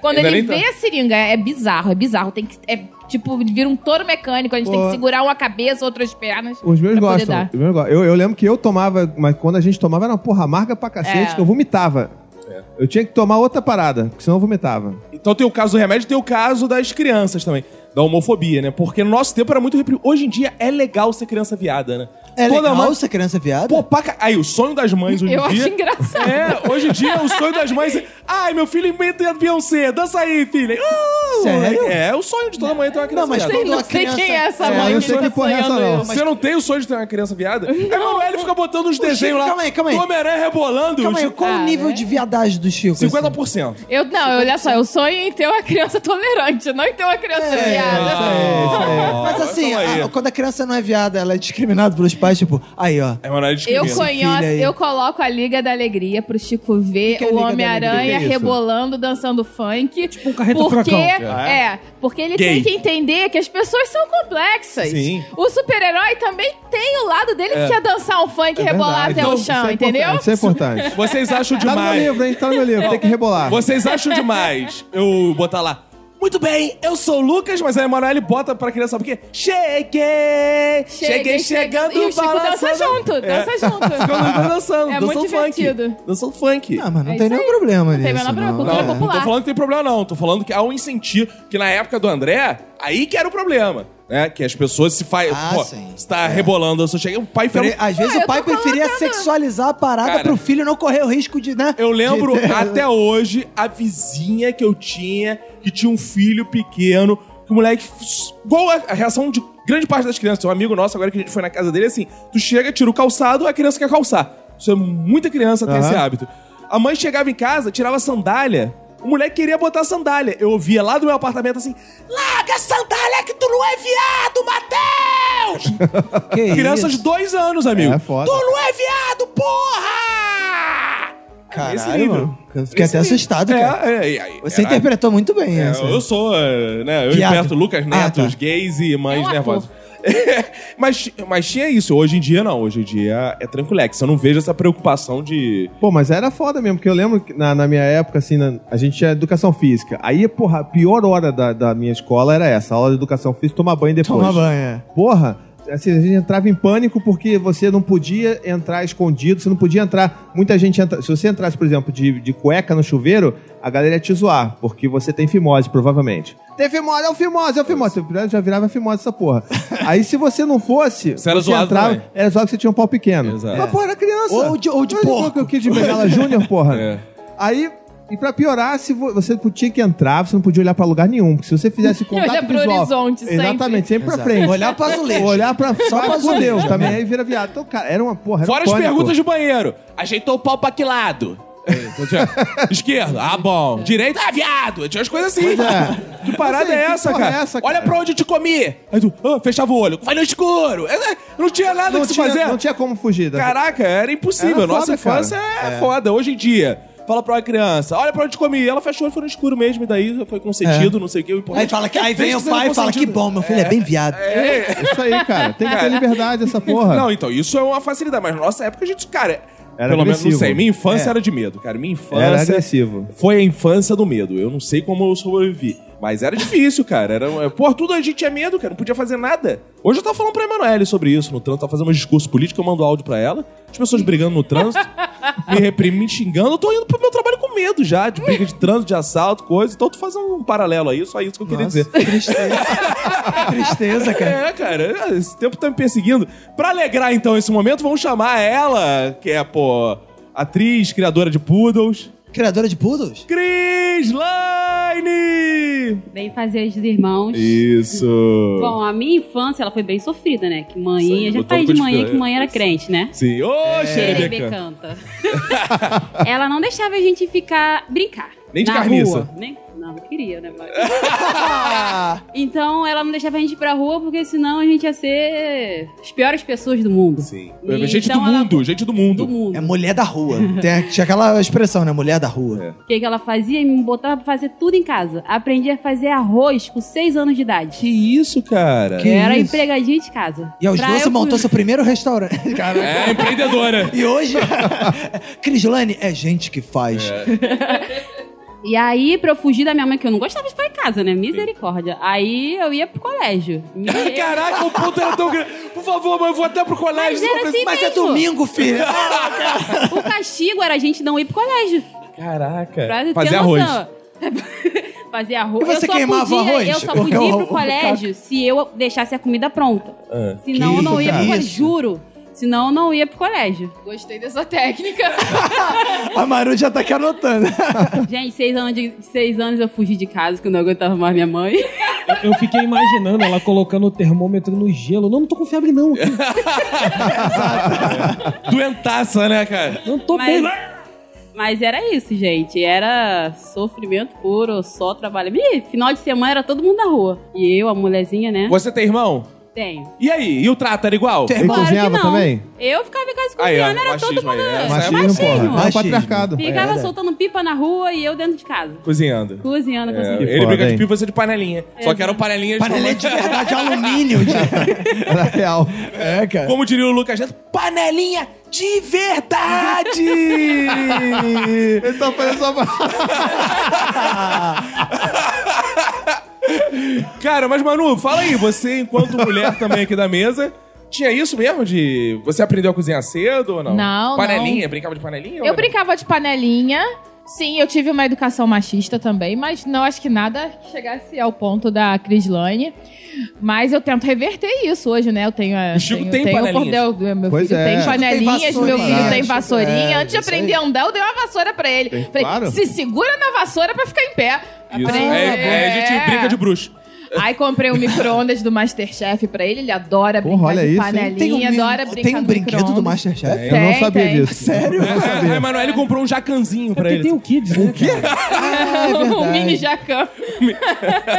[SPEAKER 3] Quando
[SPEAKER 1] É, ainda
[SPEAKER 3] ele
[SPEAKER 5] tá-
[SPEAKER 1] nem tá.
[SPEAKER 3] vê a
[SPEAKER 10] assim,
[SPEAKER 3] seringa, é bizarro, é bizarro. Tem que, é tipo, vira um touro mecânico. A gente tem que segurar uma cabeça, outras pernas.
[SPEAKER 5] Os meus
[SPEAKER 3] pra é poder
[SPEAKER 5] gostam.
[SPEAKER 3] dar.
[SPEAKER 5] Os meus go- Eu, eu lembro que eu tomava, mas quando a gente tomava era uma porra amarga pra cacete
[SPEAKER 3] É.
[SPEAKER 5] que eu vomitava.
[SPEAKER 2] É.
[SPEAKER 5] Eu tinha que tomar outra parada, porque senão eu vomitava.
[SPEAKER 1] Então tem o caso do remédio, tem o caso das crianças também. Da homofobia, né? Porque no nosso tempo era muito reprimido. Hoje em dia é legal ser criança viada, né?
[SPEAKER 2] É
[SPEAKER 1] Toda
[SPEAKER 2] legal
[SPEAKER 1] mãe-
[SPEAKER 2] essa criança viada?
[SPEAKER 1] Pô, pra ca- Aí, o sonho das mães hoje em
[SPEAKER 3] Eu
[SPEAKER 1] dia...
[SPEAKER 3] acho engraçado.
[SPEAKER 1] É, hoje em dia o sonho das mães é. Ai, meu filho imita a Beyoncé, dança aí, filha. Uh,
[SPEAKER 2] Sério?
[SPEAKER 1] É, é o sonho de toda mãe ter uma criança
[SPEAKER 2] mas
[SPEAKER 1] viada.
[SPEAKER 2] tem-
[SPEAKER 3] Eu não
[SPEAKER 2] Uma
[SPEAKER 3] sei
[SPEAKER 2] criança-
[SPEAKER 3] quem é essa
[SPEAKER 5] É,
[SPEAKER 3] mãe
[SPEAKER 5] eu
[SPEAKER 3] que
[SPEAKER 5] sei
[SPEAKER 3] tá
[SPEAKER 5] que porra é essa,
[SPEAKER 3] sonhando
[SPEAKER 5] não.
[SPEAKER 3] isso.
[SPEAKER 1] Você não tem o sonho de ter uma criança viada? Não. Emanuel fica botando uns desenhos lá.
[SPEAKER 2] calma aí, calma aí.
[SPEAKER 1] do Homem-Aranha rebolando.
[SPEAKER 2] Calma aí,
[SPEAKER 1] uns-
[SPEAKER 2] qual o
[SPEAKER 3] Ah,
[SPEAKER 2] nível
[SPEAKER 3] é?
[SPEAKER 2] de viadagem do Chico? assim?
[SPEAKER 1] 50%.
[SPEAKER 3] Eu, não, olha só, eu sonho em ter uma criança tolerante, não em ter uma criança
[SPEAKER 1] É,
[SPEAKER 5] É.
[SPEAKER 3] viada.
[SPEAKER 2] Mas assim, a- quando a criança não é viada, ela é discriminada pelos pais, tipo, aí ó.
[SPEAKER 1] Emanuel
[SPEAKER 3] Eu
[SPEAKER 1] discrimina.
[SPEAKER 3] conheço,
[SPEAKER 2] filho aí.
[SPEAKER 3] eu coloco a Liga da Alegria pro Chico ver
[SPEAKER 2] que é
[SPEAKER 3] o
[SPEAKER 2] Liga da
[SPEAKER 3] Homem-Aranha
[SPEAKER 5] Alegria?
[SPEAKER 3] rebolando, dançando funk.
[SPEAKER 4] Tipo um carreta
[SPEAKER 3] porque,
[SPEAKER 4] furacão.
[SPEAKER 5] Ah,
[SPEAKER 3] é. porque ele
[SPEAKER 1] Gay.
[SPEAKER 3] tem que entender que as pessoas são complexas.
[SPEAKER 1] Sim.
[SPEAKER 3] O super-herói também tem o lado dele que quer dançar um
[SPEAKER 2] É
[SPEAKER 3] funk e rebolar
[SPEAKER 5] verdade.
[SPEAKER 3] até
[SPEAKER 5] É. Então,
[SPEAKER 3] o
[SPEAKER 5] isso
[SPEAKER 3] chão,
[SPEAKER 5] é
[SPEAKER 3] entendeu?
[SPEAKER 5] importante, Isso é importante.
[SPEAKER 1] Vocês acham
[SPEAKER 5] Tá no meu
[SPEAKER 1] demais.
[SPEAKER 5] livro, hein? Tá no meu livro, tem que rebolar.
[SPEAKER 1] Vocês acham demais eu botar lá. Muito bem, eu sou o Lucas, mas a Emanuele bota pra criança, porque cheguei! Cheguei chegando
[SPEAKER 3] E o Chico dança
[SPEAKER 1] balançando.
[SPEAKER 3] junto, dança
[SPEAKER 1] Ficou
[SPEAKER 3] junto.
[SPEAKER 1] dançando, dançando,
[SPEAKER 3] É
[SPEAKER 1] dançando
[SPEAKER 3] muito
[SPEAKER 1] funk.
[SPEAKER 3] divertido.
[SPEAKER 1] Dançando funk.
[SPEAKER 2] Ah, mas não
[SPEAKER 3] É
[SPEAKER 2] tem
[SPEAKER 3] isso
[SPEAKER 2] nenhum
[SPEAKER 3] aí.
[SPEAKER 2] problema
[SPEAKER 3] Não tem menor
[SPEAKER 2] nisso.
[SPEAKER 3] problema,
[SPEAKER 2] não.
[SPEAKER 3] cultura
[SPEAKER 2] É.
[SPEAKER 1] Não tô
[SPEAKER 3] popular.
[SPEAKER 1] falando que tem problema, não. Tô falando que há um incentivo que na época do André, aí que era o problema. Né? Que as pessoas se fazem.
[SPEAKER 2] Ah,
[SPEAKER 1] pô,
[SPEAKER 2] sim.
[SPEAKER 1] você tá rebolando, eu só cheguei. O pai Ah, fez.
[SPEAKER 2] Pre- Às vezes
[SPEAKER 3] Ah, eu
[SPEAKER 2] o pai
[SPEAKER 3] tô falando é
[SPEAKER 2] preferia
[SPEAKER 3] nada.
[SPEAKER 2] sexualizar a parada
[SPEAKER 1] é um Cara.
[SPEAKER 2] pro filho não correr o risco de, né?
[SPEAKER 1] Eu lembro
[SPEAKER 2] de ter-
[SPEAKER 1] até hoje a vizinha que eu tinha, que tinha um filho pequeno, que o moleque. f- Igual a a reação de grande parte das crianças. Tem um amigo nosso, agora que a gente foi na casa dele, assim: tu chega, tira o calçado, a criança quer calçar. Isso é muita criança tem esse hábito. A mãe chegava em casa, tirava a sandália. O moleque queria botar a sandália. Eu ouvia lá do meu apartamento assim: Larga a sandália que tu não é viado, Matheus!
[SPEAKER 2] Que
[SPEAKER 1] Criança de
[SPEAKER 2] isso?
[SPEAKER 1] dois anos, amigo.
[SPEAKER 5] É foda.
[SPEAKER 1] Tu não é viado,
[SPEAKER 7] 어,
[SPEAKER 1] porra! Esse
[SPEAKER 2] Caralho,
[SPEAKER 1] nível.
[SPEAKER 2] mano. Eu fiquei
[SPEAKER 1] Esse
[SPEAKER 2] até
[SPEAKER 1] nível.
[SPEAKER 2] assustado,
[SPEAKER 1] É,
[SPEAKER 2] cara.
[SPEAKER 1] é, é, é,
[SPEAKER 2] Você
[SPEAKER 1] é,
[SPEAKER 2] interpretou muito bem
[SPEAKER 1] é,
[SPEAKER 2] essa.
[SPEAKER 1] Eu sou, é, né? Eu
[SPEAKER 2] Viado.
[SPEAKER 1] interpreto Lucas Neto,
[SPEAKER 2] Ah, tá.
[SPEAKER 1] gays e
[SPEAKER 3] É um
[SPEAKER 1] mães
[SPEAKER 3] ator.
[SPEAKER 1] nervosas. mas, mas tinha isso. Hoje em dia, não. Hoje em dia é tranquilex. Eu não vejo essa preocupação de...
[SPEAKER 5] Pô, mas era foda mesmo, porque eu lembro que na, na minha época, assim, na- a gente tinha educação física. Aí, porra, a pior hora da, da minha escola era essa, a aula de educação física, tomar banho depois.
[SPEAKER 2] Toma banho. é.
[SPEAKER 5] Porra, assim, a gente entrava em pânico porque você não podia entrar escondido, você não podia entrar. Muita gente entra. Se você entrasse, por exemplo, de, de cueca no chuveiro, a galera ia te zoar, porque você tem fimose, provavelmente. Tem fimose, é o fimose, é o fimose. Você já virava fimose essa porra. Aí se você não fosse,
[SPEAKER 1] Você era zoado também.
[SPEAKER 5] era zoado que você tinha um pau pequeno.
[SPEAKER 1] Exato.
[SPEAKER 5] Mas, pô, era criança.
[SPEAKER 2] Ou de- ou de
[SPEAKER 5] Mas
[SPEAKER 2] porco.
[SPEAKER 5] igual que eu quis de Bengala Júnior, porra.
[SPEAKER 1] É.
[SPEAKER 5] Aí, e pra piorar, se vo- você tinha que entrar, você não podia olhar pra lugar nenhum. Porque se você fizesse contato
[SPEAKER 3] olhar pro
[SPEAKER 5] visual...
[SPEAKER 3] horizonte sempre.
[SPEAKER 5] Exatamente, sempre pra
[SPEAKER 2] Exato.
[SPEAKER 5] frente.
[SPEAKER 2] Olhar pra azulejo.
[SPEAKER 5] Olhar pra
[SPEAKER 2] Só
[SPEAKER 5] Só
[SPEAKER 2] pra
[SPEAKER 5] pra
[SPEAKER 2] azulejo,
[SPEAKER 5] judeu
[SPEAKER 2] né?
[SPEAKER 5] também. Aí vira viado. Então, cara, era uma porra, era
[SPEAKER 1] Fora
[SPEAKER 5] um
[SPEAKER 1] as
[SPEAKER 5] pânico. É,
[SPEAKER 1] perguntas do banheiro. Ajeitou o pau pra que lado?
[SPEAKER 5] então
[SPEAKER 1] Esquerda, ah bom. Direita, ah viado. Tinha as coisas assim.
[SPEAKER 5] é.
[SPEAKER 1] Que parada
[SPEAKER 5] Assim,
[SPEAKER 1] é
[SPEAKER 5] que
[SPEAKER 1] essa,
[SPEAKER 5] porra
[SPEAKER 1] cara?
[SPEAKER 5] é essa, cara?
[SPEAKER 1] Olha pra onde eu te comi. Aí tu ah, fechava o olho. Vai no escuro. É, Não tinha nada
[SPEAKER 5] Não
[SPEAKER 1] que se
[SPEAKER 5] tinha,
[SPEAKER 1] fazer.
[SPEAKER 5] não tinha como fugir. da-
[SPEAKER 1] Caraca, era impossível.
[SPEAKER 5] Era
[SPEAKER 1] Nossa
[SPEAKER 5] foda,
[SPEAKER 1] infância é, foda. Hoje em dia, fala pra uma criança, olha pra onde comi. Ela fechou e foi no escuro mesmo, e daí
[SPEAKER 5] É.
[SPEAKER 1] foi consentido, não sei o que. o importante-
[SPEAKER 2] Aí, fala que, aí vem
[SPEAKER 1] Desde
[SPEAKER 2] o
[SPEAKER 1] que seja
[SPEAKER 2] pai e fala, que
[SPEAKER 1] consentido.
[SPEAKER 2] bom, meu filho é, bem viado.
[SPEAKER 1] É.
[SPEAKER 5] Isso aí, cara. Tem que ter liberdade essa porra.
[SPEAKER 1] Não, então, isso é uma facilidade. Mas na nossa época, a gente, cara...
[SPEAKER 5] Era
[SPEAKER 1] pelo menos, não
[SPEAKER 5] agressivo.
[SPEAKER 1] sei. Minha
[SPEAKER 5] É.
[SPEAKER 1] infância era de medo, cara. Minha infância...
[SPEAKER 5] era agressivo.
[SPEAKER 1] Foi a infância do medo. Eu não sei como eu sobrevivi. Mas era difícil, cara. Era, pô, tudo a gente tinha medo, cara. Não podia fazer nada. Hoje eu tava falando pra Emanuele sobre isso no trânsito. Tava fazendo um discurso político, eu mando áudio pra ela. As pessoas brigando no trânsito, me reprimindo, xingando. Eu tô indo pro meu trabalho com medo já, de briga de trânsito, de assalto, coisa. Então tu faz um paralelo aí, só isso que eu queria dizer.
[SPEAKER 2] Tristeza. Tristeza, cara.
[SPEAKER 1] É, cara, esse tempo tá me perseguindo. Pra alegrar, então, esse momento, vamos chamar ela, que é, pô, atriz, criadora de poodles,
[SPEAKER 2] Criadora de poodles?
[SPEAKER 1] Cris Line!
[SPEAKER 10] Bem fazer os irmãos.
[SPEAKER 1] Isso.
[SPEAKER 10] Bom, a minha infância ela foi bem sofrida, né? Que
[SPEAKER 1] Isso aí,
[SPEAKER 10] mãe, a gente
[SPEAKER 1] botou
[SPEAKER 10] faz
[SPEAKER 1] no
[SPEAKER 10] de manhã
[SPEAKER 1] crucificado,
[SPEAKER 10] que mãe
[SPEAKER 1] é.
[SPEAKER 10] era crente, né?
[SPEAKER 1] Sim. Ô,
[SPEAKER 10] Xerebe
[SPEAKER 1] Xerebeca.
[SPEAKER 10] canta. ela não deixava a gente ficar brincar.
[SPEAKER 1] Nem de
[SPEAKER 10] na
[SPEAKER 1] carniça.
[SPEAKER 10] Rua. Nem, não, não queria, né? mas-
[SPEAKER 1] Ah!
[SPEAKER 10] então ela não deixava a gente ir pra rua porque senão a gente ia ser as piores pessoas do mundo.
[SPEAKER 1] Sim.
[SPEAKER 10] E
[SPEAKER 1] gente
[SPEAKER 10] então
[SPEAKER 1] do
[SPEAKER 10] ela-
[SPEAKER 1] mundo, gente do mundo.
[SPEAKER 10] Do mundo.
[SPEAKER 2] É mulher da rua. Tem, a- tinha aquela expressão, né? Mulher da
[SPEAKER 1] É.
[SPEAKER 2] rua.
[SPEAKER 10] O que, que ela fazia? Me botava pra fazer tudo em casa. Aprendi a fazer arroz com seis anos de idade.
[SPEAKER 1] Que isso, cara?
[SPEAKER 2] Que
[SPEAKER 10] eu era
[SPEAKER 2] isso?
[SPEAKER 10] empregadinha de casa.
[SPEAKER 2] E aos
[SPEAKER 10] Pra
[SPEAKER 2] dois você
[SPEAKER 10] eu-
[SPEAKER 2] montou seu primeiro restaurante.
[SPEAKER 1] É, empreendedora.
[SPEAKER 2] E hoje, Crislane é gente que faz.
[SPEAKER 1] É.
[SPEAKER 10] E aí, pra eu fugir da minha mãe, que eu não gostava de ficar em casa, né? Misericórdia. Aí eu ia pro colégio. Me-
[SPEAKER 1] Caraca, o ponto era tão grande. Por favor, mãe, eu vou até pro colégio.
[SPEAKER 10] Mas era assim
[SPEAKER 2] Mas é
[SPEAKER 10] mesmo.
[SPEAKER 2] domingo, filho.
[SPEAKER 10] O castigo era a gente não ir pro colégio.
[SPEAKER 1] Caraca.
[SPEAKER 10] Pra ter
[SPEAKER 1] É, Fazer arroz.
[SPEAKER 10] noção. Fazer arroz.
[SPEAKER 2] E você
[SPEAKER 10] eu só
[SPEAKER 2] queimava
[SPEAKER 10] podia,
[SPEAKER 2] o arroz?
[SPEAKER 10] Eu só
[SPEAKER 2] Porque
[SPEAKER 10] podia ir
[SPEAKER 2] o-
[SPEAKER 10] pro
[SPEAKER 2] o-
[SPEAKER 10] colégio se eu deixasse a comida pronta.
[SPEAKER 1] Ah.
[SPEAKER 10] Senão
[SPEAKER 2] Que
[SPEAKER 10] eu não
[SPEAKER 2] isso,
[SPEAKER 10] ia pro
[SPEAKER 2] cara.
[SPEAKER 10] colégio.
[SPEAKER 2] Isso.
[SPEAKER 10] Juro. Senão eu não ia pro colégio.
[SPEAKER 3] Gostei dessa técnica.
[SPEAKER 2] A Maru já tá aqui anotando.
[SPEAKER 10] Gente, seis anos, de, seis anos eu fugi de casa, porque eu não aguentava mais minha mãe.
[SPEAKER 4] Eu fiquei imaginando ela colocando o termômetro no gelo. Não, não tô com febre, não.
[SPEAKER 1] Doentaça, né, cara?
[SPEAKER 4] Não tô
[SPEAKER 10] Mas-
[SPEAKER 4] bem.
[SPEAKER 10] Mas era isso, gente. Era sofrimento puro, só trabalho. Ih, final de semana era todo mundo na rua. E eu, a mulherzinha, né?
[SPEAKER 1] Você tem irmão?
[SPEAKER 10] Tenho.
[SPEAKER 1] E aí? E o trato era igual?
[SPEAKER 2] Tem-
[SPEAKER 5] Ele
[SPEAKER 10] Claro
[SPEAKER 5] cozinhava
[SPEAKER 10] que não.
[SPEAKER 5] também?
[SPEAKER 10] Eu ficava em casa
[SPEAKER 1] Aí, ó,
[SPEAKER 10] cozinhando, era
[SPEAKER 1] machismo É.
[SPEAKER 10] todo mundo.
[SPEAKER 1] aí, é.
[SPEAKER 10] Machismo.
[SPEAKER 5] Machismo, porra. É o
[SPEAKER 2] Machismo.
[SPEAKER 5] patriarcado.
[SPEAKER 10] Ficava
[SPEAKER 2] Era.
[SPEAKER 10] soltando pipa na rua e eu dentro de casa.
[SPEAKER 1] Cozinhando.
[SPEAKER 10] Cozinhando, cozinhando.
[SPEAKER 1] Ele
[SPEAKER 5] foda,
[SPEAKER 1] briga de
[SPEAKER 5] hein?
[SPEAKER 1] pipa, você de panelinha.
[SPEAKER 10] É.
[SPEAKER 1] Só que eram panelinhas de
[SPEAKER 2] Panela de verdade, de alumínio. de-
[SPEAKER 5] Era real.
[SPEAKER 2] É, cara.
[SPEAKER 1] Como diria o Lucas Neto, panelinha de verdade!
[SPEAKER 5] Ele tá fazendo só pra...
[SPEAKER 1] Cara, mas Manu, fala aí, você, enquanto mulher também aqui da mesa, tinha isso mesmo de. Você aprendeu a cozinhar cedo ou não?
[SPEAKER 3] Não,
[SPEAKER 1] Panelinha?
[SPEAKER 3] não.
[SPEAKER 1] Brincava de panelinha? ou
[SPEAKER 3] Eu
[SPEAKER 1] não?
[SPEAKER 3] brincava de panelinha. Sim, eu tive uma educação machista também, mas não acho que nada que chegasse ao ponto da Crislane. Mas eu tento reverter isso hoje, né? Eu tenho a.
[SPEAKER 1] O Chico
[SPEAKER 3] tenho,
[SPEAKER 1] tem
[SPEAKER 3] tenho o
[SPEAKER 1] panelinhas.
[SPEAKER 3] cordel- meu
[SPEAKER 5] Pois
[SPEAKER 3] filho
[SPEAKER 5] é.
[SPEAKER 3] tem
[SPEAKER 5] Chico tem
[SPEAKER 3] panelinhas, meu filho
[SPEAKER 5] vassourinha.
[SPEAKER 3] tem
[SPEAKER 5] Chico,
[SPEAKER 3] vassourinha.
[SPEAKER 5] é,
[SPEAKER 3] Antes de
[SPEAKER 5] isso aí.
[SPEAKER 3] aprender a andar, eu dei uma vassoura pra ele.
[SPEAKER 5] Tem,
[SPEAKER 3] Falei,
[SPEAKER 5] claro.
[SPEAKER 3] se segura na vassoura pra ficar em pé.
[SPEAKER 1] Isso.
[SPEAKER 3] Aprende-
[SPEAKER 1] é, é, a gente brinca de bruxo.
[SPEAKER 3] Aí comprei um micro-ondas do Masterchef pra ele, ele adora
[SPEAKER 5] Porra,
[SPEAKER 3] brincar
[SPEAKER 5] olha
[SPEAKER 3] de
[SPEAKER 5] isso, hein?
[SPEAKER 3] panelinha, adora brincar
[SPEAKER 2] Tem um
[SPEAKER 3] no
[SPEAKER 2] brinquedo do
[SPEAKER 3] micro-ondas.
[SPEAKER 2] Masterchef?
[SPEAKER 5] Eu não
[SPEAKER 3] Tem,
[SPEAKER 5] sabia
[SPEAKER 3] tem.
[SPEAKER 5] disso.
[SPEAKER 2] Sério?
[SPEAKER 1] É, a Emanuele comprou um jacanzinho pra
[SPEAKER 4] É Porque
[SPEAKER 1] ele.
[SPEAKER 4] tem o Kids, né? cara?
[SPEAKER 3] um mini jacan.
[SPEAKER 5] Ah, é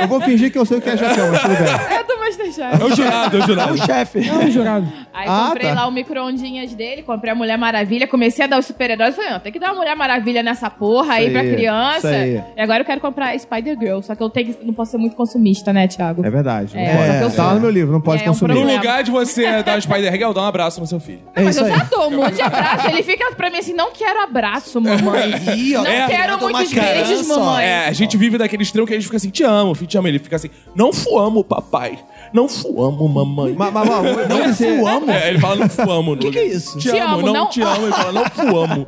[SPEAKER 5] Eu vou fingir que eu sei o que é jacão, mas tudo bem.
[SPEAKER 3] É do Masterchef.
[SPEAKER 1] É o jurado, é o jurado.
[SPEAKER 2] O chefe.
[SPEAKER 4] Não, jurado.
[SPEAKER 3] Aí
[SPEAKER 5] Ah,
[SPEAKER 3] comprei
[SPEAKER 5] tá.
[SPEAKER 3] lá o micro-ondinhas dele, comprei a Mulher Maravilha, comecei a dar os super-heróis. Falei, ó, tem que dar uma Mulher Maravilha nessa porra aí,
[SPEAKER 5] Isso
[SPEAKER 3] pra
[SPEAKER 5] aí,
[SPEAKER 3] criança.
[SPEAKER 5] isso
[SPEAKER 3] E agora eu quero comprar a Spider-Girl, só que eu tenho que- não posso ser muito consumista, né, Thiago?
[SPEAKER 5] É verdade. não
[SPEAKER 3] É,
[SPEAKER 5] pode.
[SPEAKER 3] só que eu
[SPEAKER 5] tá
[SPEAKER 3] sou.
[SPEAKER 5] no meu livro, não pode
[SPEAKER 3] É, é um
[SPEAKER 5] consumir.
[SPEAKER 1] No
[SPEAKER 3] problema.
[SPEAKER 1] lugar de você dar um Spider Girl, dá um abraço no seu filho.
[SPEAKER 5] É
[SPEAKER 3] Não, mas
[SPEAKER 2] isso
[SPEAKER 3] eu já
[SPEAKER 2] aí.
[SPEAKER 3] dou um monte de abraço. Ele fica pra mim assim, não quero abraço, mamãe.
[SPEAKER 2] Ih, ó,
[SPEAKER 3] Não
[SPEAKER 2] tá
[SPEAKER 3] quero
[SPEAKER 2] criando uma
[SPEAKER 3] muitos beijos,
[SPEAKER 2] criança, ó.
[SPEAKER 3] mamãe.
[SPEAKER 1] É, a gente vive daquele extremo que a gente fica assim, te amo, filho, te amo. Ele fica assim, não fuamo, papai. Não fuamo, mamãe.
[SPEAKER 5] Mas, mas, mas, vou- vou
[SPEAKER 2] Não
[SPEAKER 5] dizer-
[SPEAKER 2] fuamo.
[SPEAKER 1] É, ele fala não fuamo. O
[SPEAKER 2] que é isso?
[SPEAKER 1] Te, amo, não, te amo. Ele fala não fuamo.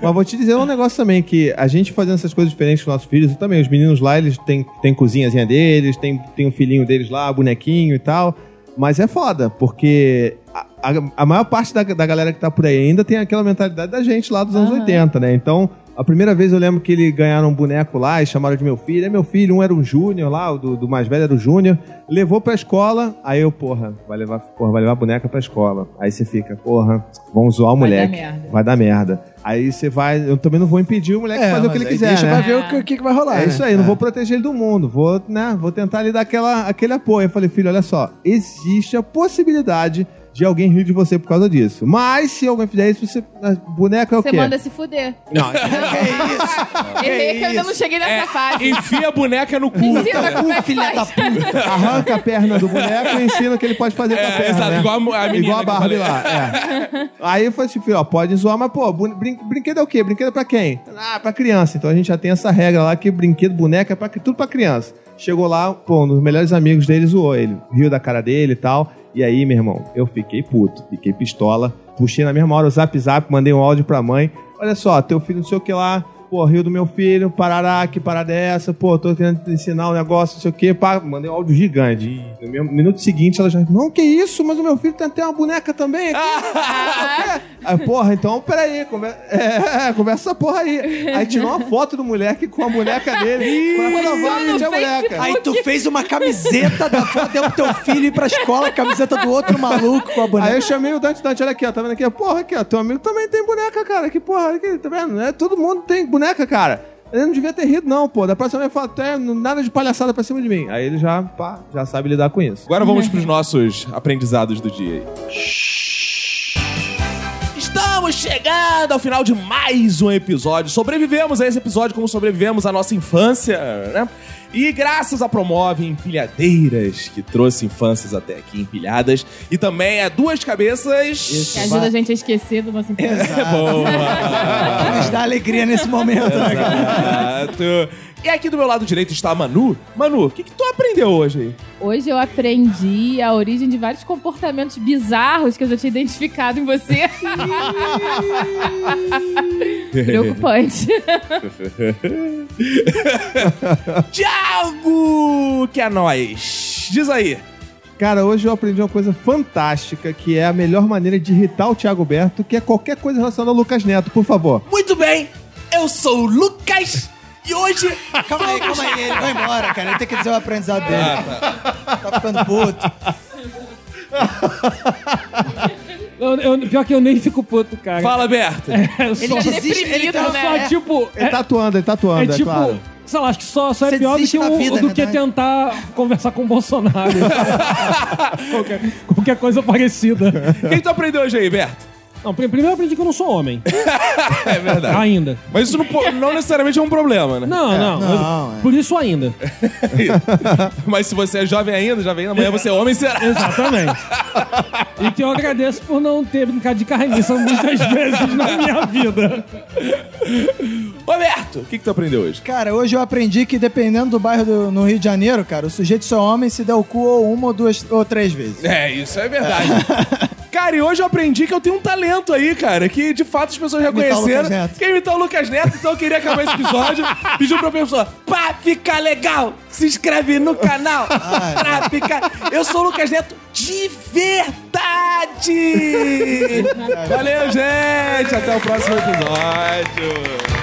[SPEAKER 5] mas vou te dizer um negócio também, que a gente fazendo essas coisas diferentes com nossos filhos, e também os meninos lá, eles têm, têm cozinhazinha deles, tem, tem um filhinho deles lá, bonequinho e tal. Mas é foda, porque a, a- a maior parte da, da galera que tá por aí ainda tem aquela mentalidade da gente lá dos anos 80, né? Então, a primeira vez eu lembro que eles ganharam um boneco lá e chamaram de meu filho. É meu filho, um era um júnior lá, o do, do mais velho era o júnior. Levou pra escola, aí eu, porra, vai levar, porra, vai levar a boneca pra escola. Aí você fica, porra, vão zoar o
[SPEAKER 3] Vai dar
[SPEAKER 5] moleque.
[SPEAKER 3] merda.
[SPEAKER 5] Vai dar merda. Aí você vai. Eu também não vou impedir o moleque de fazer o que
[SPEAKER 2] É, mas
[SPEAKER 5] ele
[SPEAKER 2] aí
[SPEAKER 5] quiser.
[SPEAKER 2] Deixa
[SPEAKER 5] né?
[SPEAKER 2] pra ver o que, o que que vai rolar.
[SPEAKER 5] É isso aí, não
[SPEAKER 2] né?
[SPEAKER 5] vou proteger ele do mundo, vou, né, vou tentar lhe dar aquela, aquele apoio. Eu falei, filho, olha só, existe a possibilidade de alguém rir de você por causa disso. Mas se alguém fizer isso, você, a boneca é o
[SPEAKER 3] Você
[SPEAKER 5] quê?
[SPEAKER 3] manda se fuder.
[SPEAKER 5] Não, é,
[SPEAKER 3] Errei que eu ainda não cheguei nessa fase.
[SPEAKER 1] É, Enfia a boneca no cu.
[SPEAKER 3] Ensina como é que
[SPEAKER 2] Filha
[SPEAKER 3] faz.
[SPEAKER 2] da puta.
[SPEAKER 5] arranca a perna do boneco e ensina o que ele pode fazer com a
[SPEAKER 1] É,
[SPEAKER 5] perna,
[SPEAKER 1] exato,
[SPEAKER 5] né?
[SPEAKER 1] igual a mo- a menina
[SPEAKER 5] Igual a
[SPEAKER 1] que eu
[SPEAKER 5] Barbie
[SPEAKER 1] falei.
[SPEAKER 5] lá, é. Aí eu falei assim, filho, ó, pode zoar, mas pô, brin- brin- brinquedo é o quê? Brinquedo é pra quem? Ah, pra criança. Então a gente já tem essa regra lá que brinquedo, boneca, é pra, cri- tudo pra criança. Chegou lá, pô, um dos melhores amigos dele zoou ele. Riu da cara dele e tal. E aí, meu irmão, eu fiquei puto, fiquei pistola. Puxei na mesma hora o zap zap, mandei um áudio pra mãe. Olha só, teu filho não sei o que lá, pô, riu do meu filho, parará, que parada é essa, pô, tô querendo te ensinar um negócio, não sei o quê, pá, mandei um áudio gigante. E no mesmo- minuto seguinte ela já, não, que isso, mas o meu filho tem até uma boneca também aqui. Aí, porra, então peraí, conver... é, conversa essa porra aí. Aí tirou uma foto do moleque com a boneca dele. pra provar que
[SPEAKER 1] é
[SPEAKER 5] tinha boneca.
[SPEAKER 2] Aí tu fez uma camiseta da foto, deu pro teu filho ir pra escola, a camiseta do outro maluco com a boneca.
[SPEAKER 5] Aí eu chamei o Dante, Dante, olha aqui, ó, tá vendo aqui? Porra, aqui, ó, teu amigo também tem boneca, cara. Que porra, aqui, tá vendo? É, todo mundo tem boneca, cara. Ele não devia ter rido, não, pô. Da próxima vez eu falo, é, nada de palhaçada pra cima de mim. Aí ele já, pá, já sabe lidar com isso.
[SPEAKER 1] Agora vamos pros nossos aprendizados do dia. Estamos chegando ao final de mais um episódio. Sobrevivemos a esse episódio como sobrevivemos à nossa infância, né? E graças a Promove Empilhadeiras, que trouxe infâncias até aqui empilhadas. E também a Duas Cabeças.
[SPEAKER 3] Que ajuda a gente a esquecer do nosso
[SPEAKER 1] É boa.
[SPEAKER 2] Nos dá alegria nesse momento. né?
[SPEAKER 1] Exato. E aqui do meu lado direito está a Manu. Manu, o que, que tu aprendeu hoje aí?
[SPEAKER 3] Hoje eu aprendi a origem de vários comportamentos bizarros que eu já tinha identificado em você. Preocupante.
[SPEAKER 1] Tiago, que é nós. Diz aí.
[SPEAKER 5] Cara, hoje eu aprendi uma coisa fantástica, que é a melhor maneira de irritar o Thiago Berto, que é qualquer coisa relacionada ao Lucas Neto, por favor.
[SPEAKER 11] Muito bem, eu sou o Lucas e hoje
[SPEAKER 2] Calma aí, calma aí, ele vai embora, cara. Ele tem que dizer o
[SPEAKER 1] Ah,
[SPEAKER 2] aprendizado dele. Tá ficando puto.
[SPEAKER 4] Eu, eu- pior que eu nem fico puto, cara.
[SPEAKER 1] Fala, Berta.
[SPEAKER 4] Eu só,
[SPEAKER 3] Ele é
[SPEAKER 2] desiste, ele
[SPEAKER 3] deprimido,
[SPEAKER 2] tá
[SPEAKER 3] né?
[SPEAKER 4] só, tipo.
[SPEAKER 5] Ele
[SPEAKER 4] É,
[SPEAKER 5] tatuando, ele tatuando,
[SPEAKER 4] é
[SPEAKER 5] é,
[SPEAKER 4] tipo.
[SPEAKER 5] claro.
[SPEAKER 4] Sei lá, acho que só, só é
[SPEAKER 2] Você
[SPEAKER 4] pior do
[SPEAKER 2] desiste
[SPEAKER 4] que,
[SPEAKER 2] da
[SPEAKER 4] o-
[SPEAKER 2] vida,
[SPEAKER 4] do
[SPEAKER 2] né,
[SPEAKER 4] que
[SPEAKER 2] não é?
[SPEAKER 4] tentar conversar com o Bolsonaro. qualquer, qualquer coisa parecida.
[SPEAKER 1] Quem tu aprendeu hoje aí, Berto?
[SPEAKER 4] Não, pri- primeiro eu aprendi que eu não sou homem.
[SPEAKER 1] É verdade.
[SPEAKER 4] Ainda.
[SPEAKER 1] Mas isso não, po- não necessariamente é um problema, né?
[SPEAKER 4] Não, não.
[SPEAKER 2] não, é.
[SPEAKER 4] Por isso ainda.
[SPEAKER 1] Mas se você é jovem ainda, jovem ainda, amanhã você é homem, será?
[SPEAKER 4] Exatamente. e que eu agradeço por não ter brincado de carniça muitas vezes na minha vida.
[SPEAKER 1] Roberto, o que, que tu aprendeu hoje?
[SPEAKER 2] Cara, hoje eu aprendi que dependendo do bairro do- no Rio de Janeiro, cara, o sujeito só é homem se der o cu ou uma ou duas ou três vezes.
[SPEAKER 1] É, isso é verdade. Cara, e hoje eu aprendi que eu tenho um talento aí, cara, que de fato as pessoas
[SPEAKER 2] Imitar o
[SPEAKER 1] reconheceram.
[SPEAKER 2] Lucas Neto.
[SPEAKER 1] Quem imitar o Lucas Neto, então eu queria acabar esse episódio, pediu pra pessoa, pra ficar legal, se inscreve no canal, pra ficar... Eu sou o Lucas Neto de verdade! Valeu, gente! Até o próximo episódio!